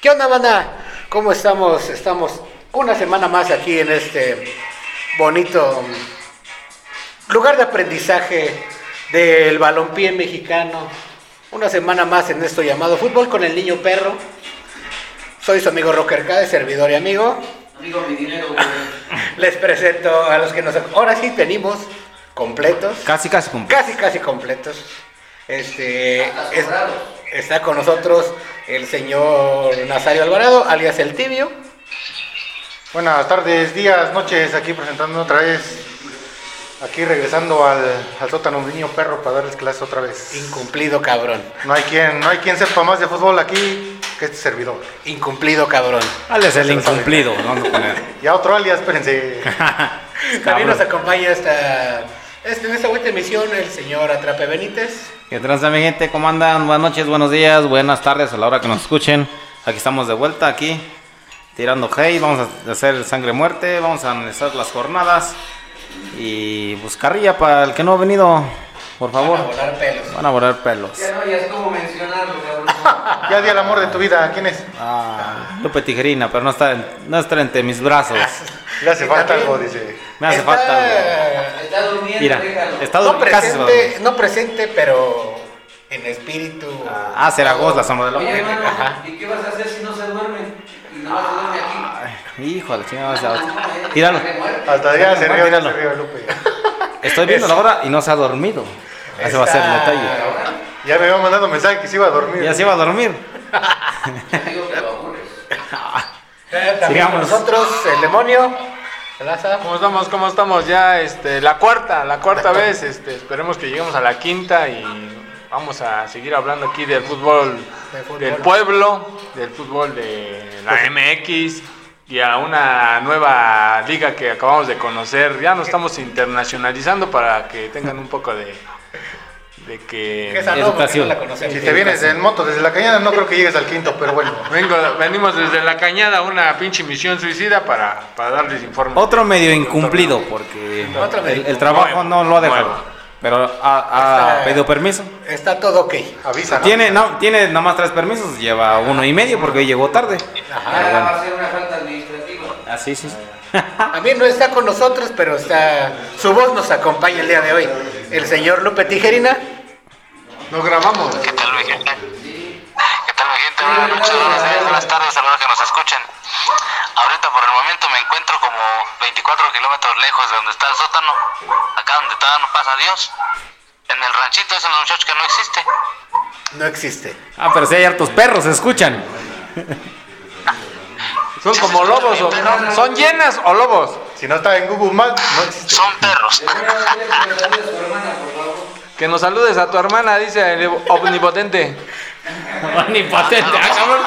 ¿Qué onda, banda? ¿Cómo estamos? Estamos una semana más aquí en este bonito lugar de aprendizaje del balompié mexicano. Una semana más en esto llamado Fútbol con el Niño Perro. Soy su amigo Rocker K, de servidor y amigo. Amigo, mi dinero, güey. Les presento a los que nos... Ahora sí venimos completos. Casi, casi cumple. casi casi completos. Este Hasta es- sobrados. está con nosotros el señor Nazario Alvarado, alias el tibio. Buenas tardes, días, noches, aquí presentando otra vez, aquí regresando al, al sótano del niño perro para darles clase otra vez. Incumplido cabrón. No hay quien, no hay quien sepa más de fútbol aquí que este servidor. Incumplido cabrón. Alias el incumplido. Vamos a poner. Ya otro alias, espérense. También Cabrón. nos acompaña esta, este- en esta buena emisión el señor Atrape Benítez. ¿Qué tranza, mi gente? ¿Cómo andan? Buenas noches, buenos días, buenas tardes a la hora que nos escuchen. Aquí estamos de vuelta, aquí tirando hey. Vamos a hacer sangre muerte, vamos a analizar las jornadas y buscarrilla para el que no ha venido. Por favor, Van a volar pelos. van a volar pelos. Ya no, ya es como mencionarlo, cabrón. Ya di el amor de tu vida, ¿quién es? Ah, Lupe Tijerina, pero no está, en- no está entre mis brazos. Le hace Y falta también- algo, dice. Me hace Está- falta. algo. Está durmiendo, Mira, déjalo. está No durmiendo. Casi se va a dormir. presente, no presente, pero en espíritu. Ah, Zaragoza, la sombra del Oye, hombre. hermano, Ajá. ¿y qué vas a hacer si no se duerme? Y no vas a duerme aquí. Híjole, chingada. se va- Ah, pues, Tíralo. Ah. Hasta ya se rió, ya Míralo. se rió Lupe. Estoy viendo la hora y no se ha dormido. Ese va a ser el Está- detalle. Ya me había mandado mensaje que se iba a dormir. Ya se iba a dormir. Te digo que lo aburres. Eh, También con Sigamos. nosotros el demonio. Laza. ¿Cómo estamos? ¿Cómo estamos? Ya este, la cuarta, la cuarta vez, este, esperemos que lleguemos a la quinta y vamos a seguir hablando aquí del fútbol, De fútbol. Pues del pueblo, del fútbol de la MX y a una nueva liga que acabamos de conocer. Ya nos estamos internacionalizando para que tengan un poco de, de Que que esa no, porque no Educación. la conocemos. Si te vienes en moto desde la cañada, no creo que llegues al quinto, pero bueno. vengo, venimos desde la cañada a una pinche misión suicida para, para darles informes. Otro medio incumplido porque Otro medio el, el incumplido. trabajo no lo ha Bueno. dejado. Pero ha, ha Está- pedido permiso. Está todo ok. Avisa, ¿no? Tiene, no, tiene nada más tres permisos, lleva uno y medio porque hoy llegó tarde. Ah, Ahora va a ser una falta administrativa. Así, sí. También no está con nosotros, pero está. Su voz nos acompaña el día de hoy. El señor Lupe Tijerina. Nos grabamos. ¿Qué tal, mi gente? ¿Qué tal, mi gente? Buenas noches, buenos días, buenas tardes a los que nos escuchen. Ahorita, por el momento, me encuentro como 24 kilómetros lejos de donde está el sótano, acá donde todavía no pasa Dios. En el ranchito es el muchacho que no existe. No existe. Ah, pero si hay hartos perros, se escuchan. Son como lobos, o, son llenas o lobos. Si no está en Google Maps, no existe. Son perros. Le voy a hacer que me salude a su hermana, por favor. Que nos saludes a tu hermana, dice el omnipotente. Omnipotente, ah, cabrón.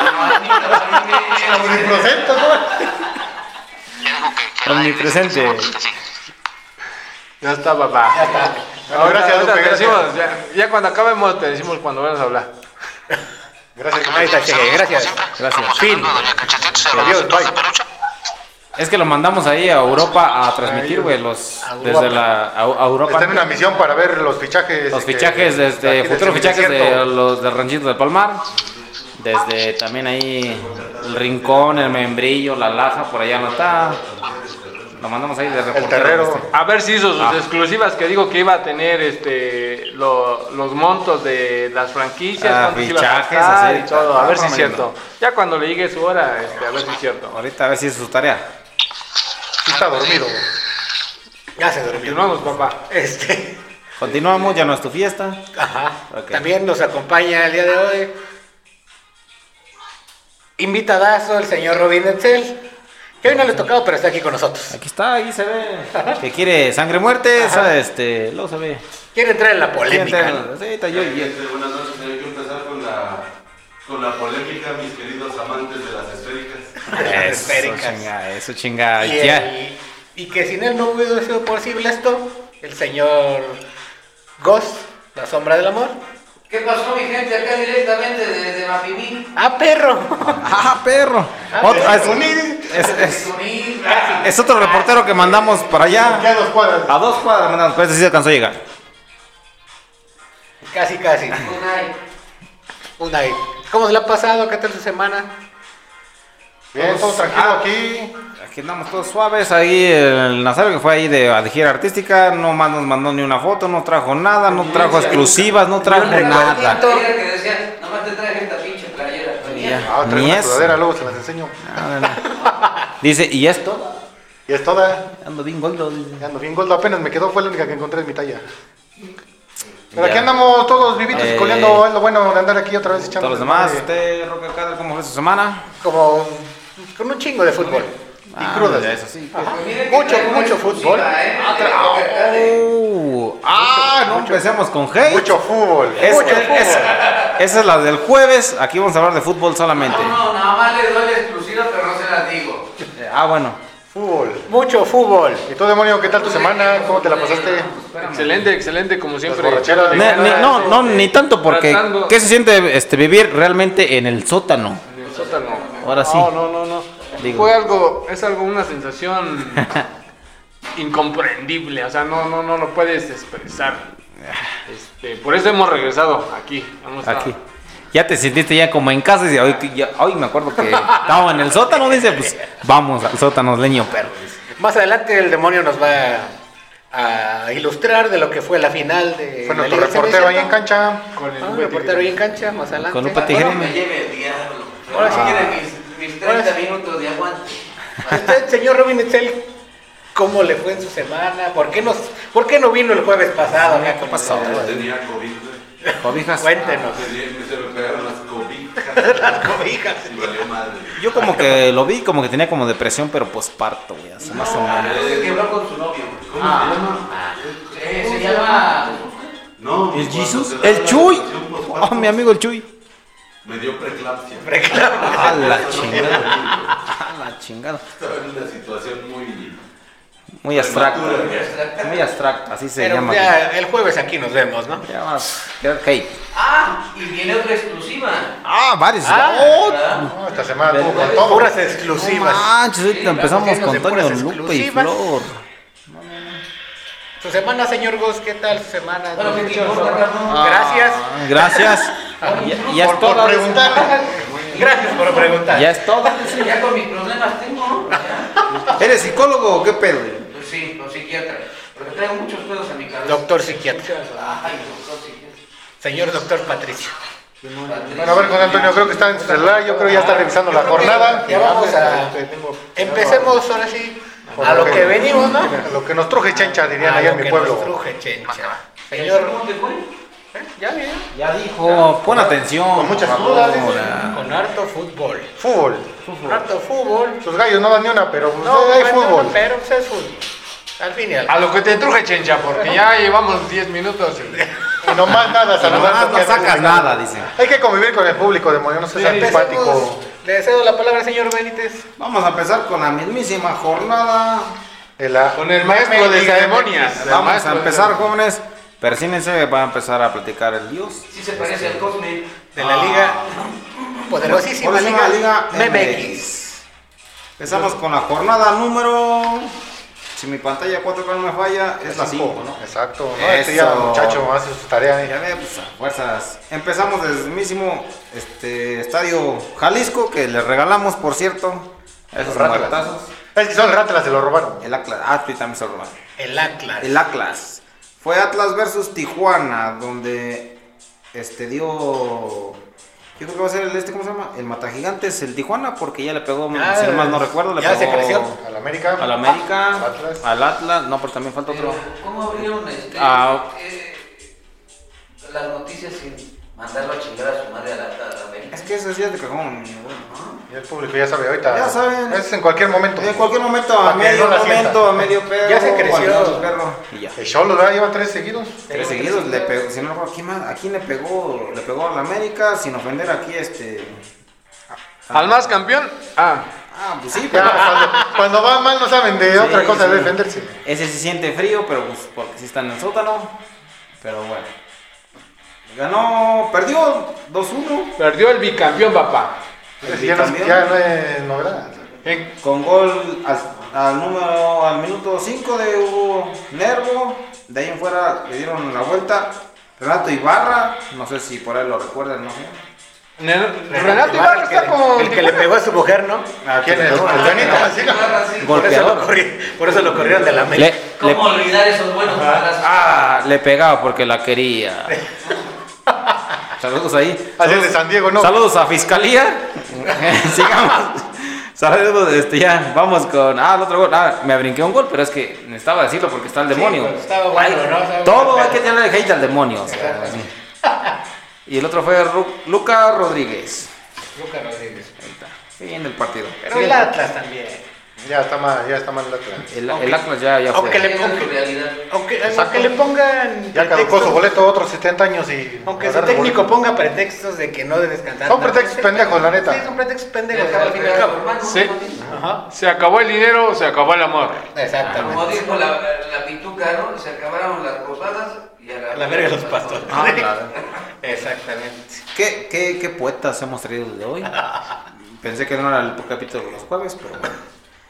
Omnipresente, ¿no? Ya dijo que, que nadie dice que sí, Omnipresente. porque sí. Ya está, papá. Ya está. Bueno, gracias, Lupe, gracias. ya, ya cuando acabemos te decimos cuando vayas a hablar. Gracias, Ahí está, cheque, gracias. Gracias. Promocionando a Doña Cachetitos y a Adiós, los de bye. Perucha. Es que lo mandamos ahí a Europa a transmitir, güey, los A Europa. desde la a, a Europa. Está en una misión para ver los fichajes. los que- fichajes aquí desde desde futuros el fichajes de desierto. los del ranchito del Palmar desde también ahí el rincón el membrillo la laja por allá no está lo mandamos ahí de reportero terrero. A ver si hizo sus Ah. exclusivas que digo que iba a tener este lo- los montos de las franquicias, Ah, cuántos iban a fichajes, gastar así, y todo. A ver ah, si es no, cierto. Ya cuando le llegue su hora, este, a ver si es cierto. ahorita a ver si es su tarea Sí Está dormido. Ya se durmió. Continuamos, papá. Este. continuamos ya no es tu fiesta Ajá. Ok. También nos acompaña el día de hoy. Invitadazo el señor Robin Etzel. Que hoy no le tocado, pero está aquí con nosotros. aquí está ahí se ve que quiere sangre muerte Ajá. esa, este luego se ve Quiere entrar en la polémica. ¿no? Sí, está yo- yo- Gente, buenas noches, hay que empezar con la, con la polémica, mis queridos amantes de las esféricas. eso Esféricas. chinga eso chinga Y, ya. el- y que sin él no hubiera sido posible esto, el señor Ghost, la sombra del amor. ¿Qué pasó, mi gente? Acá directamente desde Mapimí. ¡Ah, perro! ah perro Otro- Ah, es- es- es- Mapimí. Es otro reportero que mandamos para Ya allá. dos cuadras. A dos cuadras mandamos, pero ese sí alcanzó a llegar. Casi, casi. Unai. Una vez. ¿Cómo se le ha pasado? ¿Qué tal su semana? pues, Bien, todo tranquilo ah, aquí. Aquí andamos todos suaves. Ahí el Nazario que fue ahí de a de gira artística, no más nos mandó ni una foto, no trajo nada, no trajo exclusivas, no trajo nada. Era que decía, nomás te traje esta pinche playera. Ya. Ah, trae Ni una eso. sudadera, luego se las enseño. No, no, no. Ah, Dice, ¿y esto? Y es toda. Ando bien gordo. dice. Ya ando bien gordo, apenas me quedó, fue la única que encontré en mi talla. Pero aquí Ya. andamos todos vivitos Eh. y coleando, es lo bueno de andar aquí otra vez echando. Todos los demás, desmadre. usted, Roca Cadre, ¿cómo fue su semana? Como con un chingo de fútbol. Ah, crudas. ya, Eso sí. Mucho, mucho fútbol. Uh, ah, no empecemos con hate. Mucho fútbol. Es- mucho es- fútbol. es- esa es la del jueves. Aquí vamos a hablar de fútbol solamente. No, no, nada más le doy la exclusiva, pero no se la digo. Eh, Ah, bueno. Fútbol. Mucho fútbol. ¿Y tú, demonio, qué tal tu semana? ¿Cómo te la pasaste? Eh, Excelente, excelente, como siempre. borracheras. Ne- Llegar ni- a no, eso, no, de- ni tanto porque tratando- ¿qué se siente este, vivir realmente en el sótano? en el sótano. Ahora sí. No, no, no, no. Digo. Fue algo, es algo, una sensación incomprendible. O sea, no, no, no lo puedes expresar. Este, por eso hemos regresado aquí. Hemos estado- Aquí. Ya te sentiste ya como en casa y dices, "Ay, que ya- ay, me acuerdo que estaba en el sótano, dice, pues vamos al sótano, leño perro. Más adelante el demonio nos va a, a ilustrar de lo que fue la final de. Fue la nuestro Liga reportero ahí en CB7. cancha. Con el Ah, un Betis. reportero ahí en cancha, más adelante. Con un Ah, patijero. me lleve el diablo. Ahora Ahora sí. sí quieren mis, mis 30 minutos de aguante. Usted, señor Robin Estel, ¿cómo le fue en su semana? ¿Por qué, nos, ¿por qué no vino el jueves pasado? acá con pasó? nosotros? Tenía COVID, güey. Cobijas. Cuéntenos. Tenía- Se me pegaron las cobijas. Las cobijas. Y valió madre. Yo como que lo vi, como que tenía como depresión, pero posparto, güey, así más o menos. Se Ah, quebró con su novio. ¿Cómo Ah. se llama? Eh, se llama. No. ¿El cuando Jesus? te da ¿El la Chuy? depresión Oh, postparto, mi amigo el Chuy. Me dio preeclampsia. A la Eso no chingada. puedo decir, A Ah, la chingada. güey. Estaba en una situación muy... Muy abstracto. prematura, güey. Muy abstracto, así se Pero llama. Ya ya el jueves aquí nos vemos, ¿no? vas a quedar hate. Ah, y viene otra exclusiva. Ah, pues. varios. Oh, ¿verdad? No, esta semana tuvo con todo. Puras exclusivas. No manches, ahorita Sí, empezamos vamos con haciendo de Antonio puras Lupe y exclusivas. Flor. Su semana, señor Goss, ¿qué tal su semana? Bueno, ¿qué te importa, cabrón? Gracias. Ah, Gracias. Ya, ya es Por, por todo. preguntar. Gracias por preguntar. Ya es todo. Ya con mis problemas tengo, ¿no? Ya. ¿Eres psicólogo o qué pedo? Pues sí, con psiquiatra. Porque traigo muchos pedos en mi cabeza. Doctor psiquiatra. Ay, doctor psiquiatra. Señor doctor Patricio. Bueno, a ver, Juan Antonio, creo que está en su celular. Yo creo que ya está revisando la jornada. Ya vamos a- Este, tengo- Empecemos ahora sí a lo que venimos, ¿no? A lo que nos truje chencha, dirían A allá Ah, lo en mi que nos pueblo. truje, chencha. ¿Cómo Señor, te fue? ¿eh? ya bien. Ya dijo, Oh, pon atención. Con muchas por favor. dudas, dice. Ah. Con harto fútbol. Fútbol. Harto fútbol. Sus gallos no dan ni una, pero pues, eh, hay bueno, fútbol. Pero pues, es fútbol. Al fin y al A lo que te truje, chencha, porque ya llevamos 10 minutos. Y nomás nada, Pero nada más saludando. no que sacas hay- nada, dice. Hay que convivir con el público, demonio, no seas antipático. Empecemos. Le cedo la palabra al señor Benítez. Vamos a empezar con la mismísima jornada. De la- Con el maestro de ceremonias. Vamos maestro a de empezar, jóvenes. Persínense, va a empezar a platicar el Dios. Sí se parece al Cosme. De la liga. Poderosísima Próxima liga. Liga MX. MX. Empezamos con la jornada número. Si mi pantalla 4K no me falla, es la 5, ¿no? Exacto. ¿no? Este ya Eso. muchacho hace su tarea. ¿eh? Ya ve, pues a fuerzas. Empezamos desde el mismísimo este, estadio Jalisco, que le regalamos, por cierto, esos Los Ratlas. muertazos. Es que son ratlas, se lo robaron. El Atlas, ah, sí, también se lo robaron. El Atlas. El Atlas. Fue Atlas versus Tijuana, donde este dio. Yo creo que va a ser el este, ¿cómo se llama? El Matagigantes, el Tijuana, porque ya Ah, le pegó, Ah, si no mal no recuerdo, le ya se pegó creció. Al América. al América, Al Atlas. al Atlas, no, pero también falta otro. Pero, ¿cómo abrieron este, Ah. eh, las noticias sin mandarlo a chingar a su madre a la, a la América? Es que eso es ya de cajón. Y el público ya sabe ahorita. Ya saben. Es en cualquier momento. En cualquier momento, a Para que medio no la momento, sienta. a medio perro. Ya se creció. al final del perro, Y ya. El show los da, lleva tres seguidos. Tres seguidos le pegó, si no recuerdo, ¿quién más? ¿a quién le pegó? Le pegó a la América, sin ofender aquí este. a- Al más campeón. Ah, Ah, pues sí, Ya, pero. cuando, cuando va mal no saben de Sí, otra cosa sí. de defenderse. Ese se siente frío, pero pues porque sí está en el sótano. Pero bueno. Ganó, perdió 2-1 perdió el bicampeón, papá. Ese Ya no, es- ya no es novedad. En- con gol al, al número al minuto 5 de Hugo Nervo. De ahí en fuera le dieron la vuelta. Renato Ibarra, no sé si por ahí lo recuerdan, no sé. Renato Ibarra El que, está le, con. el que le pegó a su mujer, ¿no? ¿A quién es? Por ¿Al Canita? Sí, no. eso lo Golpeador. corri- Por eso lo corrieron de la Le, América. le- ¿Cómo olvidar esos buenos balazos? ah, le pegaba porque la quería. Saludos ahí. Así es de San Diego, ¿no? Saludos a Fiscalía. Sigamos. Saludos, este, ya, vamos con. Ah, el otro gol. Ah, me brinqué un gol, pero es que necesitaba decirlo porque está el demonio. pues, estaba bueno, Ay, ¿no? Estaba todo bueno, hay que tenerle hate al demonio. o sea, así. y el otro fue Ru- Luca Rodríguez. Lucas Rodríguez. Bien el partido. Pero el Atlas también. Ya está mal, ya está mal el Atlas. El, el Atlas ya, ya fue. Aunque le, Esa es su aunque- realidad. aunque- Exacto. aunque le pongan. Ya caducó pretextos- su boleto otros 70 años y. Aunque su agarra el técnico boleto. ponga pretextos de que no debe descansar. Son No, pretextos es- pendejos, la neta. Sí, son pretextos Le pendejos, acaba al de fin y al pegar a tu cabo. hermano, Sí. como dijo- Ajá. Se acabó el dinero, se acabó el amor. Como Exactamente. dijo la, la pituca, ¿no? Se acabaron las posadas y a la, A la verga los pastores. Ah, claro. Exactamente. ¿Qué, qué, qué poetas hemos traído de hoy? Pensé que no era el capítulo de los jueves, pero bueno.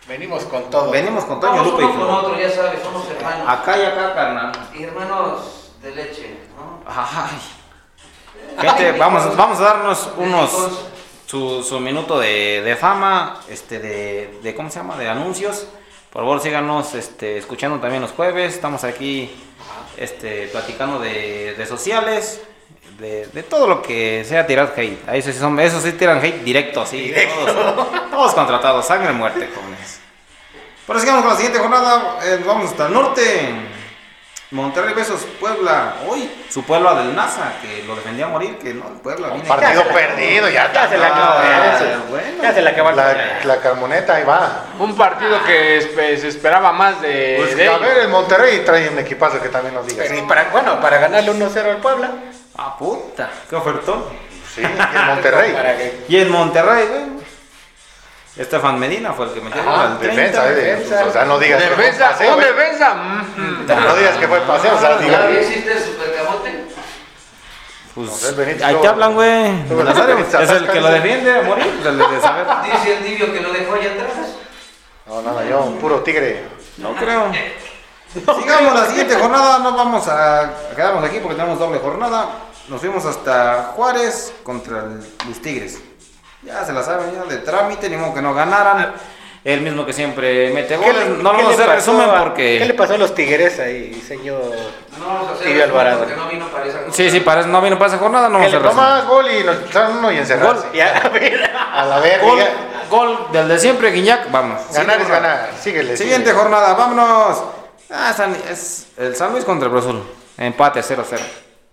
Venimos con todo. Venimos con Toño Vamos Lupe Ah. y uno con Flor. otro, ya sabes, somos hermanos. Acá y acá, carnal. Y hermanos de leche, ¿no? Ay. Gente, vamos, vamos a darnos unos su, su minuto de, de fama, este de, de cómo se llama, de anuncios. Por favor, síganos este, escuchando también los jueves. Estamos aquí este, platicando de, de sociales, de, de todo lo que sea tirar hate. Ahí sí son, esos sí tiran hate directo, sí. Todos, todos contratados, sangre muerte, jóvenes. Pero sigamos con la siguiente jornada. eh, vamos hasta el norte. Monterrey versus Puebla. Hoy, su Puebla del NASA, que lo defendía a morir, que no, el Puebla viene. Partido Ya se la- perdido, ya Ya está. se la acabó. Ah, ya se- bueno. Ya se la acabó. La, la Carmoneta, ahí va. Un partido que espe- se esperaba más de. Pues, de a ellos. ver, el Monterrey trae un equipazo que también nos diga. Pero y para, bueno, para ganarle 1-0 al Puebla. Ah, puta. Qué ofertón. Sí, el Monterrey. Para que- Y en Monterrey, bueno. Estefan Medina fue el que metió Ajá, al 30. Defensa, eh, de- defensa. o sea, no digas que fue Defensa, paseo. un eh. defensa. mm, mm. No digas que fue paseo, o sea, diga. ¿Todavía existe el supercamote? Pues, José Benítez, ahí te luego- hablan, güey. luego Nazario, Benítez Es el que Azasca, lo dice. defiende a morir. pues, el de saber. Dice el tibio que lo dejó allá atrás. No, nada, yo, un puro tigre. No creo. Sigamos la siguiente jornada, no vamos a a quedarnos aquí porque tenemos doble jornada. Nos fuimos hasta Juárez contra el- los Tigres. Ya se la saben, ya de trámite, ni modo que no ganaran. El mismo que siempre mete ¿Qué le- goles. No lo qué vamos a le hacer pasó resumen a- porque. ¿Qué le pasó a los tigres ahí, señor? No vamos a hacer Tibio eso Alvarado. porque no vino para esa cosa. Sí, sí, para, no vino para esa jornada, no ¿Qué vamos le a hacer No resumen. más gol y nos echaron uno y encerrarse. Ya, a ver. A la vez, Gol, gol del de siempre, Guiñac, vamos. ganar Siguiente es jornada. ganar. Síguele. Siguiente síguele. jornada, vámonos. Ah, San- es el San Luis contra el Cruz Azul. Empate 0-0.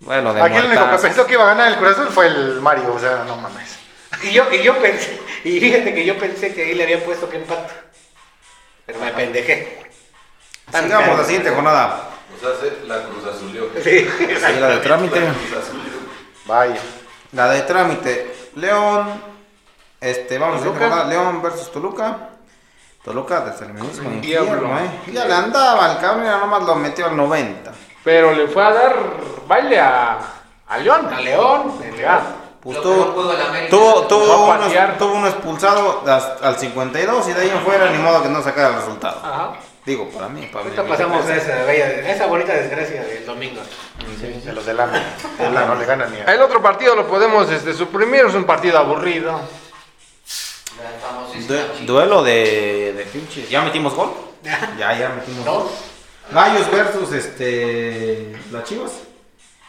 Bueno, de Aquí el único que muertazos. pensó que iba a ganar el Cruz Azul fue el Mario, o sea, no mames. Y yo, y yo pensé, y fíjate que yo pensé que ahí le había puesto que empate. Pero me pendejé. Tan Sigamos caro. la siguiente jornada. O sea, se- la cruz azulió. Sí. Sí, la de trámite. La Cruz Azulió. Vaya. La de trámite. León. Este, vamos a la Toluca. jornada. León versus Toluca. Toluca desde el mismo Diablo. infierno, ¿eh? Ya le andaba al cabrón, ya nomás lo metió al 90. Pero le fue a dar baile a, a León. A León. Ya. Pues Lo que tuvo, no pudo el América. tuvo, Va a tuvo, uno, patear. tuvo uno expulsado hasta- al 52 y de ahí en fuera ni modo que no sacara el resultado. Ajá. Digo, para mí, para mí. Ahorita pasamos a esa, bella, esa bonita desgracia del domingo. De los del AME. Del AME, No le ganan ni a. El otro partido lo podemos este, suprimir, es un partido aburrido. La famosísima Du- chica. duelo de, de pinches. ¿Ya metimos gol? Ya, ya metimos gol. Gallos versus este. Las Chivas.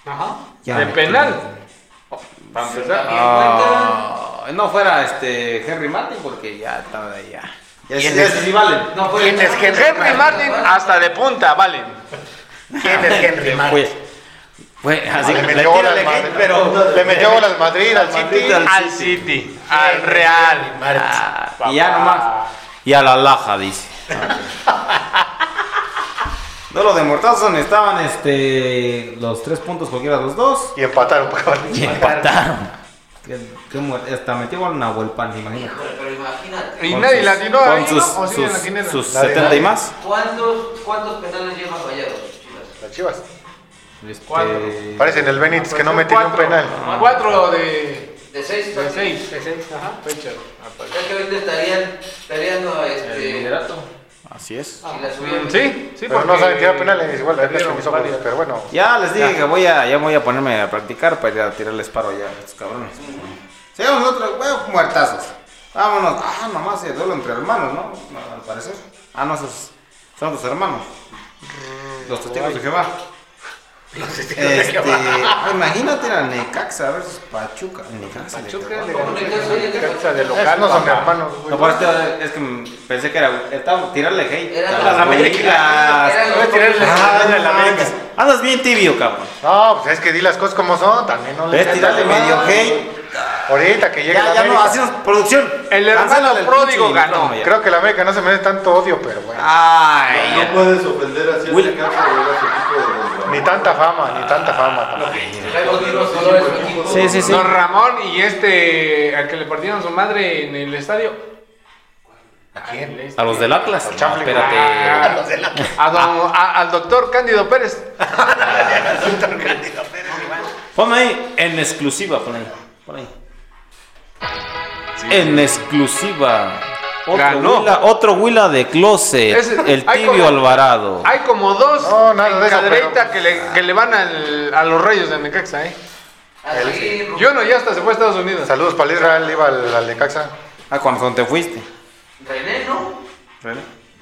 Ajá. Ya de metimos gol. penal. Para empezar. Ah, no fuera este Henry Martin porque ya estaba ahí ya. Ya ¿Quién sí- es? ya sí valen. No fue ¿Quién es Martin. Henry Henry Martin hasta de punta, valen. ¿Quién es Henry Martin? Pues, fue así le que metió gol al tírale hate, Madrid, pero le metió gol al Madrid, al City. Madrid, Al City, al Real. Ah, y ya nomás. Y a la laja, dice. No, los de Mortazón estaban este, los tres puntos cualquiera de los dos. Y empataron, cabrón. Y empataron. Qué- qué muer- hasta metió gol Nahuel Pan, imagínate. Híjole, pero imagínate. Y Con nadie sus- la atinó con ahí, ¿no? sus, ¿O sí en la sus- quiniela? sus Nadie, 70 y más. ¿Cuántos, cuántos penales lleva fallados, Chivas? Las chivas. Este, Cuatro. Parecen el Benítez que no metió un Cuatro- penal. Cuatro de, De seis de Pues partidos. seis. Ajá. Fecha. O sea que ahorita estarían peleando este. Así es. Si la subieron. Sí, sí, Pero no porque saben tirar penales, igual que perdieron mis ojos. varias. Pero bueno, Ya les dije que voy a, ya voy a ponerme a practicar para ir a tirarles paro ya a estos cabrones. Seguimos nosotros, güey, muertazos. Vámonos. Ah, nomás se duelo entre hermanos, ¿no? No, Al parecer. Ah, no, esos son tus hermanos. Los testigos de Jehová. Este, ah, imagínate la Necaxa versus Pachuca. Necaxa. Pachuca. Cancha de local. No son hermanos, güey. No, por esto es que pensé que era estaba tirarle hate. Era a la las América. Era la- Américas. Ah, Era la América. mames. Andas bien tibio, cabrón. No, pues es que di las cosas como son, también no le Ves, tirarle cantan. medio hate. Ahorita que llega Ya, la ya no, América. hacemos producción. El hermano Cancélale el pródigo pinche ganó. micrófono ya. Creo que la América no se merece tanto odio, pero bueno. Ah. Ay, No puedes ofender así a Will- este caso de ver a su equipo de Ni tanta fama, ni tanta Ah, fama. tampoco. Trae los mismos colores su equipo. Sí, sí, sí. Don Ramón y este al que le partieron su madre en el estadio. ¿A quién? Ah, A los Ah, del Atlas. No, Champions. espérate. A don- a- al doctor Cándido Pérez. Ponme ahí en exclusiva, pon ahí. Pon ahí. en exclusiva. Otro Ganó. Huila, otro Huila de Closet. Ese- el hay tibio como- Alvarado. Hay como dos No, nada de en eso, cadereita pero- pues, que, le, que le van al- a los reyes de Necaxa, ¿eh? Así, Rubén. Yo no, ya hasta se fue a Estados Unidos. Saludos para el Israel, iba al, al de Caxa. Ah, cuando te fuiste. René, ¿no?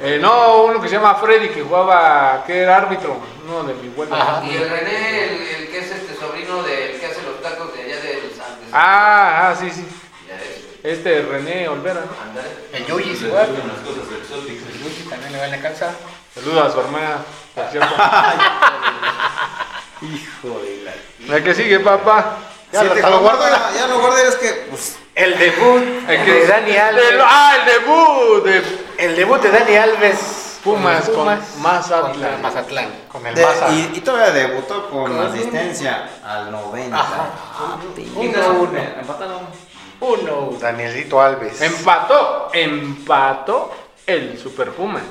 Eh, no, uno que se llama Freddy, que jugaba, que era árbitro, uno de mi vuelta. Ah, Y el René, el, el que es este sobrino del que hace los tacos de allá de los Andes. Ah, ah, sí, sí. Ya es. Este René Olvera, ¿no? Ándale. El Yuyi, Se sí, güey. gustan las cosas exóticas. Yuyi también le va en la cancha. Saludos a su hermana, por cierto. Hijo de la. La que sigue, papá. Ya lo- hasta lo lo guardo. guarda, ya lo guarda, es que. pues, El debut El que- de Dani Alves. El- ah, el debut de El debut de Dani Alves. Pumas con con Pumas Mazatlán. contra Mazatlán. Con el de- Maza. y, y todavía debutó con asistencia al 90. Ah, Uno, uno. Empataron. Uno. Danielito Alves. Em, Empató, empató el Super Pumas.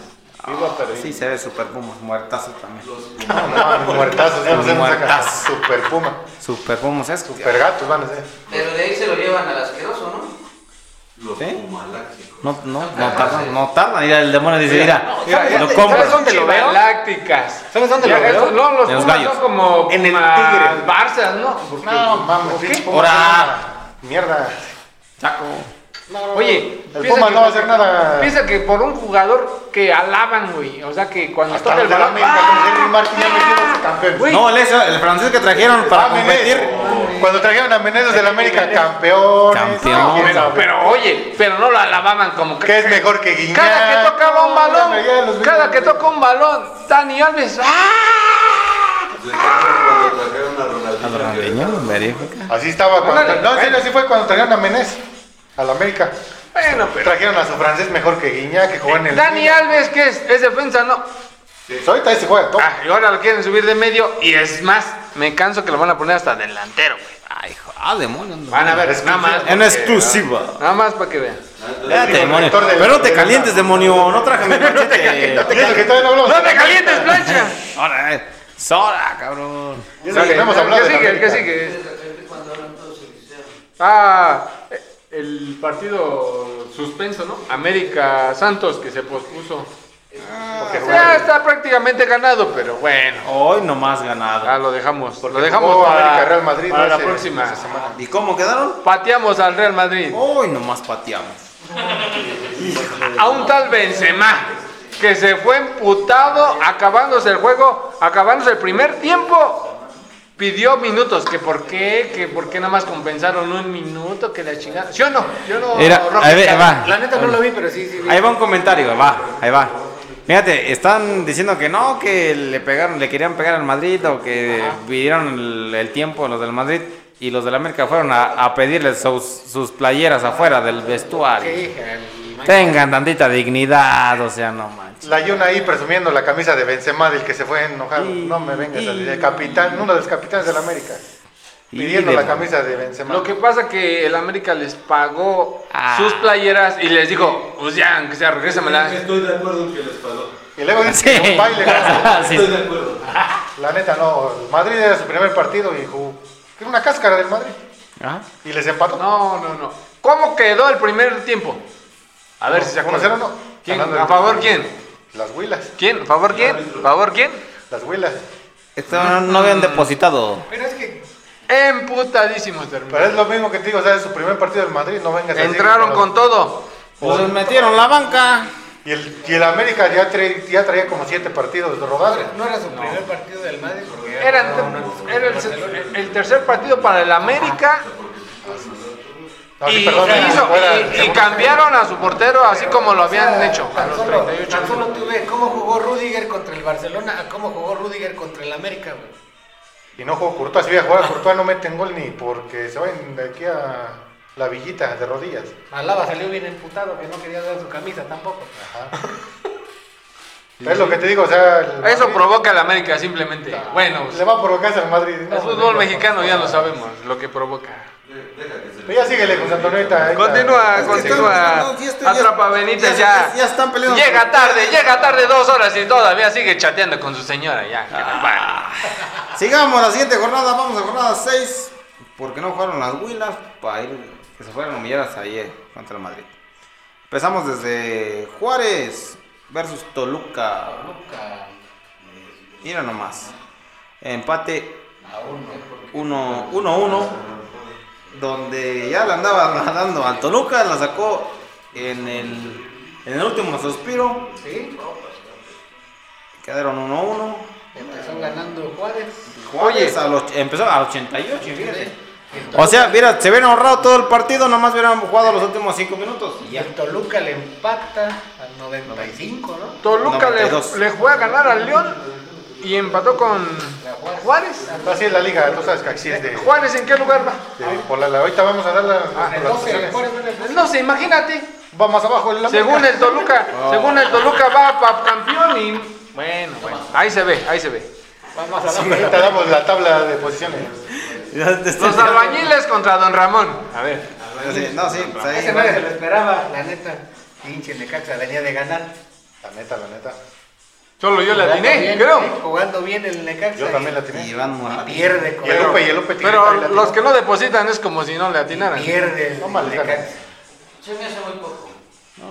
Iba perdiendo. Sí, se ve super Pumas, muertazo también. No, no, muertazos, ya nos hemos sacado. Muertazos. Super Puma. Super Pumas es que- Super gatos van a ser. Pero de ahí se lo llevan al asqueroso, ¿no? Los ¿Sí? pumaláxicos. No, no, no tarda, no tarda. Mira, el demonio dice, mira, mira, lo ¿sabes compro. dónde lo veo? Galácticas. ¿Sabes dónde Ya, lo veo? estos- No, los En los Pumas gallos. son como En el Pumas Tigre. Barça, ¿no? Porque- No, mames, pinche Puma Ahora. es una Mierda. Chaco. Oye, el piensa Puma que- no va a hacer nada. Piensa que por un jugador que alaban, güey. O sea, que cuando Hasta toca el los de la balón. América ¡ah! con Henry Martin ya metieron su campeón. Güey. No, el, ese- el francés que trajeron para Ah, competir. Menezes. Cuando trajeron a Menezes del América campeones. Campeón. No, Pero, quién sabe. pero, oye, pero no lo alababan como ¿Qué es mejor que Guiñac? Cada que tocaba un No, bueno, ya los balón, vi- cada que toca un balón, Dani Alves. ¡ah! Se quedaron cuando trajeron a Ronaldinho. Ah, Así estaba cuando. Ándale, no, en serio, bueno. así fue cuando trajeron a Menezes al América. Bueno, pero. Trajeron a su francés mejor que Guiñac, que jugó en el. Dani Milan. Alves, que es, es defensa, no. Sí, Pues Ahorita ese juega top. Ah, y ahora lo quieren subir de medio. Y es más, me canso que lo van a poner hasta delantero, güey. Ay, hijo, ah, demonio. no. Van a ver, nada más. En exclusiva. Nada más para que vean. Ya, Entonces, demonio. rector del- Pero no te del- calientes, demonio. No traje mi Y machete. eso que todavía no hablamos. ¡No te calientes, plancha! Ahora, eh, Sora, cabrón. Y eso que Sale, no hemos ¿qué hablado del sigue? ¿Qué América. sigue? De repente cuando hablan todos se dice, Ah, el partido suspenso, ¿no? América Santos que se pospuso. Ah, Porque ya está prácticamente ganado, pero bueno. Hoy nomás ganado. Ah, lo dejamos. lo dejamos jugó para, América Real Madrid, para ¿no? la Ese- próxima. esa semana. ¿Y cómo quedaron? Pateamos al Real Madrid. Hoy nomás pateamos. A un tal Benzema que se fue emputado acabándose el juego, acabándose el primer tiempo. Pidió minutos, que por qué, que por qué nada más compensaron un minuto, que la chingada. ¿Sí o no? Yo no. Era- Roque, a ver, ya- va. La neta no lo vi, pero sí, sí. vi. Ahí va un comentario, va, ahí va. Fíjate, están diciendo que no, que le pegaron, le querían pegar al Madrid o que pidieron el, el tiempo los del Madrid y los del América fueron a, a pedirles sus, sus playeras afuera del vestuario. Sí, el man- Tengan tantita dignidad, o sea, no manches. La Yuna ahí presumiendo la camisa de Benzema del que se fue enojado. Y- No me vengas a y- de capitán, uno de los capitanes del América. Y Pidiendo de- la camisa de Benzema. Lo que pasa que el América les pagó Ah. sus playeras y les dijo, pues ya, aunque sea, regrésamela. Estoy de acuerdo en que les pagó. Y luego dice que Sí. un baile. ¿no? Sí. Estoy de acuerdo. La neta, no. el Madrid era su primer partido y jugó. Era una cáscara del Madrid. Ah, Y les empató. No, no, no. ¿Cómo quedó el primer tiempo? A ver si se acuerdan. ¿Uno cero, no? ¿Quién? Ganando el- ¿A favor quién? Las huilas. ¿Quién? Ah, ¿Favor quién? ¿Favor quién? Las huilas. esto no, no habían depositado. Pero es que emputadísimos Pero es terminaron. lo mismo que te digo, o sea, es su primer partido del Madrid, no vengas a decir Entraron que no- con todo. Pues metieron la banca. Y el, y el América ya, tra- ya traía como siete partidos de rodada. No era su primer partido del Madrid. porque Era, no, no, no, era el, el tercer partido para el América No, sí, y, perdón, y hizo- fuera el y- y segundo. cambiaron a su portero así como lo O habían sea, hecho a Tan los solo, 38 tan solo tuve cómo jugó Rudiger contra el Barcelona a cómo jugó Rudiger contra el América, güey. Y no jugó Courtois, si hubiera jugado Courtois no meten gol ni porque se vayan de aquí a la villita de rodillas. Alaba salió bien emputado que no quería dar su camisa tampoco. Es lo que te digo, o sea... el Eso Madrid provoca el América simplemente. Bueno, Le va a provocar al Madrid. no, el fútbol no, mexicano ya lo sabemos, lo que provoca. Pero ya síguele con Santa Antonita. ahí está. Continúa, continúa. estamos- no, si esto ya- este, Atrapa a Benítez ya- ya. ya están peleando. Llega tarde, llega tarde dos horas y todavía sigue chateando con su señora ya. que nos va. Sigamos la siguiente jornada, vamos a jornada 6. Porque no jugaron las huilas para ir que se fueran humilladas ayer contra el Madrid. Empezamos desde Juárez versus Toluca. Mira nomás. Empate 1-1. donde ya la andaba dando al Toluca, la sacó en el, en el último suspiro. Sí, Quedaron 1-1. empezó ganando Juárez. Juárez a los, empezó al 88, fíjate. O sea, mira, se hubieran ahorrado todo el partido, nomás hubieran jugado los últimos 5 minutos. Y Y ya. el Toluca le empata al 95, ¿no? Toluca le, 92. le fue a ganar al León y empató con Juárez. Así es la liga, tú sabes que así es de, Juárez en qué lugar va? de Polala. Ahorita vamos a dar la- Ah, El las 12, posiciones. Juárez gana el No sé, imagínate. Vamos abajo el América. Según el Toluca, según el Toluca va para campeón y bueno, bueno, ahí se ve, ahí se ve. Vamos a la Ahorita damos la tabla de posiciones. Este Los albañiles contra Don Ramón. A ver. Sí, No, sí, pues ahí Ese nadie se lo esperaba, la neta. Pinche Necaxa venía de ganar. La neta, la neta. Solo yo le Jugando atiné, bien, creo. Jugando bien el Necaxa. Yo también la y va. tenía. Iván Morales. Pierde con Y el Lupe, y el Lupe Tigrito, ahí Pero la los tenía. que no depositan es como si no le atinaran. Pierde el No mal, Necaxa. Se me hace muy poco.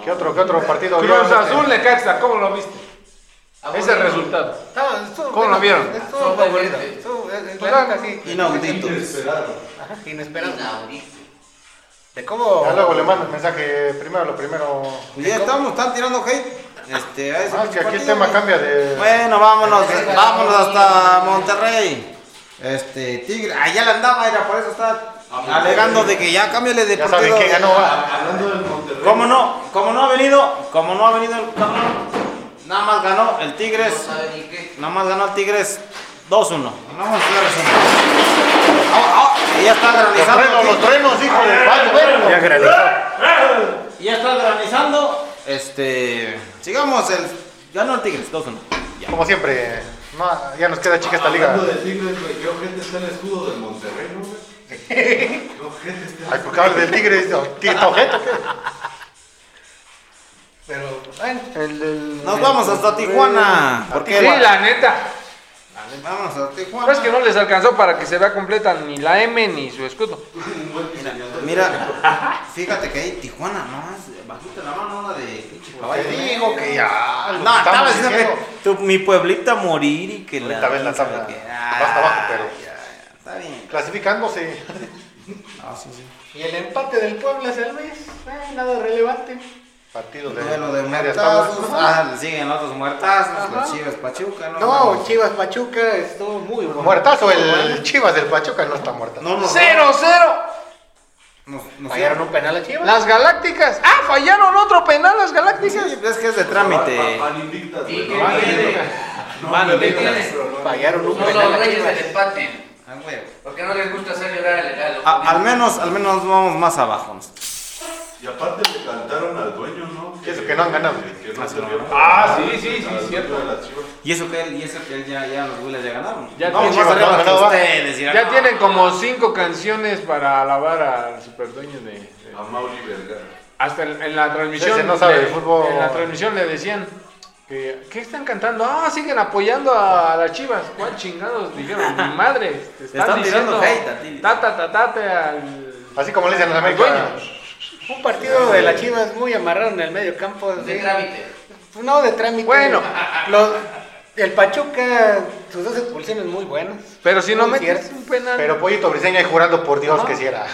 ¿Qué otro, qué otro partido? Cruz Yo- Azul eh. Necaxa, ¿cómo lo viste? Ese resultado. No, estuvo ¿Cómo lo bueno, vieron? Estuvo favorito. Estuvo, eh, Pues, la ah, neta, sí. Inaudito. Ajá, Inesperado. Inaudito. ¿De cómo? Ya luego le mando un mensaje primero, lo primero. Pues ya estamos, están tirando hate. Este, a ese Ah, que aquí el partido. tema cambia de. Bueno, vámonos, vámonos hasta Monterrey. Este, Tigre, allá le andaba, era por eso está alegando de que ya cámbiale de ya partido. saben quién ganó. va. Hablando del Monterrey. Como no, como no ha venido, como no ha venido el cabrón, nada más ganó el Tigres. No sabe ni qué. Nada más ganó el Tigres 2-1. Ganamos el Tigres 1. Ah, ah, Ya está Los truenos, los granizando. truenos, hijo Ah, de Vaya, bueno. Ya está granizando. Este. Sigamos el. Ganó el Tigres 2-1. Como siempre, no, ya nos queda chica esta liga. Hablando de Tigres, güey, qué ojete está el escudo del Monterrey, ¿no, güey? este Qué ojete está Ay, porque hablas del Tigres, no, tigre está objeto. Pero, bueno. Nos vamos hasta Tijuana. Porque Sí, la neta. Pues Vamos a Tijuana. Es que no les alcanzó para que se vea completa ni la M ni su escudo. Mira, fíjate que ahí Tijuana, no, es bajita la mano, una de pinche caballo. Te digo que ya. Ah, No, lo estaba estamos diciendo diciendo. que tu- mi pueblita morir y que Ahorita ves la tabla. que- Hasta abajo, pero- ya, ya, está bien. Clasificándose. No, Ah, sí, sí. Y el empate del Puebla San Luis, eh, nada relevante. Partido de. Duelo de media muertazos. tabla. Ah, le siguen otros muertazos. Ajá. Los Chivas Pachuca, ¿no? No, Chivas Pachuca estuvo muy bueno. Muertazo, el Chivas del Pachuca no está muerta. No, no. ¡Cero, cero! No, no Fallaron un penal a Chivas. Las Galácticas. ¡Ah, fallaron otro penal las Sí, Galácticas! es que es de trámite. Van invictas, güey. Sí, no que van viene. No, Van no, invictas. no, no. Fallaron un Son penal los a reyes Chivas. del empate. Ah, güey. Porque no les gusta hacer llorar al, al A- al oponente. menos, al menos vamos más abajo. Y aparte le cantaron al dueño, ¿no? Eso que no han ganado. Que no se vio. Ah, sí, sí, sí, Al dueño cierto. de las Chivas. Y eso que él, y eso que él ya, ya los Willas ya ganaron. Ya Vamos tiene- más arriba Chivas, que no, no, va. ustedes, dirán, "Ah, Ya no. tienen como cinco canciones para alabar al superdueño de. de- A Mauri Vergara. Hasta en, en la transmisión. Ese no sabe le- de fútbol. En la transmisión le decían. Que, ¿Qué están cantando? Ah, siguen apoyando a las chivas. ¿Cuál chingados? Dijeron, mi madre. Te están, están diciendo. tirando hate a ti. ta, ta, ta, ta, ta, al. Así como le dicen a los al América. dueño. Un partido de las Chivas muy amarrado en el medio campo. De sí. trámite. No, de trámite. Bueno. Los- El Pachuca, sus dos expulsiones muy buenas. Pero si no Muy metes cierto. un penal. Pero Pollito Briseño ahí jurando por Dios que si era.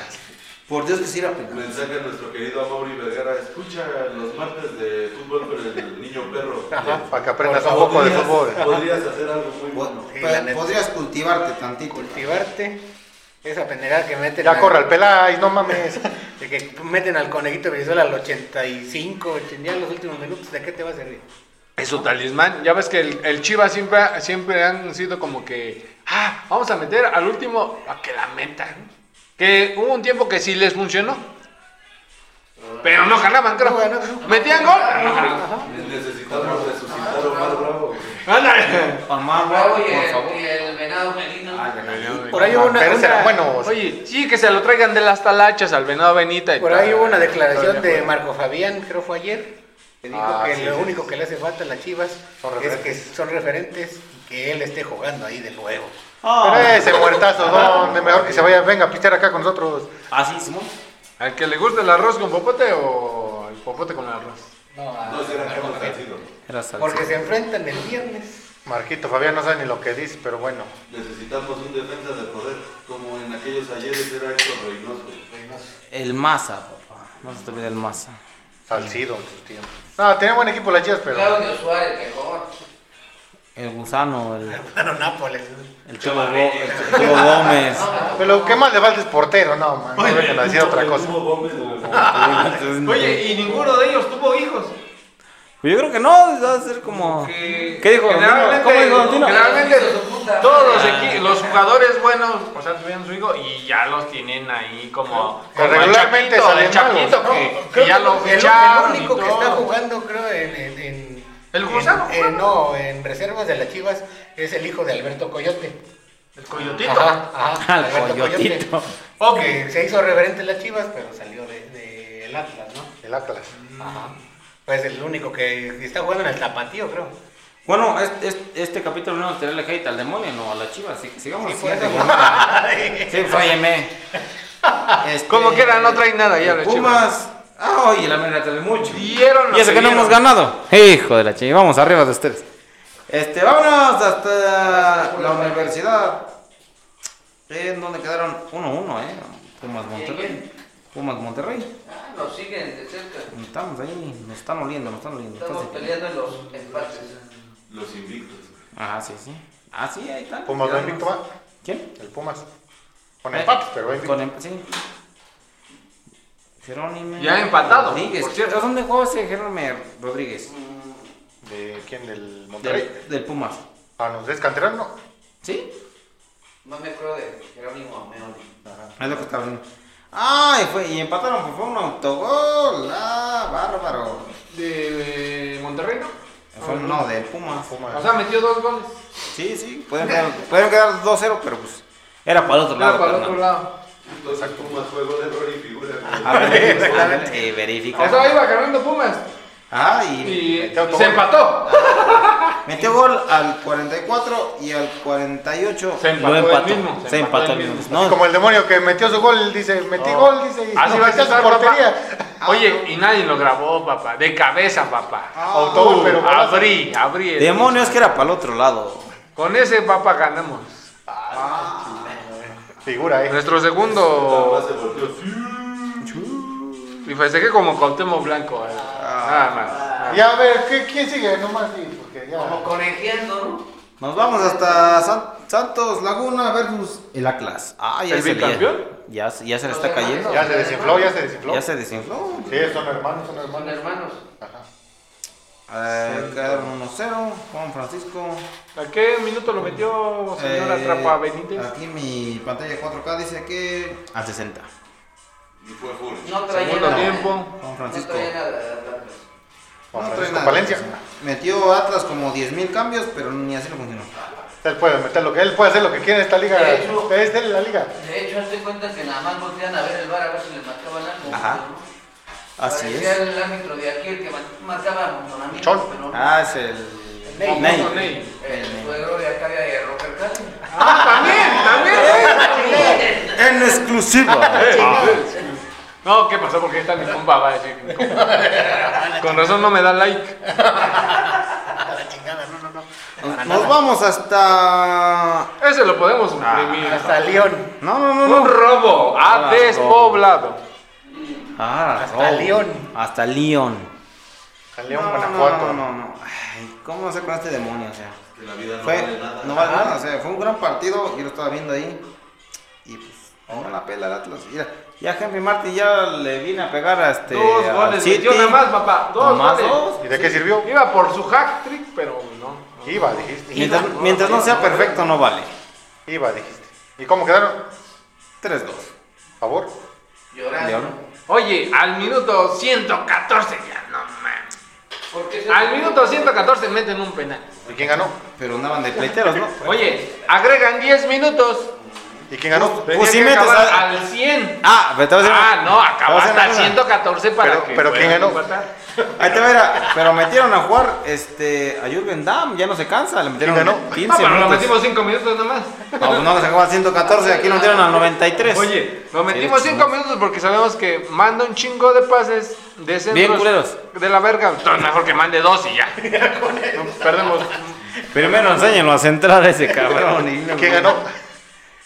Por Dios que sí era penal. Mensaje a nuestro querido Amaury Vergara. Escucha los martes de fútbol con el niño perro. Ah. Ajá, Eh, para que aprendas Por un poco de podrías- fútbol. Podrías hacer algo muy bueno. Bueno, Sí, pero la neta. podrías cultivarte tantito. Cultivarte. Esa pendejada que meten. Ya al- corre al Peláez, no mames. De que meten al conejito Brizuela al 85, 80, ya en los últimos minutos. ¿De qué te va a servir? Es su talismán. Ya ves que el, el Chivas siempre, ha- siempre han sido como que, ah, vamos a meter al último a que la metan. Que hubo un tiempo que sí les funcionó. Pero no ganaban, creo. No ganaban. Metían gol. pero no ganaban. Necesitamos resucitar a Omar Bravo. Ándale. Omar Bravo Bravo, y por el, favor. Ah, y el venado melino. Por ahí hubo una. Pero serán una- buenos. Oye, sí, que se lo traigan de las talachas al Ah. venado Benita. y Por tal. ahí hubo una declaración Estoy de acuerdo. Marco Fabián, creo fue ayer, que dijo Ah, que sí, lo sí, único que le hace falta a las Chivas Son es que referentes. son referentes y que él esté jugando ahí de nuevo. Pero ese muertazo, ¿dónde? Mejor que se vaya, venga a pistear acá con nosotros. Ah, sí, Simón. ¿Al que le gusta el arroz con popote o el popote con el arroz? No será como Salcido. Era salsa. Porque se enfrentan el viernes. Marquito, Fabián no sabe ni lo que dice, pero bueno. Necesitamos un defensa de poder, como en aquellos ayeres era Héctor Reynoso. El masa, papá. No se te olvide el masa. Salcido en sus tiempos. No, tenía buen equipo las chivas, pero. Claudio Suárez, mejor. El gusano, el, Bueno, Nápoles. el Cholo Gó- el Cholo Gómez. Pero que más le falta es portero, no, man. No vengan a decir otra cosa. Hugo Gómez, güey. Oye, y ninguno de ellos tuvo hijos. Pues yo creo que no, va a ser como. Eh, Que- ¿Qué dijo? generalmente- ¿Cómo dijo Tino? Generalmente Hijo de su puta todos los, madre. equi- los jugadores buenos, o sea, tuvieron su hijo y ya los tienen ahí como. como el Regularmente Chaquito, salen el Chaquito malos. que, que Creo ya que lo el, ficharon. el único y que está todo. jugando, creo, en. en- en- ¿El gusano en- juega? en- no, en reservas de las Chivas es el hijo de Alberto Coyote. El Coyotito. Ajá, ajá, Al Alberto coyotito. Coyote. Que se hizo referente en las Chivas, pero salió del de, del Atlas, ¿no? El Atlas. Ajá. Pues el único que está jugando en el tapatío, creo. Bueno, es- es- este, capítulo no nos tirarle hate al demonio, no a la chiva. Así que sigamos. Sí, por eso. Sí, fálleme. Este, Como quiera, no traen nada ya los chivas. Pumas. Ay, la mera te mucho. Dieron lo Y eso que no dieron. hemos ganado. Hijo de la chiva. Vamos arriba de ustedes. Este, vámonos hasta la universidad. En donde quedaron 1-1, eh. Pumas Monterrey. Pumas Monterrey. Ah, nos siguen de cerca. Estamos ahí. Nos están oliendo, nos están oliendo. Estamos Estás- peleando en los empates. Los invictos. Ajá, sí, sí. Ah, sí, ahí está. Pumas va invicto, va. ¿Quién? El Pumas. Con Eh, empates, pero va Con invicto. emp- sí. Jerónimo. Ya empatado, Rodríguez. por cierto. ¿A ¿Dónde jugó ese Jerónimo Rodríguez? ¿De quién? ¿Del Monterrey? Del, del Pumas. Ah, no, es canterano, no. ¿Sí? No me acuerdo de Jerónimo Meoli. Es lo que estaba viendo. Ah, y, fue, y empataron, pues, fue un autogol. Ah, bárbaro. De eh, Monterrey, ¿no? Fue, no, del Pumas. O sea, metió dos goles. Sí, sí, pueden quedar, pueden quedar 2-0, pero pues era para el otro Claro, lado. para el carnal. otro lado. Entonces, Pumas fue gol, error y figura. A güey. ver, eh, verifica. O sea, iba ganando Pumas. Ah, Y, y autogol. se empató. Metió gol al 44 y al 48. Se empató lo el empató. mismo, Se, se empató empató el el mismo. Así No, Ah, como el demonio que metió su gol, dice, metí gol, dice, y Así no, va a metió estar su portería. Oye, y nadie lo grabó, papá. De cabeza, papá. Autogol, pero golazo. abrí, abrí. el- demonios que era para el otro lado. Con ese, papá, ganamos. Figura, eh. Nuestro Nada más segundo. se volteó. Sí. Y festeje como Cautemo Blanco. eh. Ah. Nada más. Ya, a ver, ¿qué- ¿quién sigue? Nomás, sí, porque ya. Como conejeando, ¿no? Nos vamos hasta San- Santos Laguna versus el Atlas. Ah, ya ¿El se bicampeón? le, ya, se- ya se le está cayendo. Ya se desinfló, ya se desinfló. Ya se desinfló. Sí, son hermanos, son Son hermanos. hermanos. Ajá. Eh, quedaron 1-0. Juan Francisco. ¿A qué minuto lo metió Oh, señora eh, Trapa Benítez? Aquí mi pantalla 4K dice que al 60. Y fue full. No traía Segundo nada. tiempo. Juan No Francisco. traía nada. de Atlas. Juan No trae Francisco nada. Palencia. Metió Atlas como 10.000 cambios, pero ni así lo funcionó. Él puede meter lo que él puede hacer lo que quiere en esta liga. De hecho. Es de él la liga. De hecho, hazte cuenta que nada más voltean a ver el bar a ver si le marcaban algo. Ajá. ¿no? Así Parecía es. el árbitro de aquí, el que ma- marcaba a Monamí, Chol. pero no. Ah, es el. Ney. Ney. Famoso Ney. El suegro de acá de Rocker Cali. Ah, también, ¿eh? también. Ah, En exclusiva. No, ¿qué pasó? Porque ahí está mi compa, va a decir. mi compa. Con razón no me da like. A la chingada, no, no, no. Para Nos nada. vamos hasta. Ese lo podemos imprimir. Hasta León. No, no, no, Un no. robo a Ah, despoblado. Ah, Hasta no. León. Hasta León. A León, oh. no, Guanajuato. No, no, no. Ay, ¿Cómo no sé con este demonio? O sea, Que la vida no fue, vale nada. no vale nada, o sea, fue un gran partido. Yo lo estaba viendo ahí. Y pues, no la pela el Atlas. Mira, Ya Henry Martin ya le vine a pegar a este. Dos al goles. City. Yo nada más, papá. Dos Nomás goles. dos. ¿Y de qué sirvió? Iba por su hack trick, pero no. Iba, dijiste. Mientras, mientras no sea perfecto, no vale. Iba, dijiste. ¿Y cómo quedaron? 3-2. ¿Favor? León. Oye, al minuto 114 ya, no mames. ¿Por qué se- Al minuto 114 meten un penal. ¿Y quién ganó? Pero andaban de pleiteros, ¿no? Oye, agregan 10 minutos. ¿Y quién ganó? Tenía Pues sí que metes acabar a- al 100. Ah, pero te voy a decir- Ah, no, acabó te voy a decir hasta una el cosa. 114 para Pero- que pero ¿quién puedan ganó? empatar. Ahí te va, mira, pero metieron a jugar este, a Jürgen Damm, ya no se cansa, le metieron ganó? 15 No, Ah, pero lo minutos. metimos 5 minutos nomás. No, pues no, se acabó al 114, aquí lo metieron al 93. Oye, lo metimos 5 minutos porque sabemos que manda un chingo de pases de centros Bien culeros. de la verga. Entonces, mejor que mande dos y ya. No, Perdemos. Primero enséñenlo a centrar a ese cabrón. y- ¿Quién ganó?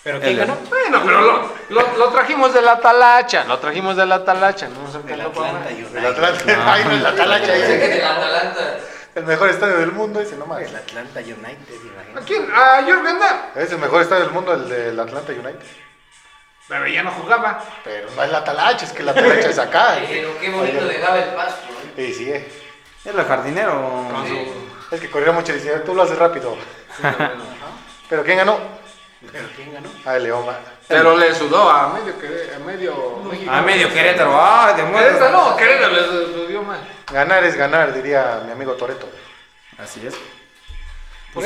¿Pero quién El- ganó? Bueno, pero lo, lo- lo trajimos de la talacha. Lo trajimos de la talacha. No nos El alcanzó para Atlanta nada. United. El Atlanta. Ay, no, el Atalacha. Pensé que dice. del Atalanta. El mejor estadio del mundo, dice, no mames. El Atlanta United, imagínate. ¿A quién? A Jürgen Damm. Es el mejor estadio del mundo, el del Atlanta United. Pero ya no jugaba. Pero no es la Talacha, es que la Talacha es acá. Pero qué bonito dejaba el pasto. ¿eh? Sí, sí, eh. Era el jardinero. Ah, Ah, Es que corría mucho y decía, tú lo haces rápido. ¿Pero quién ganó? ¿Pero quién ganó? Ah, el León. va. Pero le sudó a medio, quere- a medio México. Ah, medio Querétaro, ah, te mueres. Querétaro, no, Querétaro le su- sudó más. Ganar es ganar, diría mi amigo Toreto. Así es. Pues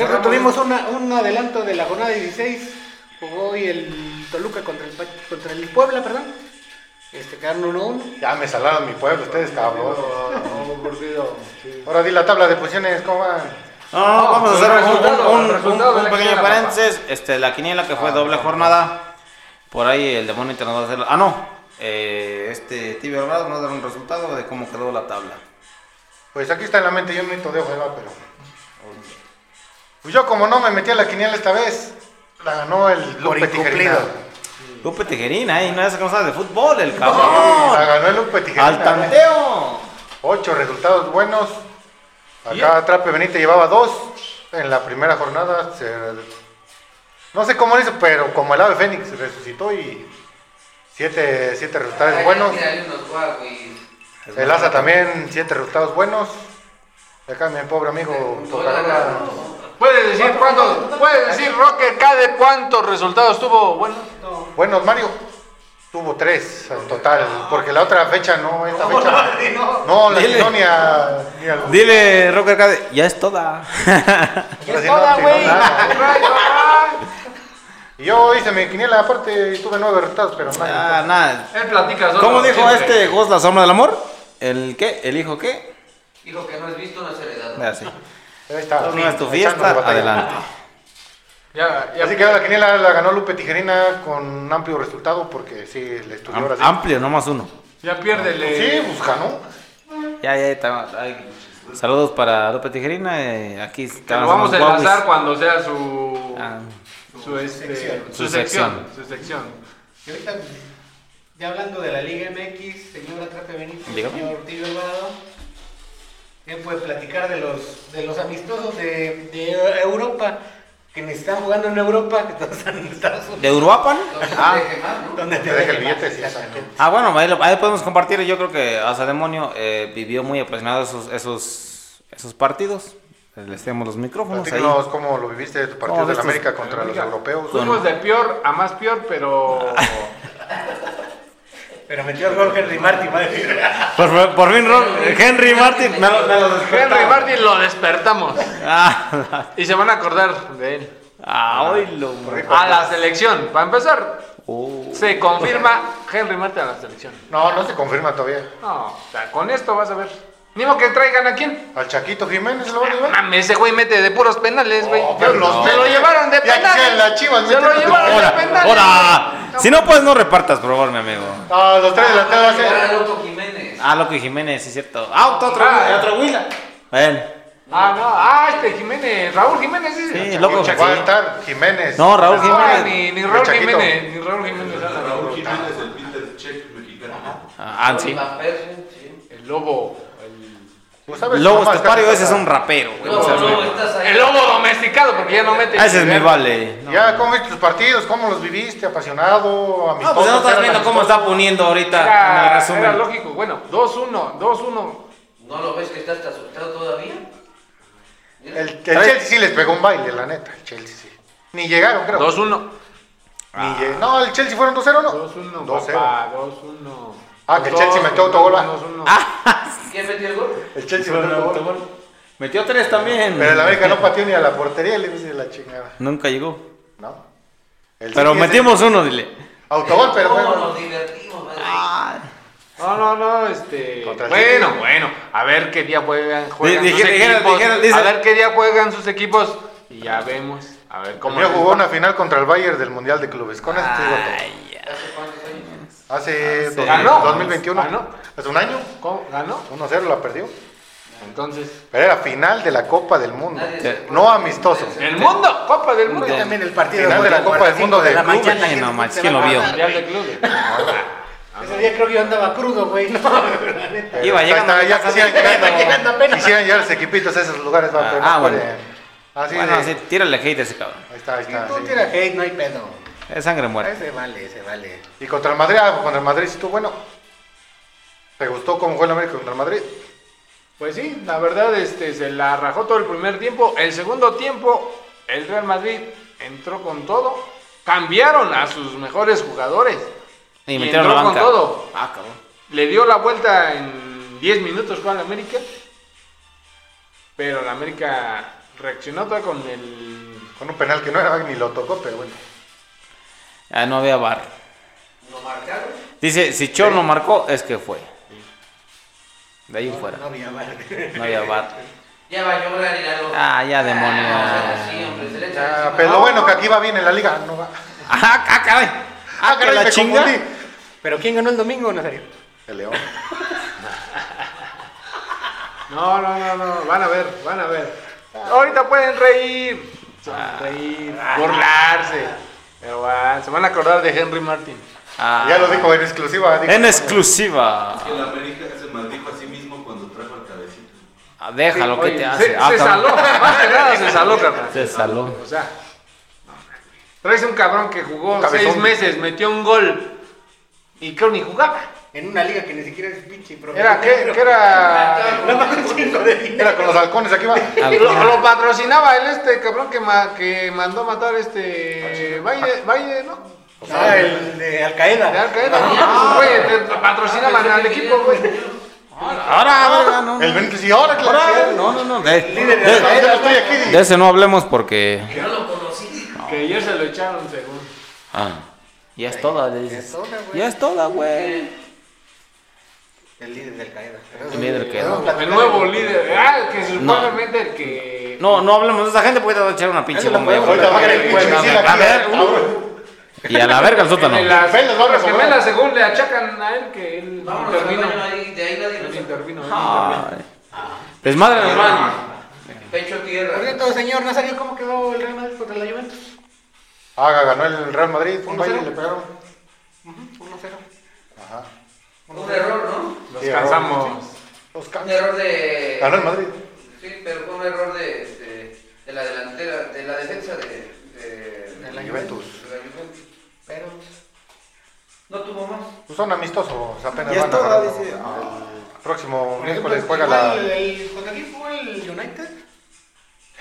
Por ejemplo, tuvimos una- un adelanto de la jornada 16. Jugó hoy el Toluca contra el, Pa- contra el Puebla, perdón. Este, quedaron 1-1. Ya me salaron mi pueblo, ustedes cabrones. No, partido. sí. Ahora di la tabla de posiciones, ¿cómo van? No, no, no, vamos a hacer el un- resultado, un, el un- resultado un de la pequeño quiniela, Ah, paréntesis. Este, la quiniela que fue doble jornada. Por ahí el demonio intentó hacer. Ah, no. Eh, este Tibio Alvarado nos va a dar un resultado de cómo quedó la tabla. Pues aquí está en la mente, yo no necesito de ojo, ahí va, pero. Pues yo, como no me metí a la quiniela esta vez, la ganó el Por Lupe Tijerina. incumplido. Lupe Tejerina, ahí no es cosa de fútbol, el La cabrón. ganó el Lupe Tijerina. Al tanteo. Ocho resultados buenos. Acá Trape Benítez llevaba dos en la primera jornada. se- No sé cómo lo hizo, pero como el ave Fénix resucitó y siete, siete resultados Ay, buenos. tírale unos guagüis. El Asa también siete resultados buenos. Y acá mi pobre amigo Tocarola. ¿Puedes decir cuántos? ¿Puedes decir, Rocker, cada cuántos resultados tuvo? Bueno, Buenos Mario. Tuvo tres en total, porque la otra fecha no, esta fecha no, no la Dile. atinó ni a- ni al- Dile, Rocker Cade, ya es toda. ahora sí no atinó nada, güey. Y yo hice mi quiniela aparte y tuve nueve resultados, pero nada. Ah, nada. él platica solo. ¿Cómo dijo siempre. este Ghost la sombra del amor? ¿El qué? ¿El hijo qué? Hijo que no es visto, no es heredado. Así. Ahí está. No es tu Echando fiesta, batalla. adelante. Ya, ya. Así que la quiniela la ganó Lupe Tijerina con amplio resultado porque sí, le estudió ahora sí. Amplio, no más uno. Ya piérdele. Sí, pues ganó. Ya, ya, está. ay. Saludos para López Tijerina. eh, aquí Que estamos. Ah. lo vamos a enlazar cuando sea su. su, este, Su su sección. sección. Su sección. Y ahorita, ya hablando de la Liga MX, señor Atrape Benítez, Dígame. señor Tibio Alvarado, ¿qué puede platicar de los, de los amistosos de, de Europa? Que ni están jugando en Europa, que todos están en Estados Unidos. ¿De Uruapan? Entonces, Ah. deje más, ¿no? Donde Te deja el dejen billete, sí, más, esa, ¿no? Ah, bueno, ahí, lo- ahí podemos compartir. Yo creo que Asa Demonio eh, vivió muy apasionado esos, esos, esos partidos. Les tenemos los micrófonos ahí. Platícanos cómo lo viviste tu partido No, de la estos- América contra los europeos. Fuimos de peor a más peor, pero. Pero metió el gol Henry Martin, va a decir. Por, por- por fin, Ron- Henry Martin. Me lo, me lo despertaron. Henry Martin lo despertamos. Ah, Y se van a acordar de él. ah, oílo. A la selección. Para empezar, Oh. se confirma Henry Martin a la selección. No, no se confirma todavía. No, o sea, con esto vas a ver. Ni modo que traigan a quién. Al Chaquito Jiménez lo van a llevar. Oh, Mames, ese güey mete de puros penales, güey. pero los se lo mete. llevaron de Ya quisieran penales. las Chivas se lo meter- llevaron Ahora, de penales. Ahora, si no puedes, no repartas, por favor, mi amigo. No, los tres delanteros va a Llevar ser. a Loco Jiménez. Ah, Loco Jiménez, sí, cierto. Ah, otro, Ah, otro Huila. Bueno, Ah, no, ah, este Jiménez, Raúl Jiménez. Sí, el loco, Va a estar Jiménez. Pues No, Raúl No, Jiménez. ni, ni El Raúl Chaquito. Jiménez, ni Raúl Jiménez. Raúl Jiménez, el Peter Check mexicano. Ah, ah, sí. Van Persie, sí. El lobo. El, ¿Tú Pues, sabes Lobo cómo Estepario, alcanza- ese es un rapero, güey. No, o sea, no, estás ahí. el lobo domesticado, porque ya no mete. Ah, ese es mi vale. Ya, ¿cómo viste tus partidos? ¿Cómo los viviste? ¿Apasionado? No, ¿Amistoso? pues ya no estás ¿Eran viendo cómo amistosos? está poniendo ahorita en el Era, era resumen. lógico. Bueno, 2-1, 2-1. ¿No lo ves que estás asustado todavía? Mira. El, el Chelsea sí les pegó un baile, la neta. El Chelsea sí. Ni llegaron, creo. 2-1. Ni lleg- No, el Chelsea fueron 2-0, ¿no? 2-1. 2-0. papá, 2-1. Ah, que el Chelsea metió autogol, ah. 2-1. ¿Quién metió el gol? El Chelsea fue un Metió tres también. Pero el América no pateó ni a la portería, le dice la chingada. Nunca llegó. ¿No? El Pero City es el- metimos uno, dile. Autogol, pero ¿Cómo bueno. nos divertimos, madre? No, no, no, este. Contra el Bueno, Tigre. bueno, a ver qué día juegan, juegan Di- sus dijera- dijera- equipos. dijera- dice- a ver qué día juegan sus equipos y ya vemos. A ver cómo. Yo les jugó va. una final contra el Bayern del Mundial de Clubes. Con eso te digo todo. Ay, Ah, ya. ¿Hace cuántos años? Hace dos- Ganó. 2021. Ganó. Hace un año. ¿Cómo? ¿Ganó? 1-0 la perdió. Entonces. Pero era final de la Copa del Mundo. Nadie se acuerda. No amistoso. ¡El mundo! ¡Copa del mundo! Del- Este, También el partido Final de la como Copa del las Mundo cinco de la clubes. mañana, Ay, ¿quién no se manches, va ¿quién a lo vio? acordar, Mundial güey? de clubes. Ese día creo que yo andaba crudo, güey. No, la neta. Iba Ahí llegando. está, ya quisieran Iba llegando llegar, apenas. quisieran llegar los equipitos a esos lugares, va, Ah, pero no ah, bueno. pueden. Así Bueno, de- sí, tírale hate a ese cabrón. Ahí está, ahí está. Tú sí. tiras hate, no hay pedo. Es sangre muerta. Ese vale, ese vale. Y contra el Madrid, ah, contra el Madrid, si tú, bueno. ¿Te gustó cómo fue el América contra el Madrid? Pues sí, la verdad, este, se la rajó todo el primer tiempo. El segundo tiempo, el Real Madrid entró con todo. Cambiaron a sus mejores jugadores. Y metieron la entró banca. con todo. Ah, cabrón. Le dio la vuelta en 10 minutos con la América. Pero la América reaccionó todavía con el. Con un penal que no era, ni lo tocó, pero bueno. Ah, no había bar. ¿Lo marcaron? Dice, si Chor no marcó, es que fue. De ahí fuera. No había vale. No había bar. Ya va a llorar y ya lo... Ah, ya, demonio. Ah, sí, hombre, se le echa Ah, encima. pero lo bueno que aquí va bien en la liga, no va. Ah, ah, caray. Ah, que caray, la me chinga. confundí. Pero ¿quién ganó el domingo, no sé? El León. No, no, no, no. Van a ver, van a ver. Ahorita pueden reír. Ah, Sonreír, burlarse. Pero ah, se van a acordar de Henry Martin. Ah, Ya lo dijo en exclusiva. dijo- En exclusiva. El América se maldijo a sí mismo cuando trajo al cabecito. Ah, Déjalo, ¿qué Oye, te se- hace? Se, Ah, cabrón. saló, más que nada se saló, carnal. Se saló. O sea, no, traes un cabrón que jugó Un cabezón. seis meses, metió un gol y creo ni jugaba. En una liga que ni siquiera es pinche Era que, profesional. que Ah, era. No más un chingo de dinero. Mira, con los halcones aquí va. Lo, lo patrocinaba el este cabrón que, ma- que mandó matar este. Valle, Valle ¿no? Ah, el de Al De Qaeda. Al-Qaeda. Güey, te- te Ah, patrocinaban al equipo, güey. Ahora, verga, no. El Benítez y ahora, claro. Ah. Ahora, no, no, no. De, Líder de de- Ahorita yo estoy aquí. de ese no hablemos porque. Que no lo conocí. Que ayer se lo echaron, según. Ah. Ya es toda, le Ya dices. es toda, güey. Ya es toda, güey. El líder del Qaeda. El líder que no. El nuevo líder. Ah, que supuestamente el que. No, no hablemos de esa gente porque te va a echar una pinche Eso lo bomba. ya, podemos Ahorita va a güey. caer el pinche misil aquí. A ver, Ahora. Y a la verga el sótano. En las Ven, los barrios, las gemelas, según le achacan a él, que él Vámonos al intervino. baño ahí, de ahí nadie nos Él intervino, él Ay. Desmadre en el baño. eh. Pecho tierra. Por cierto, señor Nazario, ¿cómo quedó el Real Madrid contra la Juventus? Ah, ganó el Real Madrid. Un baile 1-0. le pegaron. 1-0. Ajá. Un error, ¿no? Nos Sí, cansamos. Los Un cambios. error de... Ah, Ganó el Madrid. Sí, pero fue un error de, de, de la delantera, de la defensa de, de, De la Juventus. de la Juventus. Pero No tuvo más. Pues son amistosos, apenas Ya van está, agarrando. dice, El próximo miércoles ejemplo, juega igual la... el- el- ¿Contra quién jugó el United?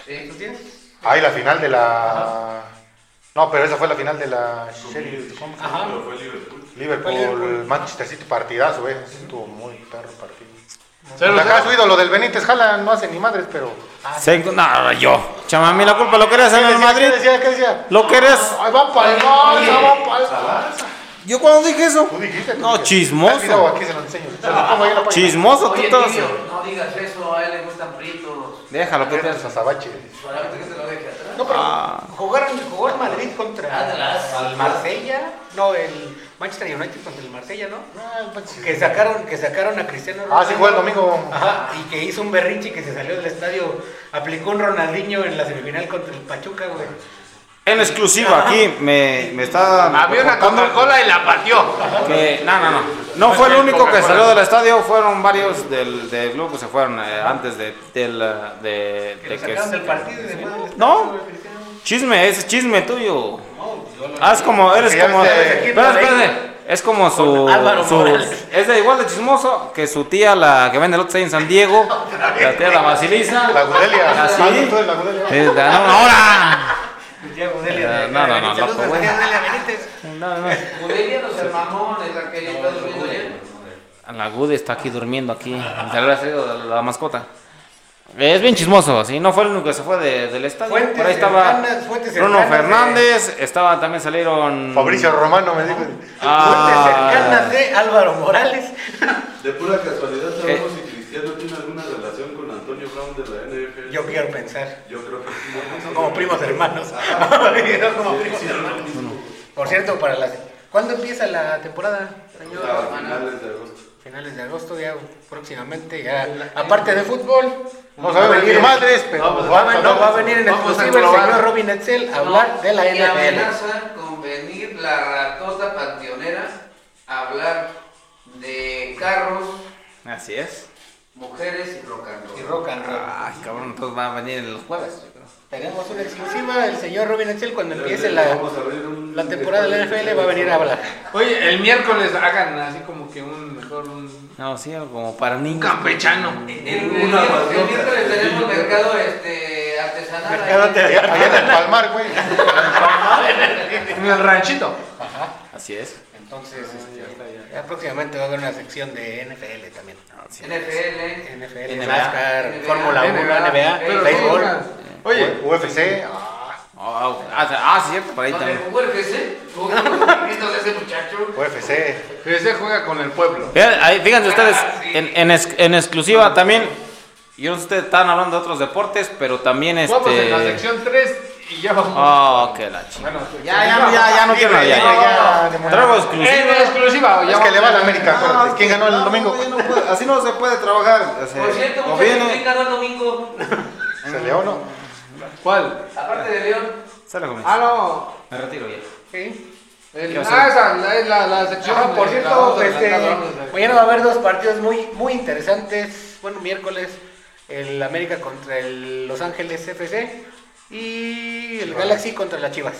Sí. ¿Tú tienes? Ay, la final de la... No, pero esa fue la final de la... Sheffield. ¿Cómo se llama? Pero fue Liverpool. Liverpool, Manchester City, partidazo, güey. Estuvo muy perro partido. Cero, Pues acá cero. su ídolo del Benítez, jala, no hace ni madres, pero... Se encu- No, yo. Chama, a mí la culpa lo querías en el decía? Madrid. ¿Qué decía? ¿Qué decía? Lo querías. Ay, va para el Barça, va para el Barça. ¿Yo cuando dije eso? Tú dijiste. tú No, dijiste. chismoso. Hay video, aquí se lo enseño. Se lo pongo ahí en la página. Chismoso, tú Oye, todo. tibio, no digas eso, a él le gustan pritos. Déjalo, ¿qué te Eres hace? azabache. Solamente que se lo deje atrás. No, pero jugaron, jugó el Madrid contra Atlas. el Marsella. No, el Manchester United contra el Marsella, ¿no? Ah, pues, Que sacaron, que sacaron a Cristiano Ah, sí, fue el domingo. Ajá, y que hizo un berrinche y que se salió del estadio. Aplicó un Ronaldinho en la semifinal contra el Pachuca, güey. En exclusiva, aquí me, me está. Había una reportando Coca-Cola y la pateó. que- no, no, no. No fue el único que salió del estadio, fueron varios del, del club que se fueron eh, antes de, del, eh, de, Que de lo que- sacaron del partido y se fue del estadio, No. güey, Cristiano. Chisme, es chisme tuyo. Haz como, eres Porque ya como. viste- Espérate, espérate. Es como su. Álvaro su- Morales. es de igual de chismoso que su tía, la que vende lotes ahí en San Diego. La tía, la Basilisa. La Gudelia. ¿Ah, sí? Ah, tú de la Gudelia. Es de- no, no, ahora. Santiago Delia de- Eh, no, no, no, Saludos loco, a güey. Santiago Delia Benítez. No, no. Judelia, los hermamones, la que está durmiendo ya. La Gude está aquí durmiendo aquí. Se le ha salido la, la mascota. Es bien chismoso, sí. No fue el único que se fue de- del estadio. Fuentes Por ahí estaba cercanas, fuentes Bruno cercanas de- Fernández. Estaba también salieron. Fabricio Romano me dijo. Ah, Fuentes cercanas de Álvaro Morales. De pura casualidad sabemos Eh. si Cristiano tiene alguna relación con Antonio Brown de la NFL. Yo quiero pensar. Yo creo que sí. Son como primos hermanos. Son como primos hermanos. Por cierto, para las. ¿Cuándo empieza la temporada? señor? A finales de agosto. Finales de agosto, ya próximamente, ya. Aparte de fútbol, No sabemos ni madres, pero pues Vamos, va, vamos, no, va a vamos. venir en Vamos a exclusiva el englobar. señor Robin Etzel a hablar de la Y NFL. amenaza con venir la ratosa panteonera a hablar de carros, Así es. mujeres y rock and roll. Y rock and roll. Ay, cabrón, entonces va a venir el jueves. yo creo. Tenemos una exclusiva, el señor Robin Etzel cuando empiece Entonces, la, vamos a ver un- la temporada de la NFL va a venir a hablar. Oye, el miércoles hagan así como que un mejor un No, sí, algo como para niños. campechano. El, el, el- el miércoles tenemos mercado este, artesanal. ahí. Allá en el Palmar, güey. En el ranchito. Así es. Entonces, este, ya próximamente va a haber una sección de NFL también. Así es. NFL. NFL, NBA, NASCAR, NBA, Fórmula 1, Pero NBA, béisbol. oiga, Oye, UFC. Oh, ah, ah, sí, cierto, por ahí ¿Dónde también. jugó el GC? ¿Jugó con los amiguitos de ese muchacho? UFC. que Pues se juega con el pueblo. Fíjate, ahí, fíjense ustedes, Ah, sí. en, en ex- en exclusiva también. Yo no sé, ustedes están hablando de otros deportes, pero también este. Vamos en la sección 3 y ya vamos. Oh, que la chingada. Bueno, pues, Ah, Ya, ya, ya, ya no quiero nada. ya, ya. Traigo en exclusiva. exclusiva. ya Es que vamos le va a la a- América, acuérdate. ¿Quién ganó el domingo? ya Eh, no puede- así no se puede trabajar. o sea, Por cierto, o muchachos, viene- ¿quién ganó el domingo? ¿Se leó o no? ¿Cuál? Aparte de León. Sale conmigo. Ah, no. Me retiro ya. Sí. El- Yo ah, sé. esa es la, la sección. Ah, por de- la cierto, vamos a este, adelantar, vamos a adelantar. mañana va a haber dos partidos muy, muy interesantes. Bueno, miércoles el América contra el Los Ángeles FC y el Galaxy contra las Chivas.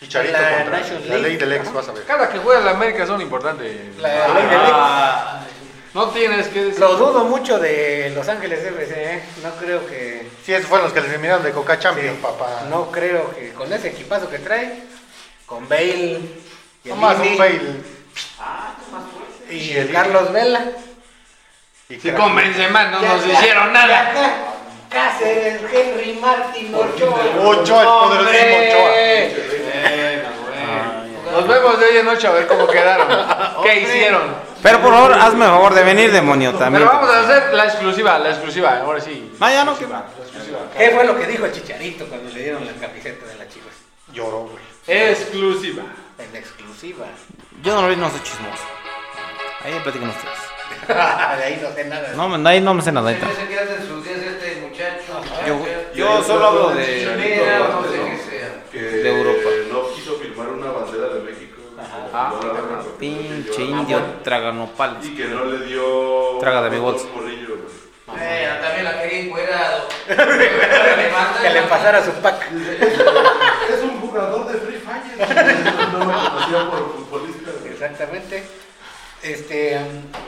Chicharito La contra Nations la ley League. del ex, vas a ver. Cada que juega la América son importantes. La ley del No tienes que decir. Lo dudo mucho de Los Ángeles FC, ¿eh? no creo que Sí, esos fueron los que les eliminaron de Coca Champions, papá. no creo que con ese equipazo que trae con Bale y el Nomás Indy un fail. y el Carlos Vela Y Si crack. con Benzema no Ya, nos ya, hicieron ya nada. acá, Cáceres, Henry Martin, Ochoa. Ochoa, el poderosísimo ¡Hombre! Nos vemos de hoy en noche a ver cómo quedaron. ¿Qué hicieron? Pero por favor, hazme el favor de venir, demonio, también. Pero vamos a hacer la exclusiva, la exclusiva, ahora sí. Ah, ya no, que- ¿Qué fue lo que dijo el Chicharito cuando le dieron la camiseta de las chivas? Lloró, güey. Exclusiva. En exclusiva. Yo no lo vi, no soy chismoso. Ahí platican ustedes. Ah, De ahí no sé nada. No, me- ahí no me sé nada. ahí está. No sé qué hacen sus días este muchacho. Yo, muchacha. yo solo hablo de. Mira, no sé Chicharito, qué sea. Que De Europa. No quiso firmar una bandera de México. Ah, No la firmó porque pinche yo- indio traganopales. Y que no le dio. Traga de mi votos bolsa. por ello, güey. Bueno, también la quería encuerado. Le mandan Eh, Que le la- pasara su pack. Es un jugador de Free Fire. güey. No me conocía por futbolista. güey. Exactamente. Este,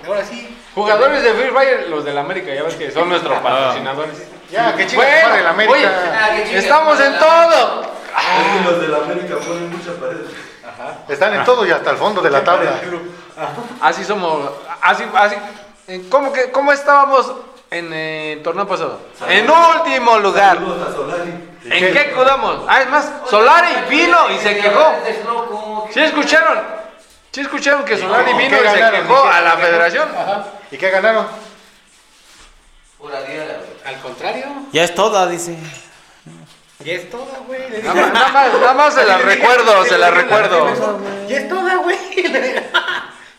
ahora sí. Jugadores de Free Fire, los del América, ya ves que son Ah. nuestros patrocinadores. Ya, que chingas Bueno, madre la América. oye, Ah, qué chingas, Estamos en la- todo. Es que los de la América ponen mucha pared. Están en todo y hasta el fondo de la tabla. Así somos, así, así. eh, ¿Cómo, que, cómo estábamos en eh, el torneo pasado? En último lugar. Saludos a Solari. ¿En qué quedamos? Ah, es más, Solari vino y se quejó. Es loco. ¿Sí escucharon? ¿Sí escucharon que Solari cómo? vino ¿Qué y se ganaron? quejó ¿Y qué- a la federación? ¿Y qué ganaron? Pura diabla, güey. Al contrario. Ya es toda, dice. Y es toda, güey. le Nada dije. más, nada más, nada más se la recuerdo, se la recuerdo. Y es toda, güey.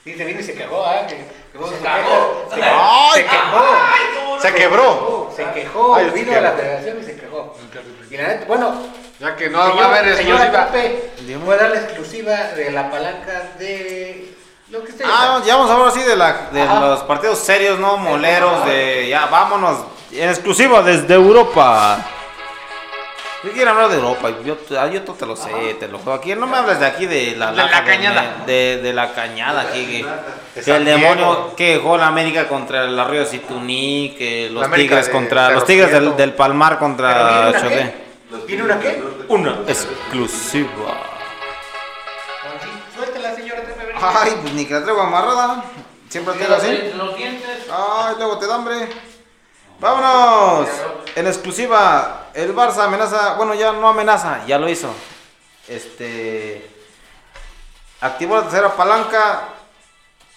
Y se vino y se cagó, ah, que- que vos- Se cagó. Se quejó. Se quejó. Se quebró. Se quejó. Ay, se Vino quebró. a la federación y se quejó. Y la neta, bueno, Ya que no va a haber señora exclusiva. Pepe, voy a dar la exclusiva de la palanca de lo que usted Ah, ya vamos a hablar así de, la, de Ajá. los partidos serios, ¿no? Moleros, de ya vámonos. En exclusiva desde Europa. Yo quiero hablar de Europa, yo, ah, yo te lo sé, te lo juego. Aquí no me hables de aquí de la, De la laja de- cañada. De, de la cañada aquí. Que, De que el San Diego. demonio que jugó la América contra el Arroyo Situní, que los La América Tigres de contra. Los Cerro Tigres del, Prieto. del Palmar contra Pero ¿eh? viene una Choque. ¿Tiene una qué? Una exclusiva. Suéltela, señora Pepe. ven. Ay, pues ni que la traigo amarrada. Siempre te la así. Los dientes. Ay, luego te da hambre. Vámonos. En exclusiva, el Barça amenaza, bueno, ya no amenaza, ya lo hizo. Este activó la tercera palanca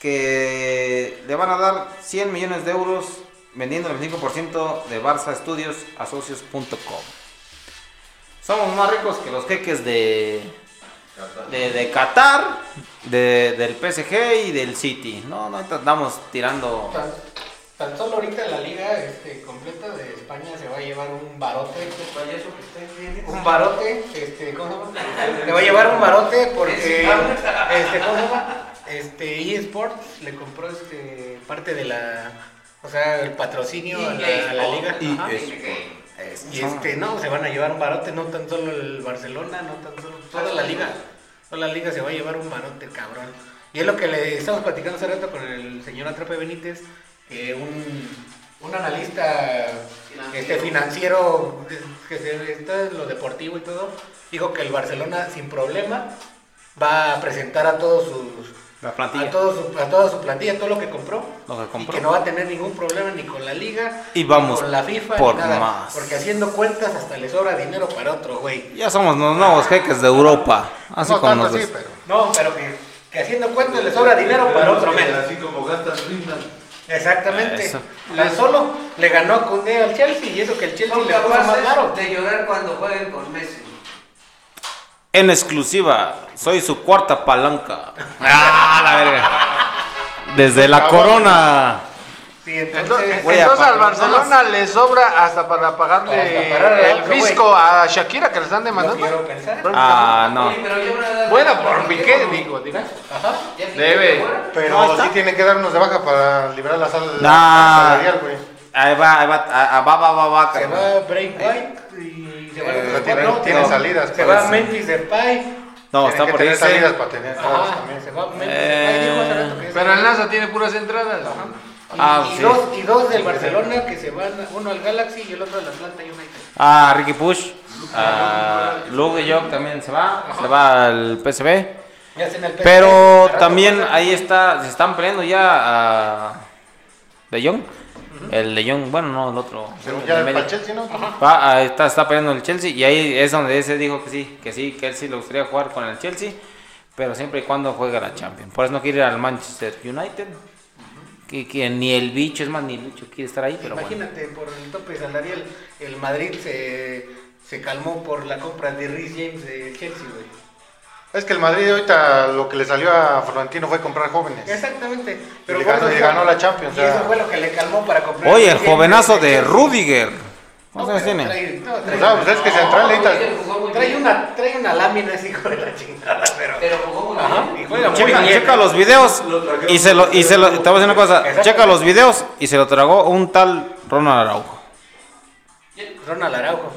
que le van a dar 100 millones de euros vendiendo el 5% de Barça Studios a socios.com. Somos más ricos que los jeques de de, de Qatar, de- del PSG y del City. No, no ahorita andamos tirando Tan, tan solo ahorita la liga este, completa de España se va a llevar un barote. Payaso que está bien. Un barote, este, ¿cómo se llama? Le va a llevar un barote porque este, ¿cómo se llama? Este, eSports le compró este, parte de la, o sea, el patrocinio a la, a la liga. Ajá. Y este, no, se van a llevar un barote, no tan solo el Barcelona, no tan solo toda la liga. Toda la liga se va a llevar un barote, cabrón. Y es lo que le estamos platicando hace rato con el señor Atrape Benítez, que un, un analista Financiero. este, financiero que se está en lo deportivo y todo, dijo que el Barcelona sin problema va a presentar a todos sus la a, plantilla. todo su, a toda su plantilla, todo lo que compró. Lo que compró. Y que no va a tener ningún problema ni con la liga, Y vamos ni con la FIFA, ni por nada. más. Porque haciendo cuentas hasta le sobra dinero para otro, güey. Ya somos los nuevos jeques de Europa. Así no como tanto nos así, ves. pero. No, pero que, que haciendo cuentas le sobra dinero para otro mes. Así como gastas rindan. Exactamente. Eso. Tan solo le ganó a Cundé al Chelsea y eso que el Chelsea Son le puso más caro. capaces de llorar cuando jueguen con Messi. En exclusiva, soy su cuarta palanca. ¡Ah, la verga! Desde la Cabrón. corona. Sí, Entonces, entonces, Güey, entonces aparte, al Barcelona le sobra hasta para pagarle Hasta para el el otro, güey. fisco a Shakira que le están no demandando. quiero pensar. Ah, no. Oye, pero yo voy a dar- Bueno, por Piqué, digo, digo. Ajá. Ya Piqué Debe. fuera. Pero sí tienen que darnos de baja para liberar la sala de Nah. salarial, güey. Ahí va, ahí va, ah, ah, va, va, va, va, Se cabrón. va Bray Eh. White y se va Eh, no, tiene- no, tiene no. salidas, Se parece. va Memphis Depay. No, Tienen está que por tener irse. salidas para tener entradas Ajá, también. se va Memphis Eh, Depay. Dijo hace rato que Pero se- el NASA tiene puras entradas. Y, Ah, y sí. dos, y dos del Barcelona que se van, uno al Galaxy y el otro al Atlanta United. Ah, Ricky Push. Ah, Luke Jong también se va. Se va al PSV. Ya hacen el PSG. Pero Rato también pasa. ahí está, se están peleando ya a De Jong. El De Jong, bueno, no, el otro. Según el ya del el medio. Chelsea, ¿no? Va, ah, está, está peleando el Chelsea y ahí es donde ese dijo que sí, que sí, que él sí le gustaría jugar con el Chelsea, pero siempre y cuando juegue la Champions. Por eso no quiere ir al Manchester United, que, que ni el bicho, es más, ni el bicho quiere estar ahí, pero bueno. Imagínate, por el tope salarial, el Madrid se, se calmó por la compra de Rhys James de Chelsea, güey. Es que el Madrid ahorita lo que le salió a Florentino fue comprar jóvenes. Exactamente. le por ganó- eso le fue- ganó la Champions, Y o sea. eso fue lo que le calmó para comprar. Oye, a el Rhys James jovenazo de Chelsea. Rudiger. ¿Cuántos No, años pero tiene? Trae, no, trae, Pues, ah, pues es que Central Piqué necesita. eh. jugó muy trae bien, una, trae una lámina ese hijo de la chingada, pero. Pero jugó muy bien. y juega muy Checa, bien. checa los videos y se lo, y se lo, te voy a decir una cosa, Exacto. checa los videos y se lo tragó un tal Ronald Araujo. Ronald Araujo.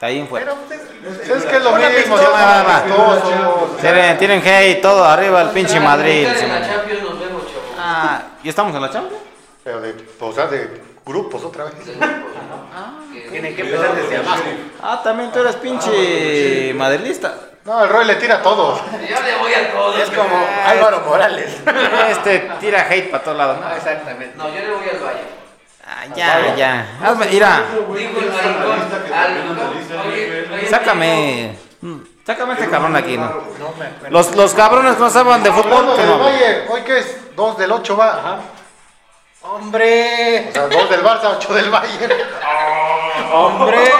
De ahí en fuera. Pero pues, es- Es que es lo Una mismo, pistola, son nada más. amistosos. Tienen, tienen hate todo arriba el pinche Contra Madrid. América de la sí, Champions nos vemos, chavo. Ah, ¿y estamos en la Champions? Pero de, o sea, de grupos otra vez. Del grupo, ¿no? Que- tienen que empezar desde abajo. Ah, también tú eres pinche madrilista. No, el Roy le tira a todos. Yo le voy a todos. Es como Ah, Álvaro Morales. Este tira hate para todos lados. Ah, exactamente. No, yo le voy al Bayern. Ah, ya, ya. Hazme, mira, Digo el maricón. Al... Oye, oye, sácame. mm, Sácame este cabrón aquí, ¿no? No me acuerdo. Los, los cabrones no saben de fútbol. Hablando que del no hablan. Bayern, hoy que es 2 del 8 va. ¡Hombre! O sea, 2 del Barça, 8 del Bayern. ¡Hombre!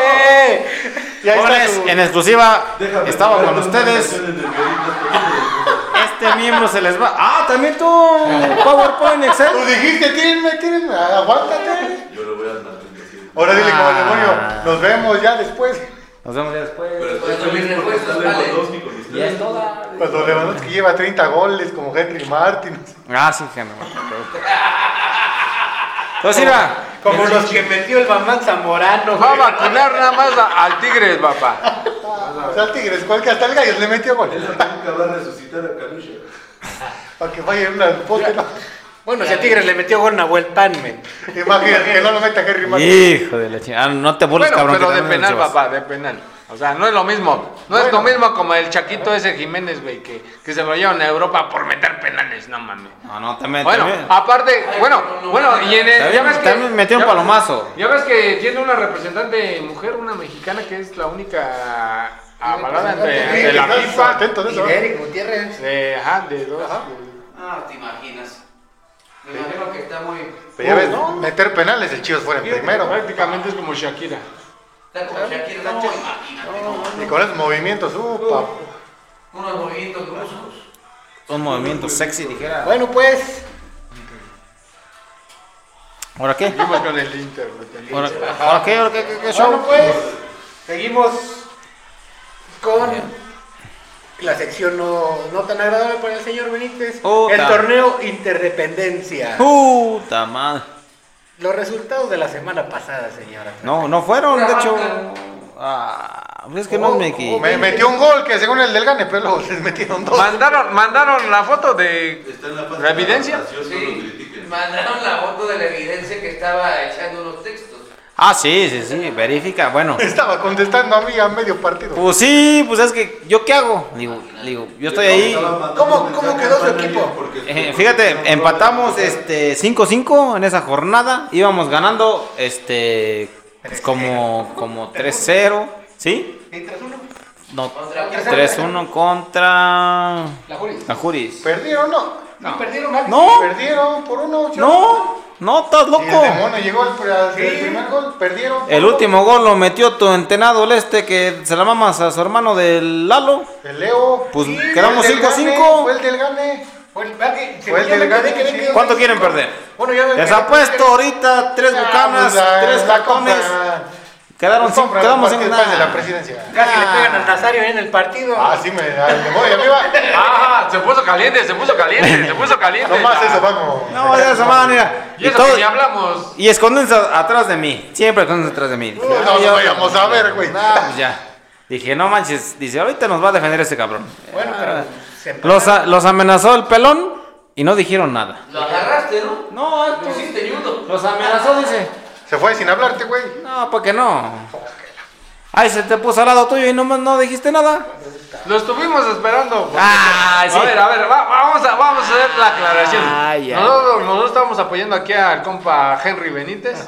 Y ahí está Jóvenes, su- en exclusiva, Déjame estaba tocar con una ustedes. canción entre queridos. Este miembro se les va. Ah, también tú. PowerPoint, Excel. Tú dijiste, tírenme, tírenme, aguántate. Yo lo voy a andar viendo, Ahora dile como el Ah. demonio, nos vemos ya después. Nos vemos ya después. Pero estoy feliz Pero porque está refuerzos, Lewandowski con ustedes. Cuando Lewandowski lleva 30 goles como Henry Martin. Ah, sí, Henry. Entonces, mira. Como los que metió el mamá Zamorano. Va a güey. vacunar nada más a- al Tigres, papá. O sea, Tigres, cual que hasta el gallo le metió gol. Él nunca va a resucitar a Calusha. Para que vaya en una poste, ¿no? Bueno, si a Tigres le metió gol Nahuel Panme. Imagínate que no lo meta Henry Martin. Hijo de la chingada. Ah, no te burles, Bueno, cabrón. pero que de también penal, nos llevas. papá, de penal. O sea, no es lo mismo. No es lo mismo como el Chaquito ese Jiménez, güey, que, que se lo llevan a Europa por meter penales, no mames. No, no, también. Bueno, ah. también. aparte, bueno, bueno, y en el, También- también metió un ya ves- palomazo. Ya ves que tiene una representante mujer, una mexicana que es la única avalada Sí, de, de la estás FIFA. atento de Y eso, de ¿eh? Eric Gutiérrez. De, ajá, de dos. Ah, te imaginas. Me imagino que está muy. Pero ya ves, meter penales, el Chivas fuera en primero. Prácticamente es como Shakira. Está como Shakira, no, imagínate. no. Y con esos movimientos, uh, pa- Unos movimientos bruscos. Un movimiento sexy, dijera. Bueno, pues, ¿Ahora qué? Seguimos con el Inter. güey, también. ¿Ahora, ahora qué? ¿Ahora qué? ¿Qué, qué show? bueno, pues, seguimos con la sección no, no tan agradable para el señor Benítez. Puta. El torneo Interdependencia. Puta madre. Los resultados de la semana pasada, señora. No, no fueron, Una de hecho. banca. Ah, pues es que no es Mickey. me metió un gol que según el del Gane, pero luego les metieron dos. Mandaron, mandaron la foto de. Está en la fase ¿La evidencia? de adaptación, no lo Sí, critiquen. mandaron la foto de la evidencia que estaba echando unos textos. Ah, sí, sí, sí, verifica. Bueno, Estaba contestando a mí a medio partido. pues sí, pues es que, ¿yo qué hago? Digo, digo yo estoy ahí. Estaba mandando ¿Cómo- mensajes cómo quedó su para equipo? alguien porque- Eh, fíjate, empatamos este 5-5 en esa jornada. Íbamos ganando este pues, como, como 3-0, ¿sí? No, 3-1 contra La Juris. la Juris. ¿Perdieron no? Y perdieron Alex. No. ¿Perdieron por uno? yo- No, no, estás Y el loco. demonio llegó al al- al primer gol, perdieron. El último gol lo metió tu entenado el este que se la mamas a su hermano del Lalo. El Leo. Pues Sí, fue quedamos el del 5-5. Gane, Fue el del Gane. Fue el- vea que- se Fue me el dio del la idea Gane, que Pues, sí. quedó ¿Cuánto cinco. quieren perder? Bueno, ya me- Les apuesto ahorita tres bucanas, Ah, pues, la- tres la tacones. compra- Quedaron cinco, compra quedamos los en partidos de la nada. presidencia. Casi le pegan Ah. al Nazario ahí en el partido. Ah, sí, me al demonio, arriba. Ah, se puso caliente, se puso caliente, se puso caliente. No más eso, Ah, vamos. No, de esa manera. Y eso todo- que ni hablamos. y escondense a- atrás de mí. Siempre escondense atrás de mí. Dije, No, "Ah, no ya, lo vayamos a ver, güey. Ah, pues ya. Dije, no manches. Dice, ahorita nos va a defender ese cabrón. Bueno, Ah. pero se Los, a- los amenazó el pelón y no dijeron nada. Lo agarraste, ¿no? No, ah, pues Lo hiciste ñudo. Los amenazó, dice. Se fue sin hablarte, güey. No, ¿por qué no? Ay, se te puso al lado tuyo y no, no dijiste nada. Lo estuvimos esperando. porque- Ah, sí. A ver, a ver, va- vamos, a, vamos a hacer la aclaración. Ay, ay. Nosotros, nosotros estamos apoyando aquí al compa Henry Benítez,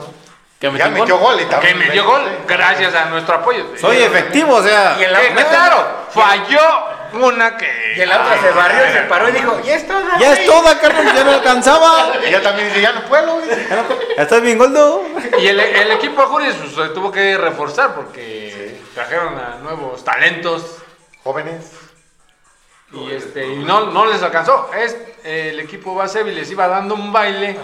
Que Ya metió gol y que también. metió gol gracias a nuestro apoyo. Soy efectivo, o sea. Y el Eh, meten- claro, falló una que... Y el otro se barrió y se paró y dijo, ya es toda. Ya es toda, carnal, ya no alcanzaba. Y ya también dice, ya no puedo, güey. Estás bien gordo. Y el, el equipo Juris pues, se tuvo que reforzar porque trajeron a nuevos talentos Jóvenes. y, este, y no, no les alcanzó. Es, eh, el equipo Basevi les iba dando un baile,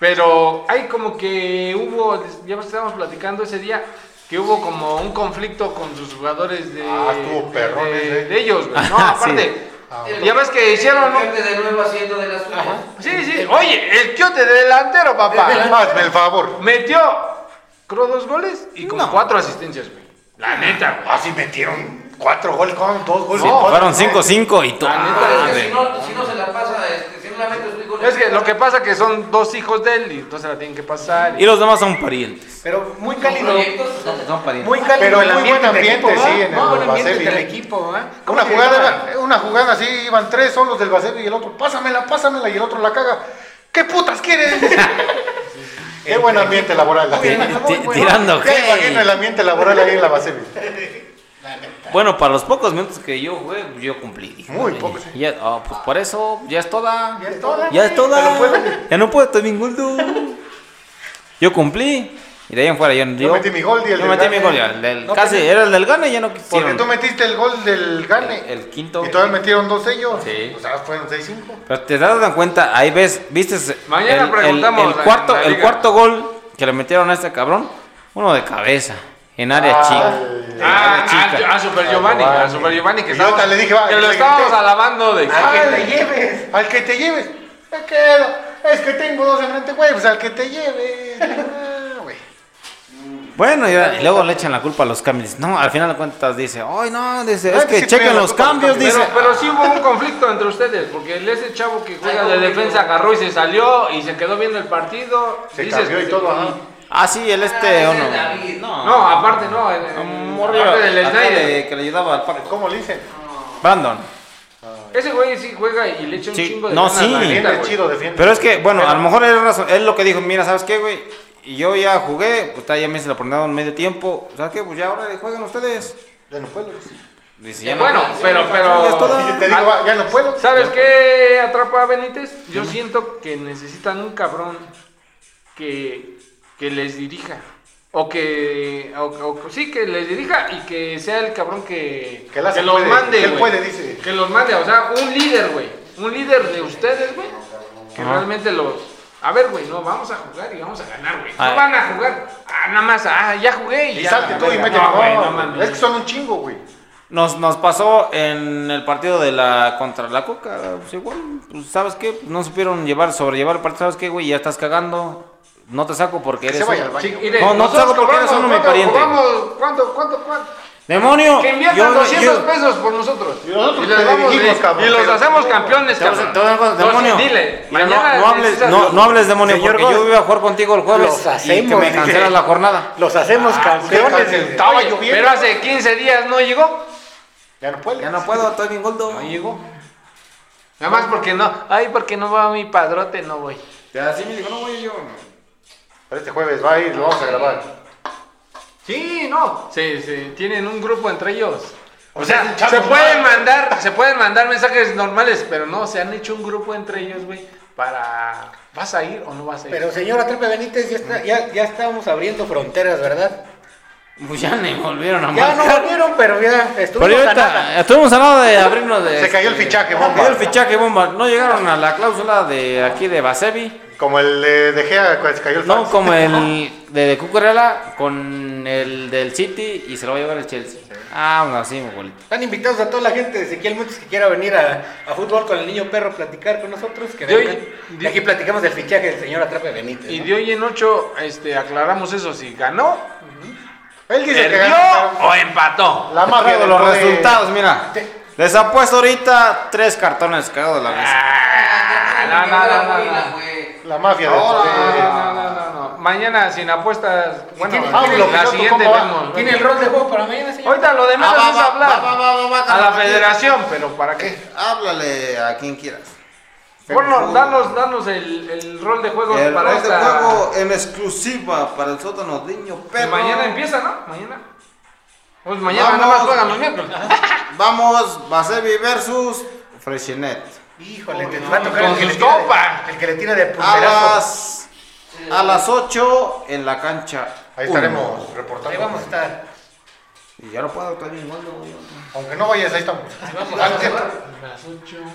pero hay como que hubo, ya estábamos platicando ese día, que hubo como un conflicto con sus jugadores de, Ah, estuvo perrón de- ese. de ellos. güey. No, Sí. aparte, Ah, ya ves que hicieron... ¿no? Gente de nuevo haciendo de las suyas. Sí, sí, oye, el quiote de delantero, papá. Hazme el favor. Metió, creo, dos goles y como cuatro asistencias, güey. Ah. La neta, güey. Así metieron cuatro goles, con dos goles. No, cuatro Fueron goles. 5-5 y todo. Ah, La neta, Pero es que madre. si no, si no se la pasa, este, si no la metes tú con Es que lo que pasa es que son dos hijos de él y entonces la tienen que pasar. Y los demás son parientes. Pero muy cálido. cálido. Son parientes. Muy cálido Pero el muy ambiente, buen del ambiente, equipo, ¿va? sí, en el Muy buen ambiente Basevi, del ¿eh? equipo, ¿va? ¿Cómo Una se jugada, llamaban? era- una jugada así, iban tres solos del Basevi y el otro, pásamela, pásamela, y el otro la caga. ¿Qué putas quieres? Qué buen ambiente laboral. la Ti- neta. ti- Tirando Ya imagino el hey. ambiente laboral ahí en la Basevi. Bueno, para los pocos minutos que yo jugué, yo cumplí. Muy pocos, Ya, ah, pues por eso, ya es toda. Ya es toda, Ya güey. es toda. Pero puede- Ya no puedo, estoy bien gordo. Yo cumplí. Y de ahí en fuera yo, yo metí mi gol y el yo del metí Gane. mi gol, ya, el del- No, casi pero- era el del gane y ya no Porque quisieron. tú metiste el gol del Gane. El- el quinto. Y todavía metieron dos ellos. Sí. O sea, fueron 6-5. Pero te das cuenta, ahí ves, viste Mañana el, el- preguntamos el en cuarto, la el liga. cuarto gol que le metieron a este cabrón, uno de cabeza, en área Ah, chica. el- en área Ah, ah, chica. a Super Giovanni, a Giovanni. Super Giovanni que, Y yo estaba- hasta le dije, va, Ah, que y lo le estábamos grité. alabando de Al que te que lleves. Al que te lleves. Me quedo. Es que tengo dos enfrente, güey. Pues al que te lleves. Ah, güey. Bueno, y, y luego le echan la culpa a los cambios. No, al final de cuentas dice, ay no, dice, Ah, es que que sí chequen tuvieron la los culpa los cambios, cambios. dice. pero, pero sí hubo un conflicto entre ustedes, porque el- ese chavo que juega de defensa agarró y se salió y se quedó viendo el partido. Se Dices cambió que y se- todo, ajá. Ah, sí, el este, o no. No, aparte no, el, el- Morrillo, aparte del acá Snyder. de- que le ayudaba al Paco. ¿Cómo le dicen? Brandon. Ese güey sí juega y le echa un Sí, chingo de no, ganas, sí. la neta, Defiende, güey. chido, defiende. Pero es que, bueno, a lo mejor él, razón, él lo que dijo, mira, ¿sabes qué, güey? Y yo ya jugué, pues ya me se la ponían en medio tiempo. ¿Sabes qué? Pues ya ahora jueguen ustedes. Ya no puedo. Dice, ya no- Bueno, pero, Ya es todo. pero. Y te digo, va, ya no puedo. ¿Sabes qué atrapa a Benítez? Yo siento que necesitan un cabrón que, que les dirija. O que. O, o- sí, que les dirija y que sea el cabrón que. Que las los puede, mande. que él güey. puede, dice. Que los mande, o sea, un líder, güey. Un líder de ustedes, güey. Que realmente los. A ver, güey, no, vamos a jugar y vamos a ganar, güey. Ah. No van a jugar. Ah, nada más, ah, ya jugué y, Y ya. salte la tú y verga. mete. No, güey, No, no mames. Es que son un chingo, güey. Nos, nos pasó en el partido de la contra la Coca, pues igual, pues, ¿sabes qué? No supieron llevar, sobrellevar el partido, ¿sabes qué, güey? Ya estás cagando, no te saco porque Que eres... se vaya un- al baño. Mire, No, no nosotros salgo porque eres cobramos, uno de mi pariente. cobramos, ¿Cuánto, cuánto, cuánto? ¡Demonio! Que inviertan Yo- 200 yo- pesos por nosotros. Y nosotros les te damos dirigimos, de- cabrón. y los Pero- hacemos campeones, Te voy a cabrón. hacer- te voy a hacer- Entonces, demonio. dile, Mira, mañana no, no hables, necesitas- no, no hables demonio, Señor porque yo Gol. iba a jugar contigo el jueves Los y que hacemos, me cancelas dije. la jornada. Ah, Los hacemos campeones. sí, dice. sí. Estaba Oye, lloviendo. pero hace 15 días no llegó. Ya no puedo. Ya no puedo, estoy bien gordo. No llegó. Nada más porque no, ay, porque no va mi padrote, no voy. este, Así me dijo, no voy yo. Pero este jueves va a ir, lo vamos a grabar. Sí, no, se, se tienen un grupo entre ellos. O sea, sea, chavos, se pueden ¿no? mandar, se pueden mandar mensajes normales, pero no, se han hecho un grupo entre ellos, güey, para ¿vas a ir o no vas a ir? Pero señora Trepe Benítez, ya, está- ya, ya estamos abriendo fronteras, ¿verdad? Pues ya me volvieron a Ya no marcar. volvieron, pero ya estuvimos Pero a nada. ahorita eh, estuvimos hablando de abrirnos de. este, Se cayó el fichaje, bomba. Se cayó el fichaje bomba. No llegaron a la cláusula de aquí de Basevi. Como el de De Gea cuando se cayó el No fax. como el de Cucurella con el del City y se lo va a llevar el Chelsea. Ah, bueno, así, mi bolito. Están invitados a toda la gente de Ezequiel Montes que quiera venir a, a fútbol con el niño perro a platicar con nosotros. Que De hoy- vengan. de- Aquí platicamos del fichaje del señor Atrape Benítez. Y ¿no? de hoy en ocho este, aclaramos eso, si ganó, Él dice que perdió ganó. pero o empató. La magia Traigo del los poder. resultados, mira. Les apuesto ahorita tres cartones cagados de la mesa. Ah, no, no, no, no, no. La mafia del poder. No, no, no, no, no. eh, Mañana sin apuestas. Bueno, tiene- Pablo, la piloto, siguiente ¿cómo va? vemos. ¿Tiene el rol de juego para mañana, señor? Ahorita lo demás Ah, va, es va, hablar va, va, va, va, a la cabrón. federación, pero ¿para qué? Háblale a quien quieras. Bueno, danos, danos el, el rol de juego El para rol de esta. juego en exclusiva para el sótano de niño Y perro. mañana empieza, ¿no? Mañana. Pues mañana nada más Vamos. juegan los miércoles. Vamos, Basevi versus Freshinet. Híjole, te va a tocar Con el que, le sus tira copas. de, el que le tira de A punterazo. las, a las 8 en la cancha. Ahí uno. estaremos Ahí reportando. vamos a estar. Y ya lo puedo estar bien gordo, güey. Aunque no vayas, ahí estamos. Antes-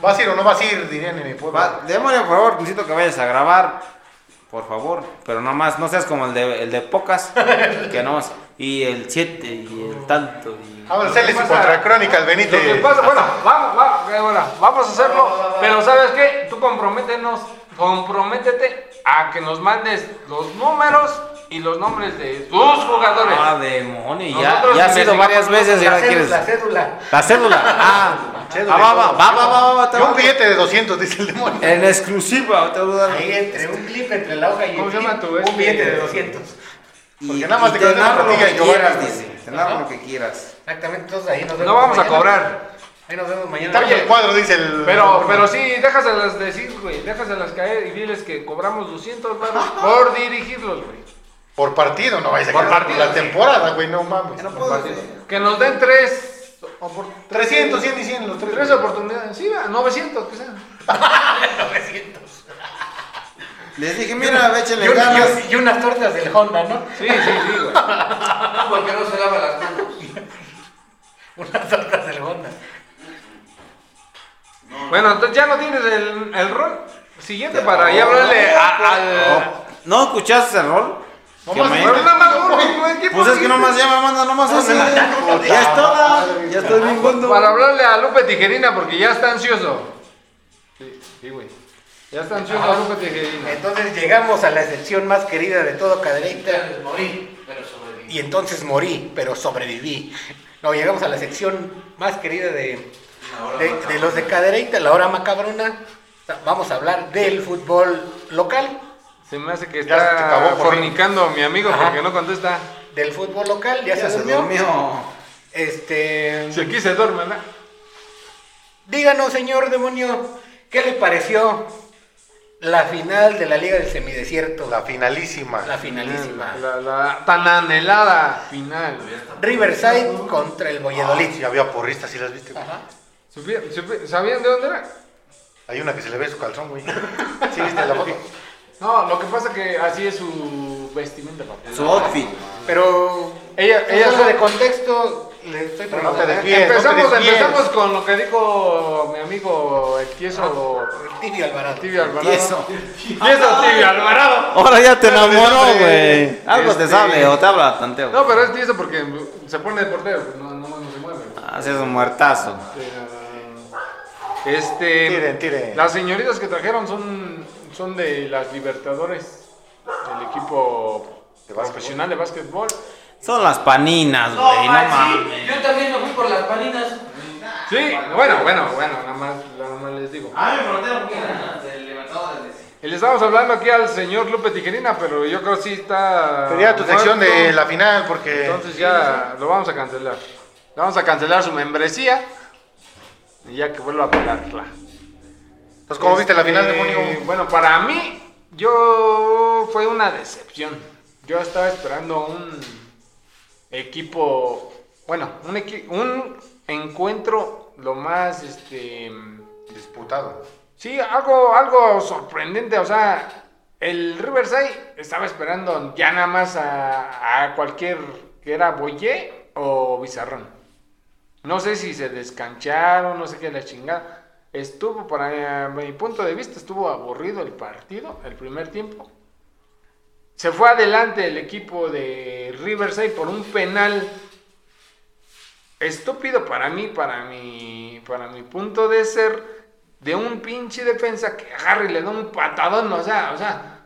¿Vas a ir o no vas a ir? Dirían en mi pueblo. Va, demonio, por favor, necesito que vayas a grabar. Por favor, pero nada más, no seas como el de, el de pocas, que no más. Y el 7 y el tanto. y- Vamos a hacerles Lo que Ah, contra pasa- Crónica al Lo que Benítez. pasa, bueno, vamos, va- eh, bueno, vamos a hacerlo, pero ¿sabes qué? Tú comprométenos, comprométete a que nos mandes los números y los nombres de tus jugadores. Ah, demonio, ya, Nosotros ya ha sido investigamos varias veces y La ahora cédula, quieres. la cédula. La cédula. Ah, Cédula Ah, y va, va, todo. va, va, va, va, va, te Y va. un billete de 200, dice el demonio. En exclusiva, te voy a dar. Ahí entre un clip entre la hoja y ¿Cómo el se llama clip, tu este? un billete de 200. Y, nada más y te te quedas en la narro lo plantilla que y yo quieras, ganas. dice. Te narro lo que quieras. Exactamente, entonces ahí nos vemos. No vamos a mañana. cobrar. Ahí nos vemos mañana. Estamos en el cuadro, dice el. Pero, pero sí, déjaselas decir, güey, déjaselas caer y diles que cobramos 200 baros por dirigirlos, güey. Por partido, no vayas a Por quedar partido, La sí. temporada, güey, no mames. Que nos den tres, opor- 300, 100 y 100, los tres tres. oportunidades, sí, va, 900 que sean. Les dije, mira, Y, échenle una- y ganas. un- y unas tortas del Honda, ¿no? Sí, sí, sí, güey. No, porque no se lava las manos. Unas tortas del Honda. Bueno, entonces ya no tienes el, el rol. Siguiente para ya hablarle a- al. Oh, ¿No escuchaste el rol? Que me- Pero nada más uno, güey, ¿qué Pues es que posible? nomás ya me manda nomás así. Ya es toda. Ya estoy bien gordo. Ah, Para hablarle a Lupe Tijerina porque ya está ansioso. Sí, sí, güey. Ya está ansioso Lupe Tijerina. Entonces llegamos a la sección más querida de todo Cadereyta. Entonces morí, pero sobreviví. Y entonces morí, pero sobreviví. No, llegamos a la sección más querida de, Ahora de, macabrona. de los de Cadereyta, la hora macabrona. Vamos a hablar del fútbol local. Se me hace que Ya se te está acabó, por fin. fornicando mi amigo Ajá. porque no contesta. Del fútbol local, ya, Ya se durmió. Este. Si aquí se duerme, ¿verdad? Díganos, señor demonio, ¿qué le pareció la final de la Liga del Semidesierto? La finalísima. La finalísima. Ah, La, la tan anhelada final. Riverside contra el Valladolid. Sí, había porristas, sí las viste. güey. Ajá. Supi- supi- ¿Sabían de dónde era? Hay una que se le ve su calzón, güey. ¿Sí viste la foto? No, lo que pasa que así es su vestimenta, papá. Su outfit. Pero Ella, Ah, ella solo solo- de contexto, le estoy Pero no te preguntando. desvíes, no empezamos, te desvíes. empezamos con lo que dijo mi amigo el tieso Tibio Alvarado. Tibio Alvarado. Eso. Tieso Tibio Alvarado. Ahora ya te Pero de enamoró, nombre, güey. Algo te este- sabe o te habla tanteo. No, pero es tieso porque se pone de portero, pues, no, no, no se mueve. Haces Ah, un muertazo. Pero, Este. Tiren, tiren. Las señoritas que trajeron son, son de las Libertadores, del equipo De básquetbol. profesional de básquetbol. Son las paninas, No, güey. No mames. manches. Yo también me fui por las paninas. Sí, bueno, bueno, bueno, nada más, nada más les digo. Ah, me preguntaron porque era del levantado desde. Y le estamos hablando aquí al señor Lupe Tijerina, pero yo creo que sí está. Sería tu sección muerto. de la final porque. Entonces ya lo vamos a cancelar. Le vamos a cancelar su membresía. Y ya que vuelva a pagarla. Entonces, pues, ¿cómo viste la Este, final de Mónico? Bueno, para mí, yo fue una decepción. Yo estaba esperando un equipo, bueno, un, equi- un encuentro lo más, este, Disputado. sí, algo, algo sorprendente. O sea, el Riverside estaba esperando ya nada más a, a cualquier que era Boyé o Bizarrón. No sé si se descancharon, no sé qué la chingada. Estuvo, para mi punto de vista, estuvo aburrido el partido, el primer tiempo. Se fue adelante el equipo de Riverside por un penal estúpido para mí, para mi, para mi punto de ser, de un pinche defensa que agarra y le da un patadón, o sea, o sea,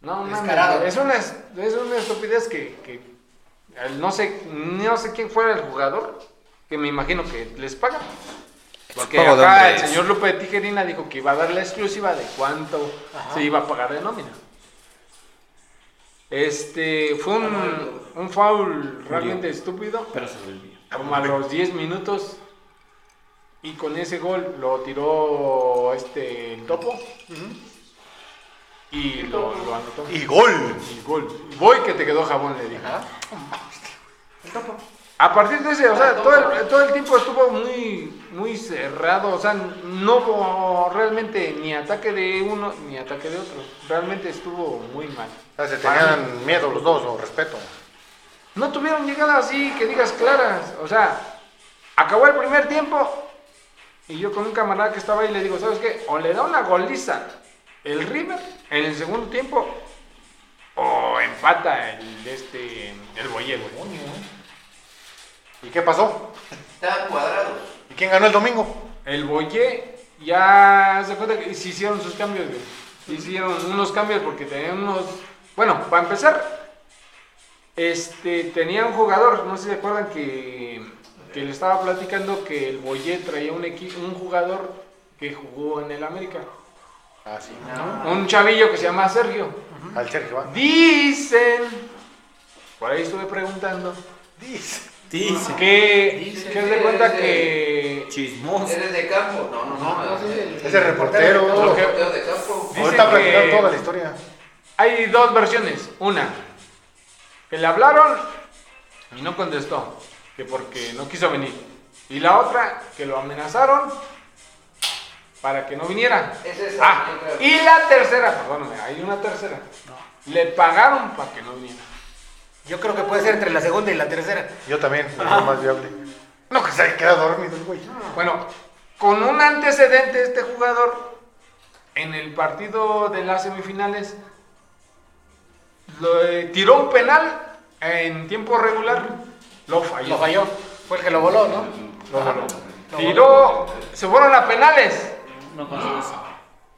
no mames, Descarado. es una, es es una estupidez que, que el- no sé, no sé quién fuera el jugador, que me imagino que les paga. Porque Pago de acá el hombres. señor Lupe Tijerina dijo que iba a dar la exclusiva de cuánto se iba a pagar de nómina. Este fue un, un foul realmente estúpido. Pero Como a los 10 minutos. Y con ese gol lo tiró este el topo. Y lo, lo anotó. Y gol. Y gol. Voy que te quedó jabón, le dije. A partir de ese, o sea, todo el, todo el tiempo estuvo muy, muy cerrado, o sea, no hubo realmente ni ataque de uno ni ataque de otro. Realmente estuvo muy mal. O sea, se tenían miedo los dos, o respeto. No tuvieron llegadas así que digas claras, o sea, acabó el primer tiempo y yo con un camarada que estaba ahí le digo, ¿sabes qué? O le da una goliza el River en el segundo tiempo o empata el este el Boyer, güey. ¿Y qué pasó? Estaban cuadrados. ¿Y quién ganó el domingo? El Boye ya se cuenta que se hicieron sus cambios, güey. Se Hicieron unos cambios porque tenían unos. Bueno, para empezar, este tenía un jugador, no sé si se acuerdan que, que le estaba platicando que el Boye traía un, equi- un jugador que jugó en el América. Ah, sí. Un chavillo que se llama Sergio. Al Sergio, ¿va? Dicen. Por ahí estuve preguntando. Dice. Que, Dicen, que haz de cuenta que. Chismoso. ¿Eres de campo? No, no, no. no, Es el no, reportero. que- portero de campo. Dicen Ahorita platicaron que- toda la historia. Hay dos versiones. Una, que le hablaron y no contestó, que porque no quiso venir. Y la otra, que lo amenazaron para que no viniera. Es esa, ah, yo creo. y la tercera, perdóname, hay una tercera. Le pagaron para que no viniera. Yo creo que puede ser entre la segunda y la tercera. Yo también, es lo más viable. No, que se haya quedado dormido el güey. Bueno, con un antecedente este jugador, en el partido de las semifinales, lo, eh, tiró un penal en tiempo regular, lo falló. Lo falló. Fue el que lo voló, ¿no? Tiró, se fueron a penales. No pasó eso.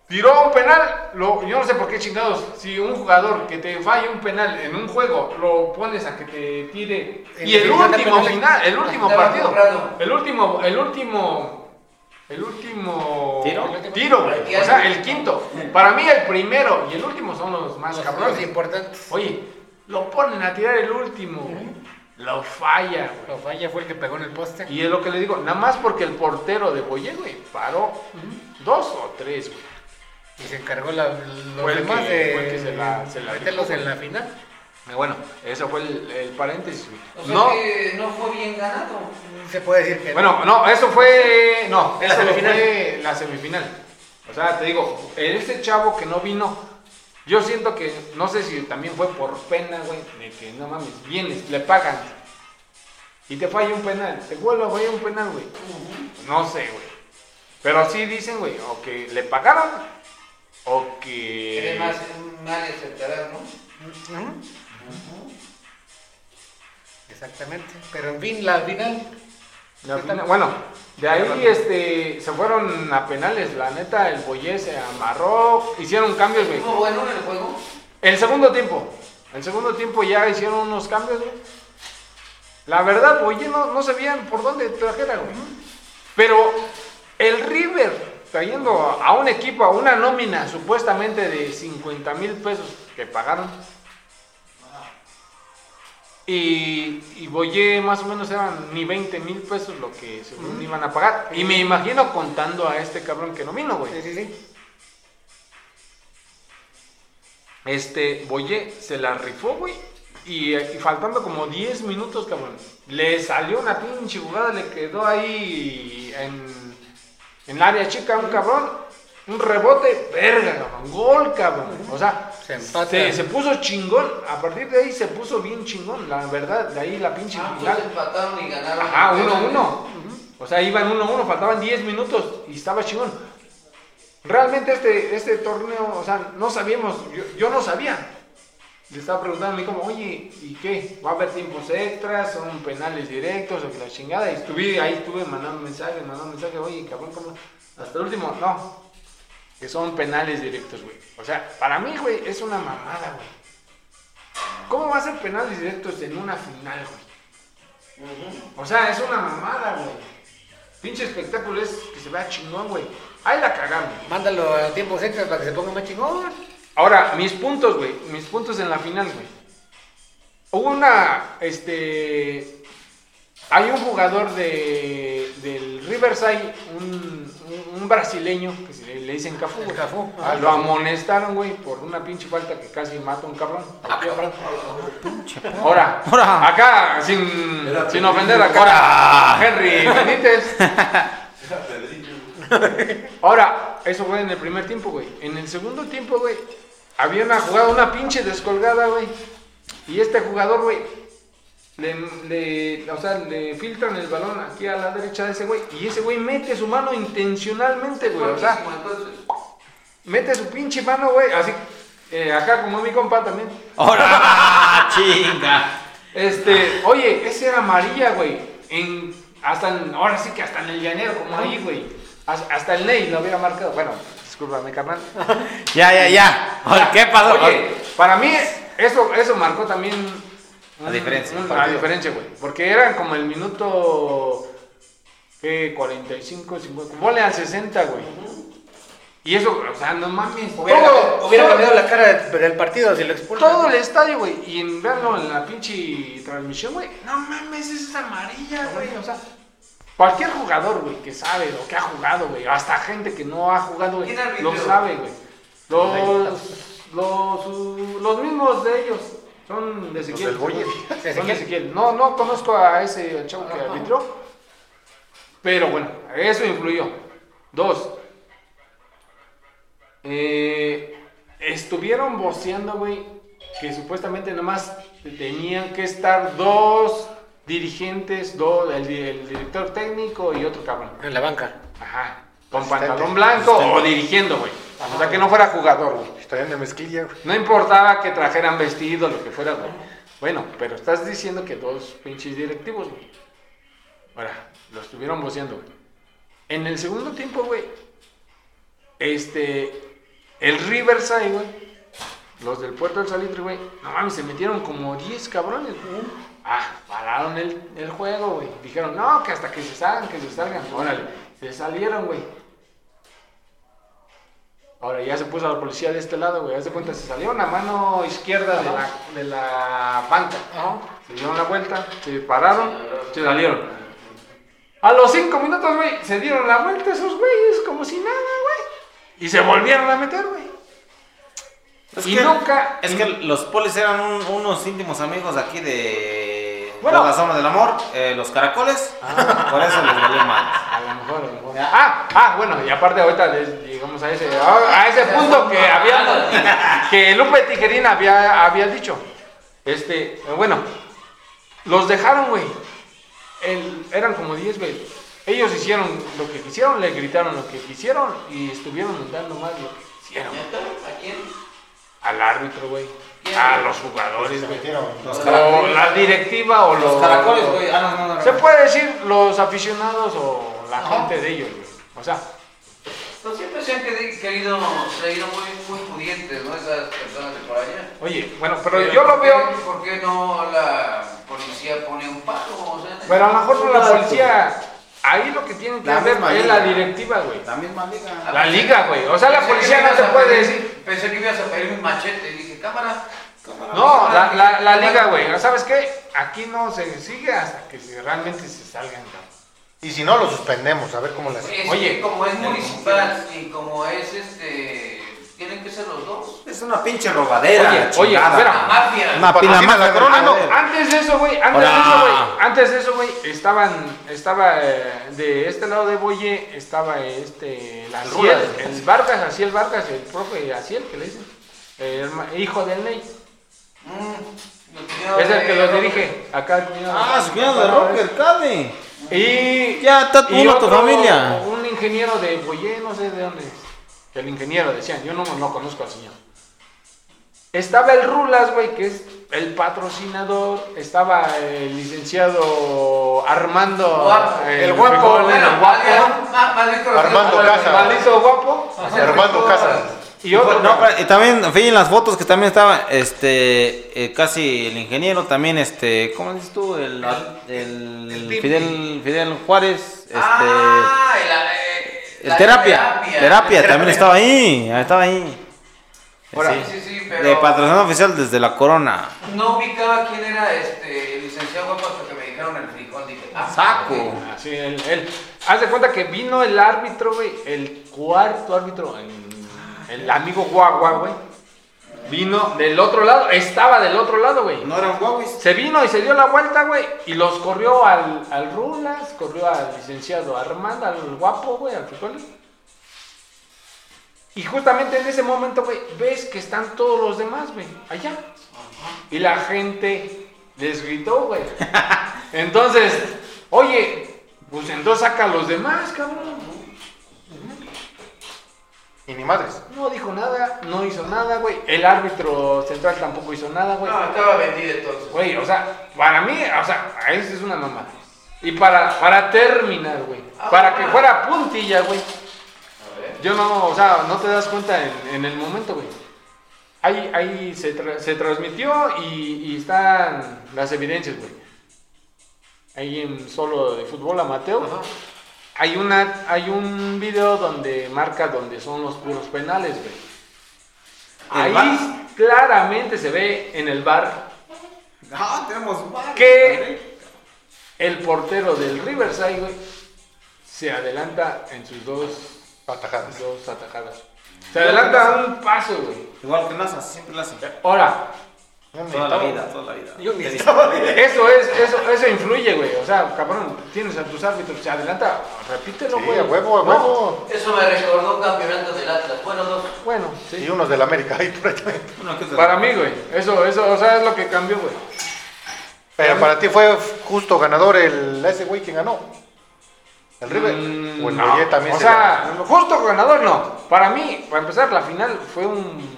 Tiró un penal, lo- yo no sé por qué chingados, si un jugador que te falla un penal en un juego, lo pones a que te tire. En Y el definición de último penales. final, el último Estaba partido, comprado. el último, el último, el último ¿Tiro? tiro, güey. o sea, el quinto. Para mí el primero y el último son los más Los cabrones. cabrones importantes. Oye, lo ponen a tirar el último, güey. lo falla, güey. Lo falla fue el que pegó en el poste. Y es lo que le digo, nada más porque el portero de Boye, güey, paró dos o tres, güey. Y se encargó la, los Fue el demás que- de fue el que se la- se la meterlos rifó. en la final. Eh, Bueno, eso fue el, el paréntesis. güey. O sea no, que no fue bien ganado. Se puede decir que bueno, no, eso fue. No, En la eso semifinal. fue la semifinal. O sea, te digo, ese chavo que no vino, yo siento que, no sé si también fue por pena, güey, de que no mames, vienes, le pagan. Y te falla un penal, te vuelve a fallar un penal, güey. No sé, güey. Pero sí dicen, güey, o que le pagaron, o que. Es más, mal aceptarás, ¿no? Exactamente. Pero en fin, la final. La final- bueno, de ahí este, se fueron a penales, la neta, el Boyé se amarró, hicieron cambios, güey. Estuvo bueno en el juego. El segundo tiempo, el segundo tiempo ya hicieron unos cambios, güey. La verdad, Boyé no, no sabían por dónde trajera, güey. Pero el River, trayendo a un equipo, a una nómina supuestamente de 50 mil pesos que pagaron. Y, y Boyé más o menos eran ni 20 mil pesos lo que según iban a pagar. Y me imagino contando a este cabrón que no vino, güey. Sí, sí, sí. Este, Boye se la rifó, güey. Y, y faltando como 10 minutos, cabrón. Le salió una pinche jugada, le quedó ahí en, en la área chica un cabrón. Un rebote, verga, cabrón. Gol, cabrón. O sea, Se empata. se, se puso chingón. A partir de ahí se puso bien chingón, la verdad. De ahí la pinche Ah, jugada. pues empataron y ganaron. Ajá, 1-1. O sea, iban 1-1, faltaban 10 minutos y estaba chingón. Realmente este, este torneo, o sea, no sabíamos, yo, yo no sabía. Le estaba preguntando a mí como, oye, ¿y qué? ¿Va a haber tiempos extras? ¿Son penales directos? ¿O que la chingada? Y estuve, ahí estuve mandando mensajes, mandando mensajes, oye, cabrón, ¿cómo? Hasta el último, no. Que son penales directos, güey. O sea, para mí, güey, es una mamada, güey. ¿Cómo va a ser penales directos en una final, güey? O sea, es una mamada, güey. Pinche espectáculo es que se vea chingón, güey. Ahí la cagamos. Mándalo a tiempos extras para que se ponga más chingón. Ahora, mis puntos, güey. Mis puntos en la final, güey. Hubo una, este... Hay un jugador de, del Riverside, un, un- un brasileño, que se le, le dicen Cafú, güey. Cafú, Ah, lo amonestaron, güey, por una pinche falta que casi mata a un cabrón. Ahora, Ahora. acá, sin, Era sin Pedrillo. ofender acá a Ah, Henry Benítez. Ahora, eso fue en el primer tiempo, güey. En el segundo tiempo, güey, había una jugada, una pinche descolgada, güey. Y este jugador, güey, le, le- o sea, le filtran el balón aquí a la derecha de ese güey. Y ese güey mete su mano intencionalmente, güey. O sea, Fuertísimo, entonces. mete su pinche mano, güey. Así, eh, acá como mi compa también. Ahora. Chinga. Este, oye, esa era amarilla, güey. En, hasta en- ahora sí que hasta en el llanero, como ahí, güey. Has- Hasta el Ney lo hubiera marcado. Bueno, discúlpame, carnal. Ya, ya, ya. Oye, ¿Qué pasó? Oye, para mí eso, eso marcó también... La diferencia, el la partido. diferencia, güey. Porque eran como el minuto... ¿Qué? 45, 50... Ponle al 60, güey. Y eso, o sea, no mames. Hubiera, todo- hubiera todo- cambiado la cara de- del partido si lo expulsan. todo el estadio, güey. Y en verlo en la pinche transmisión, güey. No mames, esa es amarilla, güey. O sea, cualquier jugador, güey, que sabe o que ha jugado, güey. Hasta gente que no ha jugado, güey. ¿Quién arbitró? Lo sabe, güey. Los, los, uh, los mismos de ellos son de Ezequiel. del Boye. Son de Ezequiel. No, no conozco a ese chavo que arbitró. Pero bueno, eso influyó. Dos, eh, estuvieron voceando, güey, que supuestamente nomás tenían que estar dos dirigentes, dos, el, di- el director técnico y otro cabrón. En la banca. Ajá. Con Asistente. pantalón blanco o dirigiendo, güey. O sea, que no fuera jugador, güey. Estarían de mezquilla, güey. No importaba que trajeran vestido, lo que fuera, güey. Bueno, pero estás diciendo que dos pinches directivos, güey. Ahora, lo estuvieron voceando, güey. En el segundo tiempo, güey, este, el Riverside, güey, los del puerto del Salitre, güey, no mames, se metieron como 10 cabrones, güey. Ah, pararon el, el juego, güey. Dijeron, no, que hasta que se salgan, que se salgan. Órale, se salieron, güey. Ahora ya se puso la policía de este lado, güey. Haz de cuenta, se salió una mano izquierda de la, de la banca. Se dieron la vuelta, se pararon, se salieron. A los cinco minutos, güey, se dieron la vuelta esos güeyes como si nada, güey. Y se volvieron a meter, güey. Es Y que, nunca- es que los polis eran un- unos íntimos amigos aquí de, Bueno. de la zona del amor, eh, los caracoles. Por eso les valió mal. A lo mejor, a lo mejor. Ah, ah, bueno, y aparte ahorita les- llegamos a ese, a, a ese punto que había, que Lupe Tijerina había, había dicho. Este, eh, bueno, los dejaron, güey. El- eran como 10, güey. Ellos hicieron lo que quisieron, le gritaron lo que quisieron y estuvieron dando más lo que quisieron. ¿A quién? Al árbitro, güey. A los jugadores, güey. Los O la directiva o los, caracoles, güey. Ah, no, no, no. Se puede decir los aficionados o la gente de ellos, güey. O sea, Pues siempre se han quedi- querido, creído muy, muy pudientes, ¿no? Esas personas de por allá. Oye, bueno, pero yo lo ¿por qué- veo. ¿Por qué no la policía pone un paro? O sea, Pero a lo mejor la policía. Ahí lo que tienen que La hacer misma es la liga. directiva, güey. La misma liga. La liga, güey. O sea, la Pensé policía que no ibas te a puede pedir- decir. Pensé que ibas a pedir un machete y dije, cámara. No, la, la- la liga, güey. ¿Sabes qué? Aquí no se sigue hasta que se- realmente se salgan, cabrón. Y si no, lo suspendemos, a ver cómo le hacemos. Es Oye. que como es municipal y como es este. Tienen que ser los dos. Es una pinche robadera. Oye, la oye, chingada. La espera. mafia. Una pila Patrocina más. la corona, no. Ah, Antes de eso, güey, antes de Hola. eso, güey, antes de eso, güey, estaban, estaba eh, de este lado de Boye, estaba este, el Asiel, el Vargas, Asiel Vargas, el profe Asiel, que le dicen, el herma- hijo del Ney, Mm, los cuñados es el que de- los dirige, acá el cuñado. Ah, su cuñado de Rocker, Cade. Y Ya está y uno tu familia. Un ingeniero de Boyé, no sé de dónde es. El ingeniero, decían, yo no, no conozco al señor. Estaba el Rulas, güey, que es el patrocinador. Estaba el licenciado Armando. Guapo. eh, El guapo, Frijol, Bueno, el guapo. más- más bien conocido Armando como- Casas. Maldito guapo. Este, Armando Casas. Y otro. No, pero, y también, fíjense en las fotos que también estaba, este, eh, casi el ingeniero, también este, ¿cómo dices tú? El, el, Pipi. Fidel, Fidel Juárez, este, Ah, el, el terapia, terapia, también estaba ahí, estaba ahí. Ahora, Sí. sí, sí, pero- De patrocinador oficial desde la corona. No ubicaba quién era este el licenciado guapo hasta que me dijeron el frijol. Dije, ah, Saco. ok. Así, él, él. Haz de cuenta que vino el árbitro, güey, el cuarto árbitro, el, el amigo Guagua, güey. Vino del otro lado, estaba del otro lado, güey. No eran guauis. Se vino y se dio la vuelta, güey, y los corrió al, al Rulas, corrió al licenciado Armando, al guapo, güey, al frijol. Y justamente en ese momento, güey, ves que están todos los demás, güey, allá. Y la gente les gritó, güey. Entonces, oye, pues entonces saca a los demás, cabrón. Y ni madres. No dijo nada, no hizo nada, güey. El árbitro central tampoco hizo nada, güey. No, estaba vendido entonces. Güey, o sea, para mí, o sea, esa es una mamada. Y para, para terminar, güey, para que fuera puntilla, güey. A ver. Yo no, o sea, no te das cuenta en, en el momento, güey. Ahí, ahí se, tra- se transmitió y, y están las evidencias, güey. Ahí en solo de fútbol amateur. Hay, una, hay un video donde marca donde son los puros penales, güey. ¿El Ahí VAR? claramente se ve en el bar Ah, tenemos varios. ¿Qué? El portero del Riverside, güey, se adelanta en sus dos, Atajadas. dos atajadas. Se adelanta un paso, güey. Igual que NASA, siempre la hacen. Ahora, Toda la vida, toda la vida. Eso es, eso, eso influye, güey. O sea, cabrón, tienes a tus árbitros, se adelanta, repítelo, Sí, güey. a huevo, a No, huevo. Eso me recordó un campeonato del Atlas. Bueno, dos. Bueno, Y sí. unos del América ahí por allá. Uno que otro. Para mí, güey. Eso, eso, o sea, es lo que cambió, güey. Pero para ti fue justo ganador el ese güey quien ganó. El River. o el Mm, No, Noyer Pues también o se sea, ganó. justo ganador no. Para mí, para empezar, la final fue un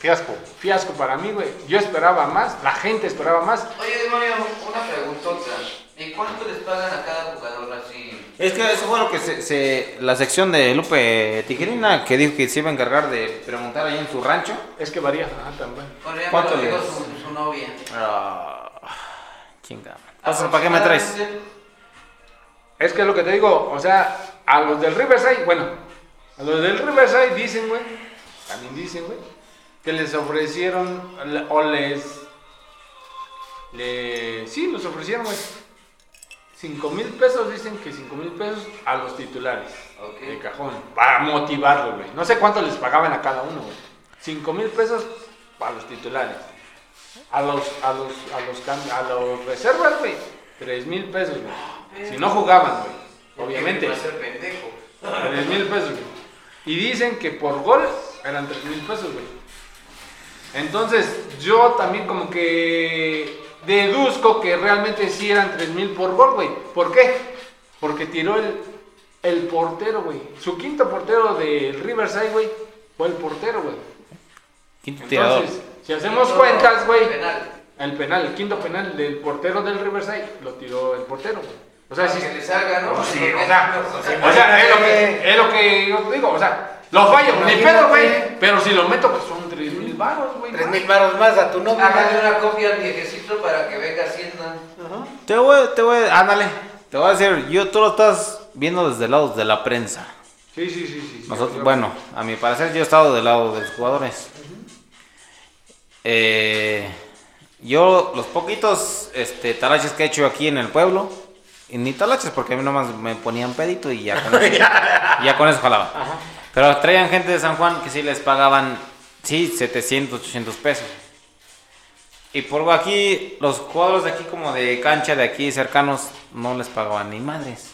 Fiasco. fiasco para mí, güey. Yo esperaba más, la gente esperaba más. Oye, Demonio, una preguntota. ¿Y cuánto les pagan a cada jugador así? Es que eso fue lo que se, se- la sección de Lupe Tijerina que dijo que se iba a encargar de preguntar ahí en su rancho. Es que varía. Ah, también. Por ejemplo, ¿Cuánto digo, les- su, su novia. Ah, chinga. Pásale, Ah, ¿Para qué me traes? Aproximadamente, Es que es lo que te digo, o sea, a los del Riverside, bueno, a los del Riverside dicen, güey, también dicen, güey, que les ofrecieron le- o les, le, sí, les ofrecieron, güey, 5 mil pesos, dicen que 5 mil pesos a los titulares Ok. de cajón, para motivarlo, güey. No sé cuánto les pagaban a cada uno, güey. 5 mil pesos para los titulares. A los, a los, a los, cam- a los reservas, güey, 3 mil pesos, güey. Si no jugaban, güey, obviamente. Va a ser pendejo. 3 mil pesos, güey. Y dicen que por gol eran 3 mil pesos, güey. Entonces, yo también como que deduzco que realmente sí eran 3 mil por gol, güey. ¿Por qué? Porque tiró el, el portero, güey. Su quinto portero del Riverside, güey, fue el portero, güey. Quinto tirador. Entonces, si hacemos cuentas, güey, Penal. el penal, el quinto penal del portero del Riverside lo tiró el portero, güey. O sea, Para si, que les haga, ¿no? pues Sí, o sea, eh. o sea, es lo que, es lo que yo digo, o sea, lo fallo, ni pedo, güey, pero si lo meto, pues son 3 mil baros, güey. Tres mil varos más a tu nombre. Hágale una copia al viejecito para que venga haciendo. Te voy, te voy, ándale. Te voy a decir, yo tú lo estás viendo desde el lado de la prensa. Sí, sí, sí, sí. sí. Nosotros, bueno, a mi parecer yo he estado del lado de los jugadores. Eh, yo los poquitos este, talaches que he hecho aquí en el pueblo, y ni talaches porque a mí nomás me ponían pedito y ya con eso, ya con eso jalaba. Pero traían gente de San Juan que sí les pagaban, sí, 700, 800 pesos. Y por aquí, los jugadores de aquí como de cancha de aquí cercanos no les pagaban ni madres.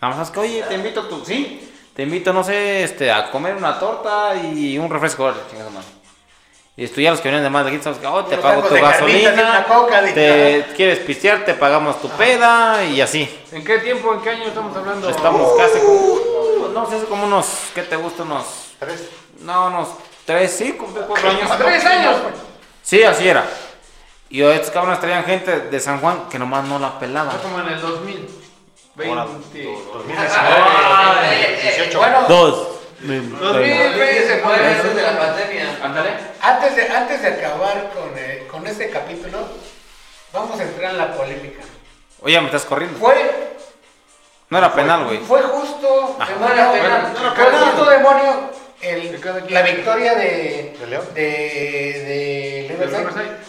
Nada más que, oye, te invito tú, sí, te invito, no sé, este, a comer una torta y un refresco, órale, chinga su madre. Y esto ya los que vienen de más de aquí, sabes que, oh, te Unos pago tacos tu de carnitas y gasolina, una coca, te dice. quieres pistear, te pagamos tu peda y así. ¿En qué tiempo, en qué año estamos hablando? Estamos casi como, no sé, como unos, ¿qué te gusta? Unos, Tres. no, unos tres, sí, cumplí cuatro años. Tres años, Sí, así era. Y estos cabrones traían gente de San Juan que nomás no la pelaban. Fue como en el 2000. 20. Eh, 18. Bueno, Dos. 2000, Que se mueve güey. antes de la pandemia. Ándale. antes de, antes de acabar con, eh, con este capítulo, vamos a entrar en la polémica. Oye, me estás corriendo. Fue, No era penal, güey. fue justo, Ah. demonio, fue justo demonio el- De cada quien. la victoria de, ¿De León? de, de Riverside.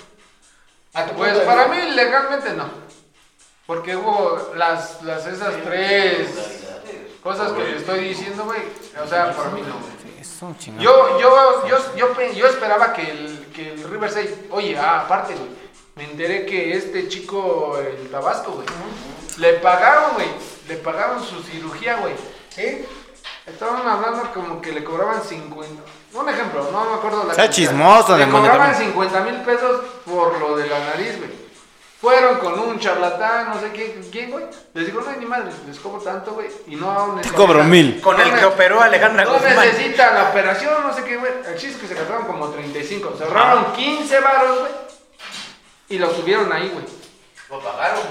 A tu Pues punto de para vista. mí legalmente no. Porque hubo las, las esas tres cosas que te estoy diciendo, güey. O sea, para mí no, güey. Eso, chingado. Yo, yo, yo, yo, pe- yo esperaba que el, que el Riverside, oye, ah, aparte, güey, me enteré que este chico, el Tabasco, güey, le pagaron, güey, le pagaron su cirugía, güey. ¿Sí? Estaban hablando como que le cobraban 50, un ejemplo, no me acuerdo la Sea cantidad. chismoso, Le demonio, cobraban también. 50 mil pesos por lo de la nariz, güey. Fueron con un charlatán, no sé quién, quién, güey. Les digo, no hay ni madre, les cobro tanto, güey. Y no Te cobro mil. Con el que operó Alejandra no Guzmán. necesita la operación, no sé qué, güey. El chiste es que se gastaron como 35. Se ahorraron 15 varos, güey. Y lo subieron ahí, güey. Lo pagaron.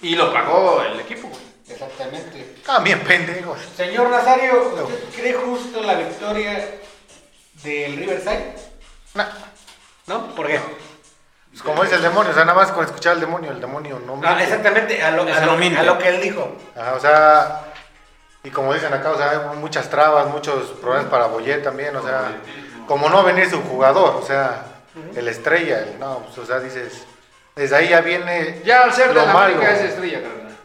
Y lo pagó el equipo, güey. Exactamente. También pendejos. Señor Nazario, ¿usted cree justo la victoria del Riverside? Nah. ¿No? ¿Por qué? Pues como dice el demonio, o sea, nada más con escuchar al demonio, el demonio no Ah, No, miente. exactamente, a lo, a Eso no lo- miente. a lo que él dijo. Ajá, o sea, y como dicen acá, o sea, hay muchas trabas, muchos problemas para Boyet también, o sea, como no venir su jugador, o sea, el estrella, el- no, pues, o sea, dices, desde ahí ya viene Ya al ser de lo la malo. América es estrella, carnal.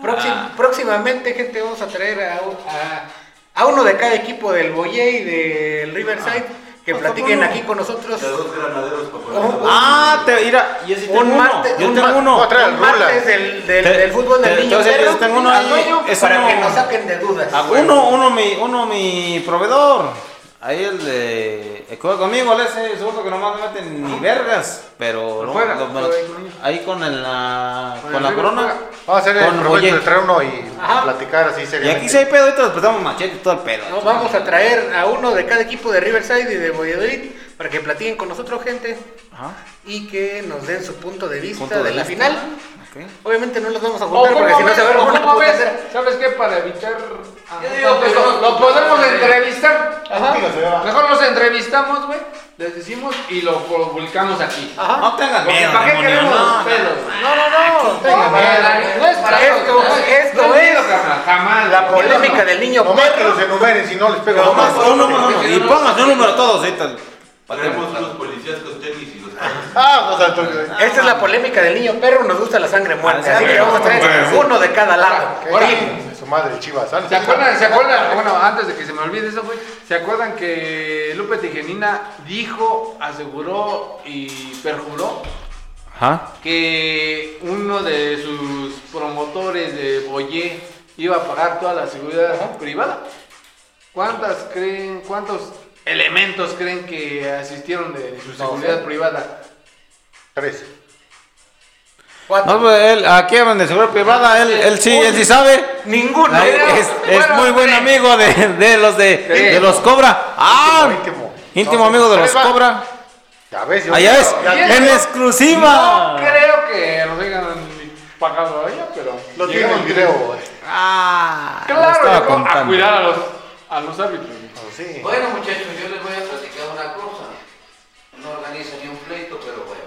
Próxim- Ah. Próximamente, gente, Ah. vamos a traer a, un- a- a uno de cada equipo del Boyé y del Riverside que Pues, Hasta platiquen uno. aquí con nosotros. De dos granaderos Ojo. populares. Oh, Ah, te, mira, yo sí tengo Un uno. martes, yo un tengo ma- uno. Otra. Un martes del, del, Te- del fútbol del te- niño yo sé que perro, tengo uno al ahí, dueño, es para uno- que nos saquen de dudas. Ah, uno, uno mi, uno mi proveedor. Ahí el de. El que juega conmigo, el ese, seguro que nomás me meten ni vergas. Pero no, juega, lo- me lo- juega ahí con ellos. ahí con el, la, Con con el la River corona. juega. Vamos a hacer el Con proyecto de Boyé. traer uno y Ajá. platicar así Y seriamente. aquí si hay pedo, ahorita les prestamos machete y todo el pedo. No, vamos a traer a uno de cada equipo de Riverside y de Valladolid para que platiquen con nosotros, gente, Ajá. y que nos den su punto de vista Punto de, de la vista. final. Ok. Obviamente no los vamos a O juntar porque cómo si no ves, se va a pues, o armar una cómo puta ves, cera. ¿Sabes qué? Para evitar. a- Yo digo que lo, no. lo podemos entrevistar. Ajá. Mejor los entrevistamos, güey. Les decimos y lo publicamos aquí. Ah, No tengan Porque miedo, ¿Para qué demonio, queremos no, los pedos? No, no, no. No, para la- no es para Esto- pues. eso, no es- esto no es miedo, carnal, jamás. La polémica del niño Nomás que perro. los enumeren, si no les pego. No, más, nomás. uno, uno, uno. Y pónganse un número todos ahorita. Tenemos unos policías con tenis y los Ah, pues al toque. Esta es la polémica del niño perro, nos gusta la sangre muerta, Ah, así sí, que vamos a traer sí. uno de cada lado. Ok, Ahora- Su madre, Chivas. ¿sabes? ¿Se acuerdan? ¿Se acuerdan? Bueno, antes de que se me olvide eso, güey. ¿Se acuerdan que Lupe Tigenina dijo, aseguró y perjuró Ajá. que uno de sus promotores de Boyé iba a pagar toda la seguridad privada? ¿Cuántas creen, cuántos elementos creen que asistieron de su seguridad privada? Tres. No, Cuatro. pues, él, aquí hablan de seguridad privada, él, él sí, él sí sabe. Ninguno. Ahí es, es muy buen amigo de, de los de, de los Cobra. Ah, Íntimo, íntimo. íntimo amigo de los Ahí va. Cobra. Ya ves. yo- Allá es, Ya- ¿Quién? en exclusiva. No creo que lo digan pagado a ella, pero... Lo tiene en video, güey. Ah, lo Claro, estaba llegó a contando. cuidar a los, a los árbitros. güey. Pues sí. Bueno, muchachos, yo les voy a platicar una cosa. No organizo ni un pleito, pero bueno.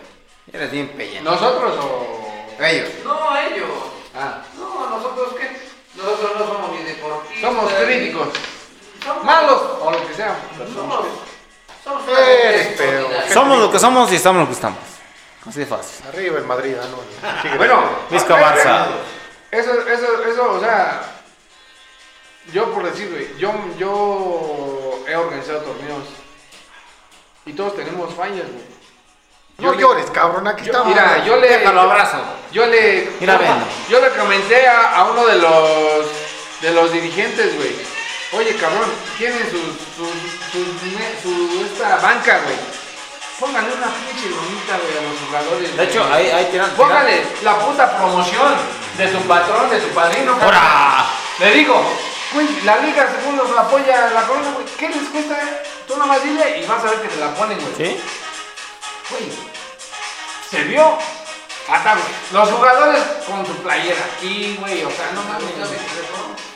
Eres bien peña. ¿Nosotros o...? Ellos. No, ellos. Ah, No, nosotros qué. Nosotros no somos ni deportistas. somos ni- críticos, Somos malos o lo que sea. pero somos Somos. Somos Eres gente peor. ordinaria. Somos lo que somos y estamos lo que estamos. Así de fácil. Arriba el Madrid, ah, no. Tigre. Bueno, Visco avanza. Eso, eso, eso, o sea, yo por decir, güey, yo, yo he organizado torneos y todos tenemos fallas, güey. No le- llores, cabrón. Aquí yo- estamos. mira, yo le, Déjalo, abrazo. yo le, Mira, ven. yo le comenté a, a uno de los, de los dirigentes, güey. Oye, cabrón, tienen sus, sus, sus dine- su, esta banca, güey. Póngale una pinche bonita, güey, a los jugadores. De hecho, güey. ahí, ahí tiran. Póngale la puta promoción de su patrón, de su padrino. tiran- ¡Ora! Le digo, güey, la liga según los apoya la corona, güey, ¿qué les cuesta? Tú nomás dile y vas a ver que te la ponen, güey. ¿Sí? Güey, se vio. Hasta, güey, los jugadores con su playera aquí, güey, o sea, no mames. güey.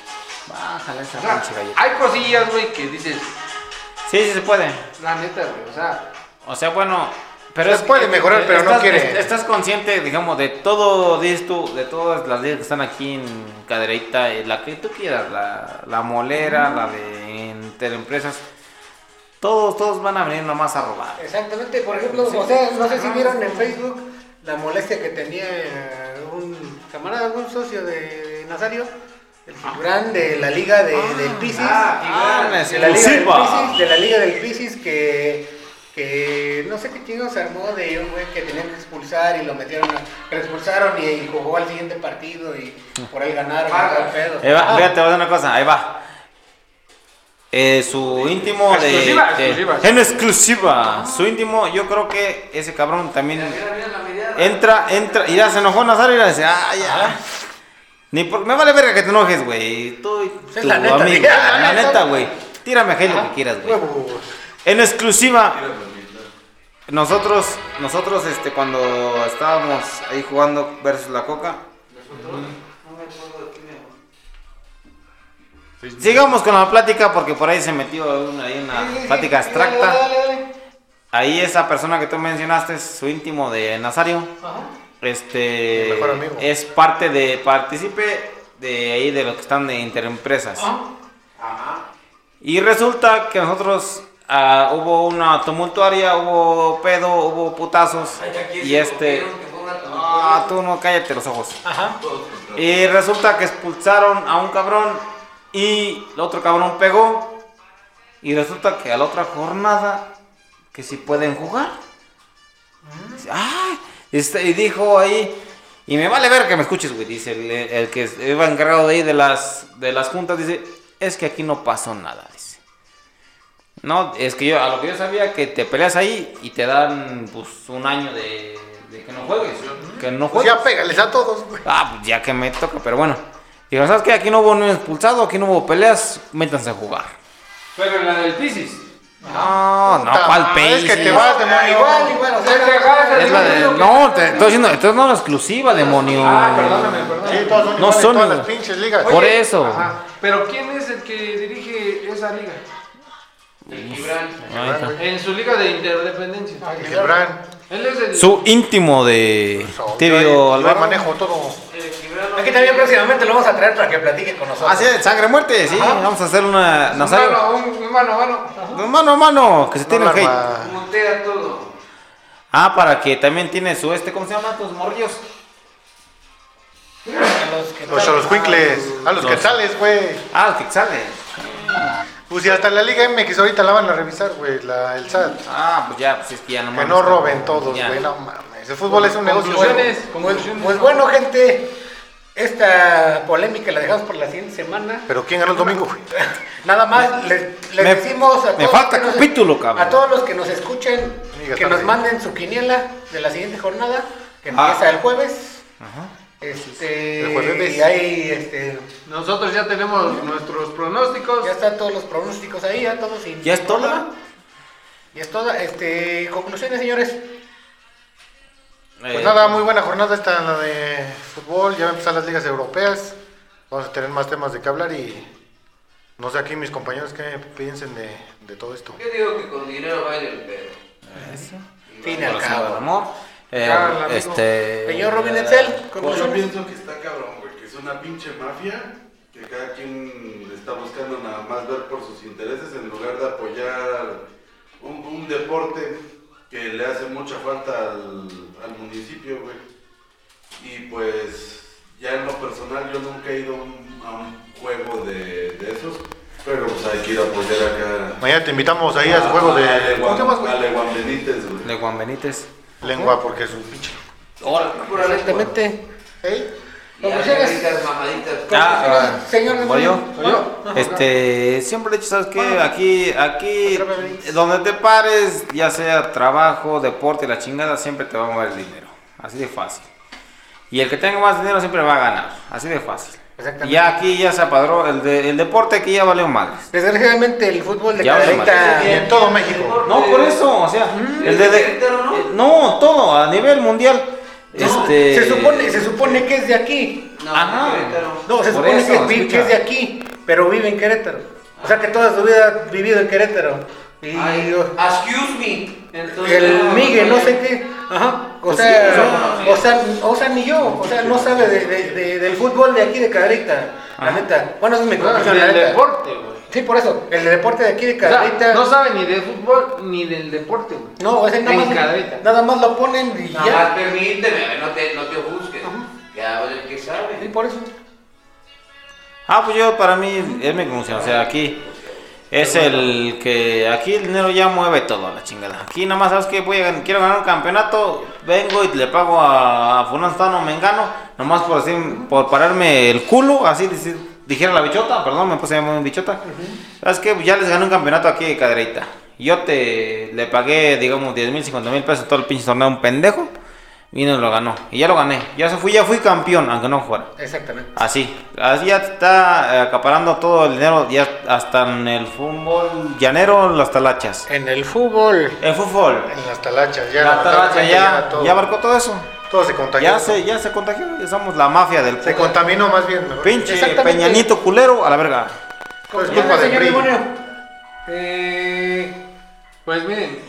Bájale esa O sea, pinche galleta. hay cosillas, güey, que dices, Sí, sí se puede. la neta, güey, o sea, O sea, bueno, pero Se puede mejorar, pero no estás- quiere. est- Estás consciente, digamos, de todo dices tú, de todas las ligas que están aquí en Cadereyta, eh, la que tú quieras, la, la molera, la de Interempresas, todos, todos van a venir nomás a robar. Exactamente, por ejemplo, o sea, no sé si vieron en Facebook la molestia que tenía un camarada, un socio de Nazario, el figurán de la liga de, del Pisis, ah, una de la liga del exclusiva. Pisis, de la liga del Pisis que, que no sé qué chingo se armó de un güey que tenían que expulsar y lo metieron, a- que lo expulsaron y, jugó al siguiente partido y por él ganaron, y todo el pedo. Ahí va, Ah, fíjate, voy a decir una cosa, ahí va. Eh, su íntimo de, Exclusiva, de- exclusiva. En exclusiva. Su íntimo, yo creo que ese cabrón también. Mira, mira la mirada. Entra, entra, y ya se enojó Nazario y ya dice, ah, ya. Ni por, me vale verga que te enojes, güey. Tú y Sí, tu la neta, sí, amigo, la la neta. neta, güey. Tírame a lo que quieras, güey. Huevos. En exclusiva, nosotros, nosotros, este, cuando estábamos ahí jugando versus la coca, sigamos con la plática porque por ahí se metió una, ahí una plática abstracta. Ahí esa persona que tú mencionaste, su íntimo de Nazario, este Mi mejor amigo. es parte de partícipe de ahí de los que están de interempresas. Y resulta que nosotros ah, hubo una tumultuaria, hubo pedo, hubo putazos y este Ah, tú no cállate los ojos. Y resulta que expulsaron a un cabrón y el otro cabrón pegó. Y resulta que a la otra jornada que si pueden jugar. Dice, "Ah", este, y dijo ahí, y me vale ver que me escuches, güey, dice el, el que iba encargado de ahí de las, de las juntas, dice, es que aquí no pasó nada, dice. No, es que yo, a lo que yo sabía, que te peleas ahí y te dan, pues, un año de, de que no juegues, que no Pues juegues. ya pégales a todos, güey. Ah, pues ya que me toca, pero bueno. Digo, ¿sabes qué? Aquí no hubo ni expulsado, aquí no hubo peleas, métanse a jugar. Pero en la del Pisces. No, no, Puta pa'l madre, país. Es que te vas, Ah, demonio. igual, igual, o sea, Es la de- no, te estoy diciendo, esto es una exclusiva, demonio. Ah, perdóname, perdóname. Sí, todos son No iguales, son todas igual. las pinches ligas. Por eso. Ajá. Pero ¿quién es el que dirige esa liga? El Gibran. Ahí está. En su liga de interdependencia. Gibran. Él es el. Su íntimo de So, Tibio yo, yo Alvaro. manejo todo. El Gibran Aquí también próximamente lo vamos a traer para que platique con nosotros. Ah, sí, sangre muerte, sí. Vamos a hacer una. Un nos sale- mano, un, un mano, mano. mano a mano, que se No tiene la hate. arma. Montea todo. Ah, para que también tiene su este, ¿cómo se llama? Tus morrillos. Los choloscuincles. A los Los- que sales, güey. Ah, el que sale. Pues si hasta la Liga MX ahorita la van a revisar, güey, la, el SAT. Ah, pues ya, pues es que ya no Que mames, no está- roben todos, ya. güey, no mames. El fútbol es un negocio. Conclusiones. güey. Pues, pues bueno, gente, esta polémica la dejamos por la siguiente semana. Pero ¿quién ganó el domingo, güey? Nada más les, les Me- decimos a me todos, falta que nos- capítulo, cabrón. a todos los que nos escuchen Amiga, que está nos bien. manden su quiniela de la siguiente jornada que Ah. empieza el jueves. Este, El jueves. Y ahí este, Nosotros ya tenemos nuestros pronósticos. ya están todos los pronósticos ahí, ya todos sin ¿Ya es toda? Pues problema. Ya es toda. Este, conclusiones, señores. Eh, Pues nada, muy buena jornada esta la de fútbol. Ya van a empezar las ligas europeas. Vamos a tener más temas de qué hablar y no sé aquí mis compañeros qué piensen de, de todo esto. Yo digo que con dinero baila el perro. Fin al Corazón del cabo. amor. Eh, Claro, el amigo. este. Señor Robin Edsel, Pues yo conclusiones. pienso que está cabrón, güey, que es una pinche mafia, que cada quien está buscando nada más ver por sus intereses en lugar de apoyar un, un deporte que le hace mucha falta al, al municipio, güey. Y pues ya en lo personal yo nunca he ido a un, a un juego de, de esos, pero pues hay que ir a apoyar acá. Mañana te invitamos ahí al a- juego a de Leguan- a Leguan Benítez, güey. De Juan Benítez. lengua porque es un pinche. Exactamente. ¿Ey? Y a Conclusiones. las mamaditas. Ah, ah, Señor, Ah, señor, ¿voy yo? señor. ¿Voy yo? Este, siempre he dicho, ¿sabes qué? Aquí, aquí, eh, Atrévete. donde te pares, ya sea trabajo, deporte, la chingada, siempre te va a mover dinero. Así de fácil. Y el que tenga más dinero siempre va a ganar. Así de fácil. Exactamente. Ya aquí ya se apadró el, de- el deporte que ya valió madres. Desgraciadamente el fútbol de Ya vale Clarita. Y en todo México. No, por eso, o sea, Mm. el de, de- ¿no? eh, no, todo, a nivel mundial. este, Se supone, se supone que es de aquí. No, Ajá. Querétaro. No, se Por supone eso, que, vi- escucha. que es de aquí, pero vive en Querétaro. O sea que toda su vida ha vivido en Querétaro. Y Ay, o- excuse me. Entonces, el no, Miguel, no güey. sé qué. Ajá. O Pues sí, sea, no, o sea, o sea, ni yo. O sea, no sabe de- de- de- del fútbol de aquí de Caderita. La neta. Bueno, eso es mi conclusión, la del neta. deporte, güey. Sí, por eso. El deporte de aquí de O sea, Caderita. no sabe ni de fútbol ni del deporte, güey. no, ese nada en más, Cadereyta. nada más lo ponen y Nada más ya. permíteme, no te, no te busques. Ya, güey, el que Sí, sabe. por eso. Ah, pues yo para mí es mi conclusión, o sea, aquí es el que aquí el dinero ya mueve todo a la chingada. Aquí nada más sabes que voy a, gan- quiero ganar un campeonato, vengo y le pago a, a fulano Tano Mengano, nomás por así, por pararme el culo, así dice- dijera la bichota, perdón, me puse muy bichota. Sabes que ya les gané un campeonato aquí de cadereita. Yo te le pagué, digamos, 10 mil, 50 mil pesos todo el pinche torneo a un pendejo y no lo ganó. Y ya lo gané. Ya se fui, ya fui campeón, aunque no jugara. Exactamente. Así, así ya está eh, acaparando todo el dinero, ya hasta en el fútbol llanero, las talachas. En el fútbol. El fútbol, En las talachas, ya. la talacha lamentablemente ya, todo- ya abarcó todo eso. Todo se contagió. Ya se, ya se contagió, ya somos la mafia del Se fútbol. contaminó más bien. mejor. Pinche Exactamente. peñanito culero a la verga. Todo es culpa de señor PRI. Limonio. Eh, pues miren,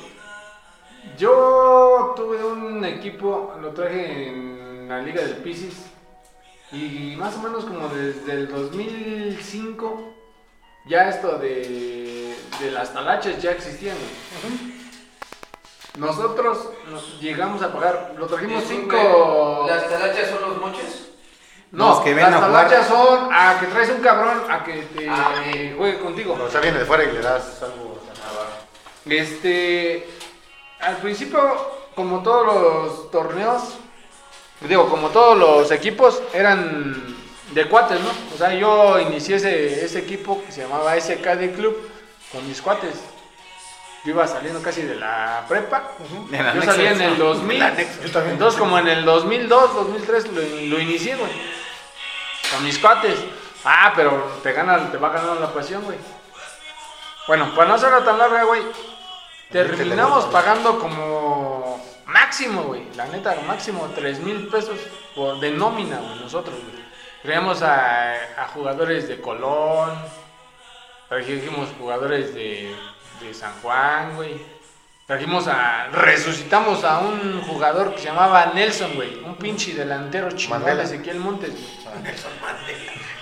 yo tuve un equipo, lo traje en la Liga del Pisces y más o menos como desde el 2005 ya esto de, de las talachas ya existían. güey. Nosotros nos llegamos a pagar, lo trajimos Disculpe, cinco... ¿Las talachas son los moches? No, Los que ven a las jugar. talachas son a que traes un cabrón a que te Ah. eh, juegue contigo. O sea, viene de fuera y le das algo. Este, al principio, como todos los torneos, digo, como todos los equipos, eran de cuates, ¿no? O sea, yo inicié ese, ese equipo que se llamaba SKD Club con mis cuates. Yo iba saliendo casi de la prepa. De la yo Nexus. salí en el 2000. Yo también. Entonces, como en el 2002, 2003 lo, in- lo inicié, güey. Con mis cuates. Ah, pero te gana, te va ganando la pasión, güey. Bueno, para no hacerla tan larga, güey. Terminamos pagando como máximo, güey. La neta, máximo 3 mil pesos por, de nómina, güey, nosotros, güey. Traíamos a, a jugadores de Colón, trajimos jugadores de, de San Juan, güey. Trajimos a. Resucitamos a un jugador que se llamaba Nelson, güey. Un pinche delantero chingón Mandela. Ah, Ezequiel Montes, güey.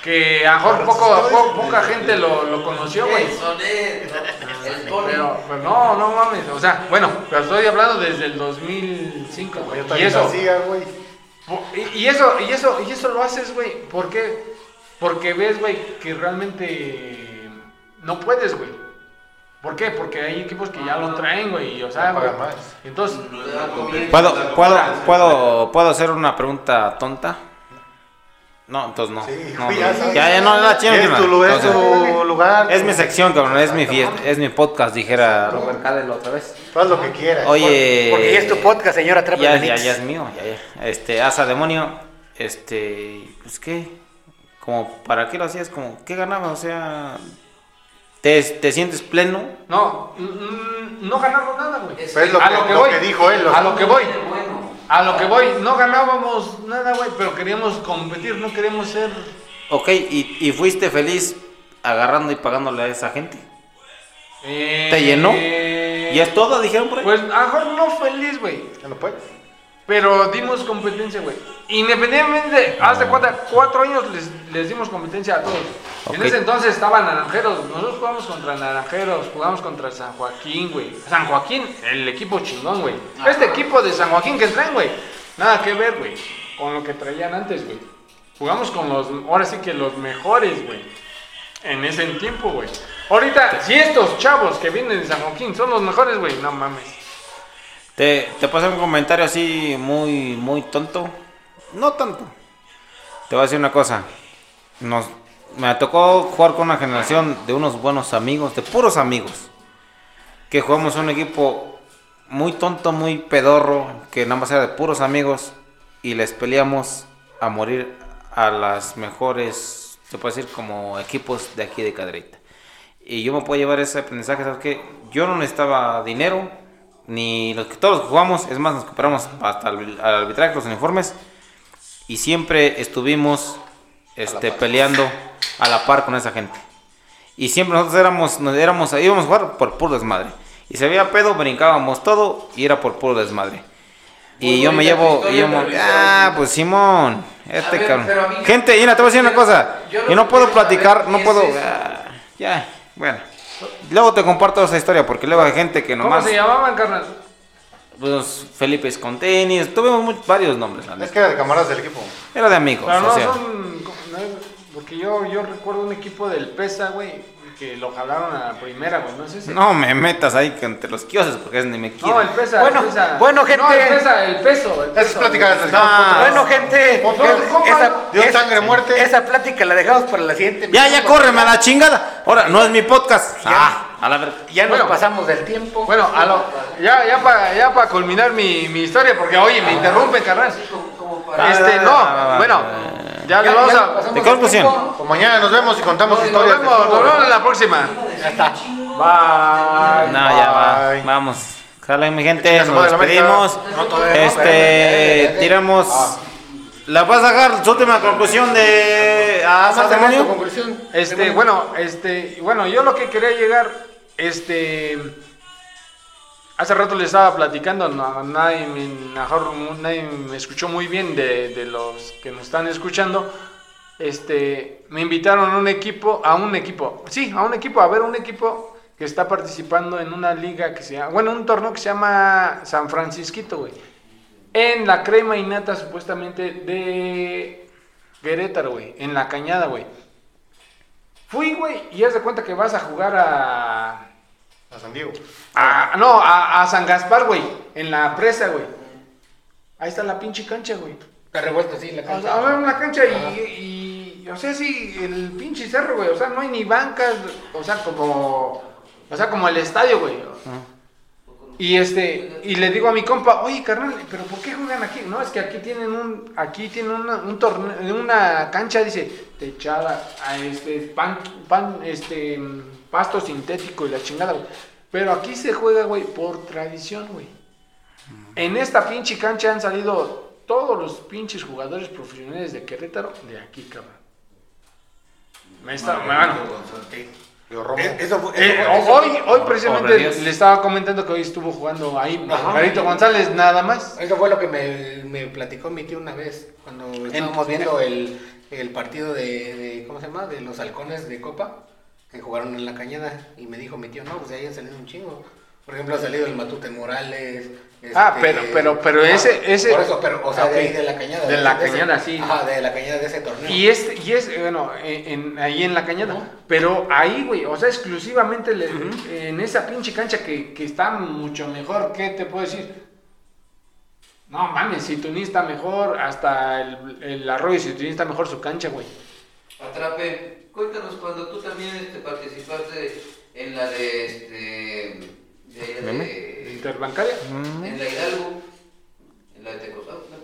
Que a lo mejor poco, po- poca gente lo, lo conoció, güey. Son él, ¿no? El Tony. Pero, pero no, no mames. O sea, bueno, pero estoy hablando desde el 2005, güey. Yo Y también eso, hacía, güey. po- y, y eso, y eso, y eso lo haces, güey. ¿Por qué? Porque ves, güey, que realmente eh, no puedes, güey. ¿Por qué? Porque hay equipos que ya lo traen, güey. Y, o Ya sea, pagan güey, más. Entonces, Lo de la Ah, comida. ¿Puedo, puedo, puedo, puedo hacer una pregunta tonta? No, entonces no. Sí, No, güey, ya, ya ya, no, la chingada, Es tu no. lugar, Entonces, tu lugar. es mi sección, cabrón, es mi fiesta, es mi podcast, dijera Robert Cadel otra vez. Tú haz lo que quieras. Eh, Oye. Porque ya es tu podcast, señora Trapa Ya, de ya, Nix. ya es mío, ya, ya. Este, Asa Demonio, este, pues qué, como, ¿para qué lo hacías? Como, ¿qué ganabas? O sea, ¿te, te sientes pleno? no, mm, mm, no ganamos nada, güey. Pues lo a que- lo que lo voy. que dijo él. A lo que voy. Bueno. A lo que voy, no ganábamos nada, güey, pero queríamos competir, no queríamos ser. Ok, y, y fuiste feliz agarrando y pagándole a esa gente. eh, ¿Te llenó? Y es todo, dijeron por ahí. Pues a lo mejor no feliz, güey, Ya no puedes. pero dimos competencia, güey. Independientemente, Ah. hace cuatro, cuatro años les, les dimos competencia a todos. Ok. En ese entonces estaban Naranjeros, nosotros jugamos contra Naranjeros, jugamos contra San Joaquín, güey. San Joaquín, el equipo chingón, güey. Este equipo de San Joaquín que traen, güey, nada que ver, güey, con lo que traían antes, güey. Jugamos con los, ahora sí que los mejores, güey. En ese tiempo, güey. Ahorita, si estos chavos que vienen de San Joaquín son los mejores, güey, no mames. Te, te pasé un comentario así muy, muy tonto. No tanto. Te voy a decir una cosa. Nos, me tocó jugar con una generación de unos buenos amigos, de puros amigos. Que jugamos un equipo muy tonto, muy pedorro, que nada más era de puros amigos. Y les peleamos a morir a las mejores, se puede decir, como equipos de aquí de Cadreita. Y yo me puedo llevar ese aprendizaje, ¿sabes qué? Yo no necesitaba dinero, ni los que todos los que jugamos, es más, nos compramos hasta el al arbitraje, los uniformes, y siempre estuvimos este, peleando a la par con esa gente. Y siempre nosotros éramos, nos- éramos, íbamos a jugar por puro desmadre. Y se veía pedo, brincábamos todo, y era por puro desmadre. Muy Y yo me bonita tu llevo, historia, y yo me- entrevistado, ah, sí. pues Simón, este A ver, cabrón. pero a mí- Gente, Ina, te voy a decir una Yo- cosa. yo Yo, lo no que puedo quiero saber platicar, no es puedo. eso. ah, ya, bueno. Luego te comparto esa historia porque luego hay gente que ¿Cómo nomás. se llamaban, carnal? Pues Felipe Escontenis, tuvimos mu- varios nombres, la Es neta. que era de camaradas del equipo. Era de amigos, Pero o no sea. son. no es- porque yo, yo recuerdo un equipo del PESA, güey, que lo jalaron a la primera, güey. No sé si. No me metas ahí que entre los kioses porque es ni me quieren. No, el PESA. Bueno, el PESA. bueno, No, gente. el PESA, el peso. El Esas peso pláticas güey. las dejamos Ah, Bueno, gente, Por favor, esa- cómpralo. pues, Dios, esa- sangre, muerte. Esa plática la dejamos para la siguiente. Ya, ya, córreme a la chingada. Ahora, no es mi podcast. Ah, a la verga. Ya nos Bueno. pasamos del tiempo. Bueno, a lo, ya, ya para ya pa culminar mi, mi historia, porque oye, me interrumpe, carnal. Como, como para. Este, Ah, va, va, va, no, bueno, va. ya Ya- le vamos ya a. pasamos ¿De del qué conclusión? tiempo. O mañana nos vemos y contamos Nos historias. vemos, de fútbol. nos vemos en la próxima. Ya está. Bye. No, ya va. Bye. Vamos. Jala, mi gente. Chinga su Nos madre, América. despedimos. No, todavía no, Este. Tiramos. La vas a sacar su última conclusión de. ah, ¿A Ah, Vamos a tener tu Demonio? conclusión. Este, bueno, este, bueno, yo lo que quería llegar, este, hace rato le estaba platicando, no, nadie, me, mejor mu- nadie me escuchó muy bien de, de los que nos están escuchando, este, me invitaron a un equipo, a un equipo, sí, a un equipo, a ver un equipo que está participando en una liga que se llama, bueno, un torneo que se llama San Francisquito, güey, en la crema innata supuestamente de Querétaro, güey, en la cañada, güey. Fui, güey, y haz de cuenta que vas a jugar a. a San Diego. Ah, no, a, a San Gaspar, güey. En la presa, güey. Ahí está la pinche cancha, güey. Está revuelto, sí, la O cancha. sea, a ver, una cancha y, y- O sea, sí, el pinche cerro, güey. O sea, no hay ni bancas. O sea, como. O sea, como el estadio, güey. Y este. Y le digo a mi compa, oye, carnal, ¿pero por qué juegan aquí? No, es que aquí tienen un. Aquí tienen una, un torneo. Una cancha, dice, techada. A este. Pan. Pan. Este. mm, Pasto sintético y la chingada, güey. Pero aquí se juega, güey, por tradición, güey. En esta pinche cancha han salido todos los pinches jugadores profesionales de Querétaro de aquí, cabrón. Me está, bueno, Digo, Romo. Eh, Eso fue. eso eh, fue- eso hoy, hoy Pobre precisamente Dios. le estaba comentando que hoy estuvo jugando ahí Ajá. Margarito González, nada más. Eso fue lo que me, me platicó mi tío una vez, cuando estábamos viendo el, el partido de, de- ¿cómo se llama? De los halcones de Copa, que jugaron en la cañada, y me dijo mi tío, no, pues de ahí han salido un chingo. Por ejemplo, ha salido el Matute Morales. este, Ah, pero- pero- pero ese- ese- Por eso, pero, o sea, Ah, ok. de ahí de la cañada. De la ese- cañada, sí. Ajá, de la cañada de ese torneo. Y este, y es, bueno, en, en- ahí en la cañada. Pero ahí, güey, o sea, exclusivamente le- en esa pinche cancha que, que está mucho mejor, ¿qué te puedo decir? No mames, Situní está mejor, hasta el, el arroyo de Situní está mejor su cancha, güey. Atrape, cuéntanos cuando tú también este, participaste en la de este. De, de- Interbancaria. en la Hidalgo, en la de Tecozautla,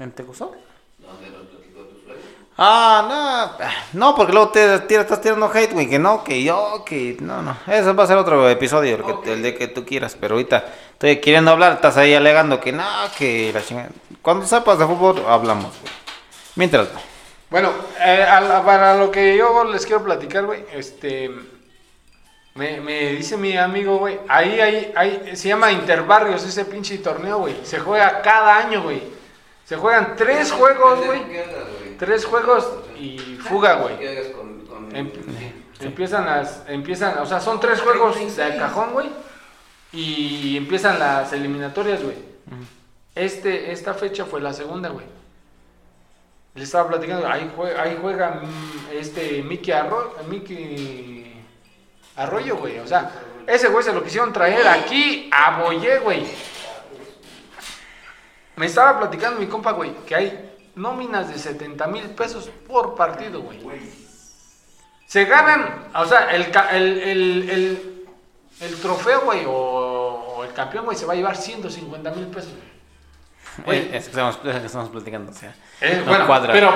¿En Tegucigalpa? donde nos platicó tu suegro. Ah, no, ah, no, porque luego te, te- estás tirando hate, güey, que no, que yo, que no, no. Eso va a ser otro episodio, el, que- Ok. el de que tú quieras, pero ahorita estoy queriendo hablar, estás ahí alegando que no, que la chingada. Cuando sepas de fútbol, hablamos, güey. Mientras, no. Bueno, eh, a la- para lo que yo les quiero platicar, güey, este. Me, me dice mi amigo, güey, ahí, ahí, ahí, se llama Interbarrios ese pinche torneo, güey. Se juega cada año, güey. Se juegan tres juegos, güey. ¿Qué hagas, güey? Tres juegos y fuga, ¿Qué güey. hagas con.? con Em- sí. Empiezan las, empiezan, o sea, son tres juegos de cajón, güey. Y empiezan las eliminatorias, güey. Este, esta fecha fue la segunda, güey. Le estaba platicando, ahí juega, ahí juega mm, este Mickey Arroyo, Mickey Arroyo, güey. O sea, ese güey se lo quisieron traer aquí a Boyé, güey. Me estaba platicando mi compa, güey, que hay nóminas de 70 mil pesos por partido, güey. Se ganan, o sea, el, ca- el, el, el, el trofeo, güey, o, o el campeón, güey, se va a llevar 150 mil pesos. güey. Eh, es que estamos, es que estamos platicando, o sea, Eh, no bueno, cuadra. pero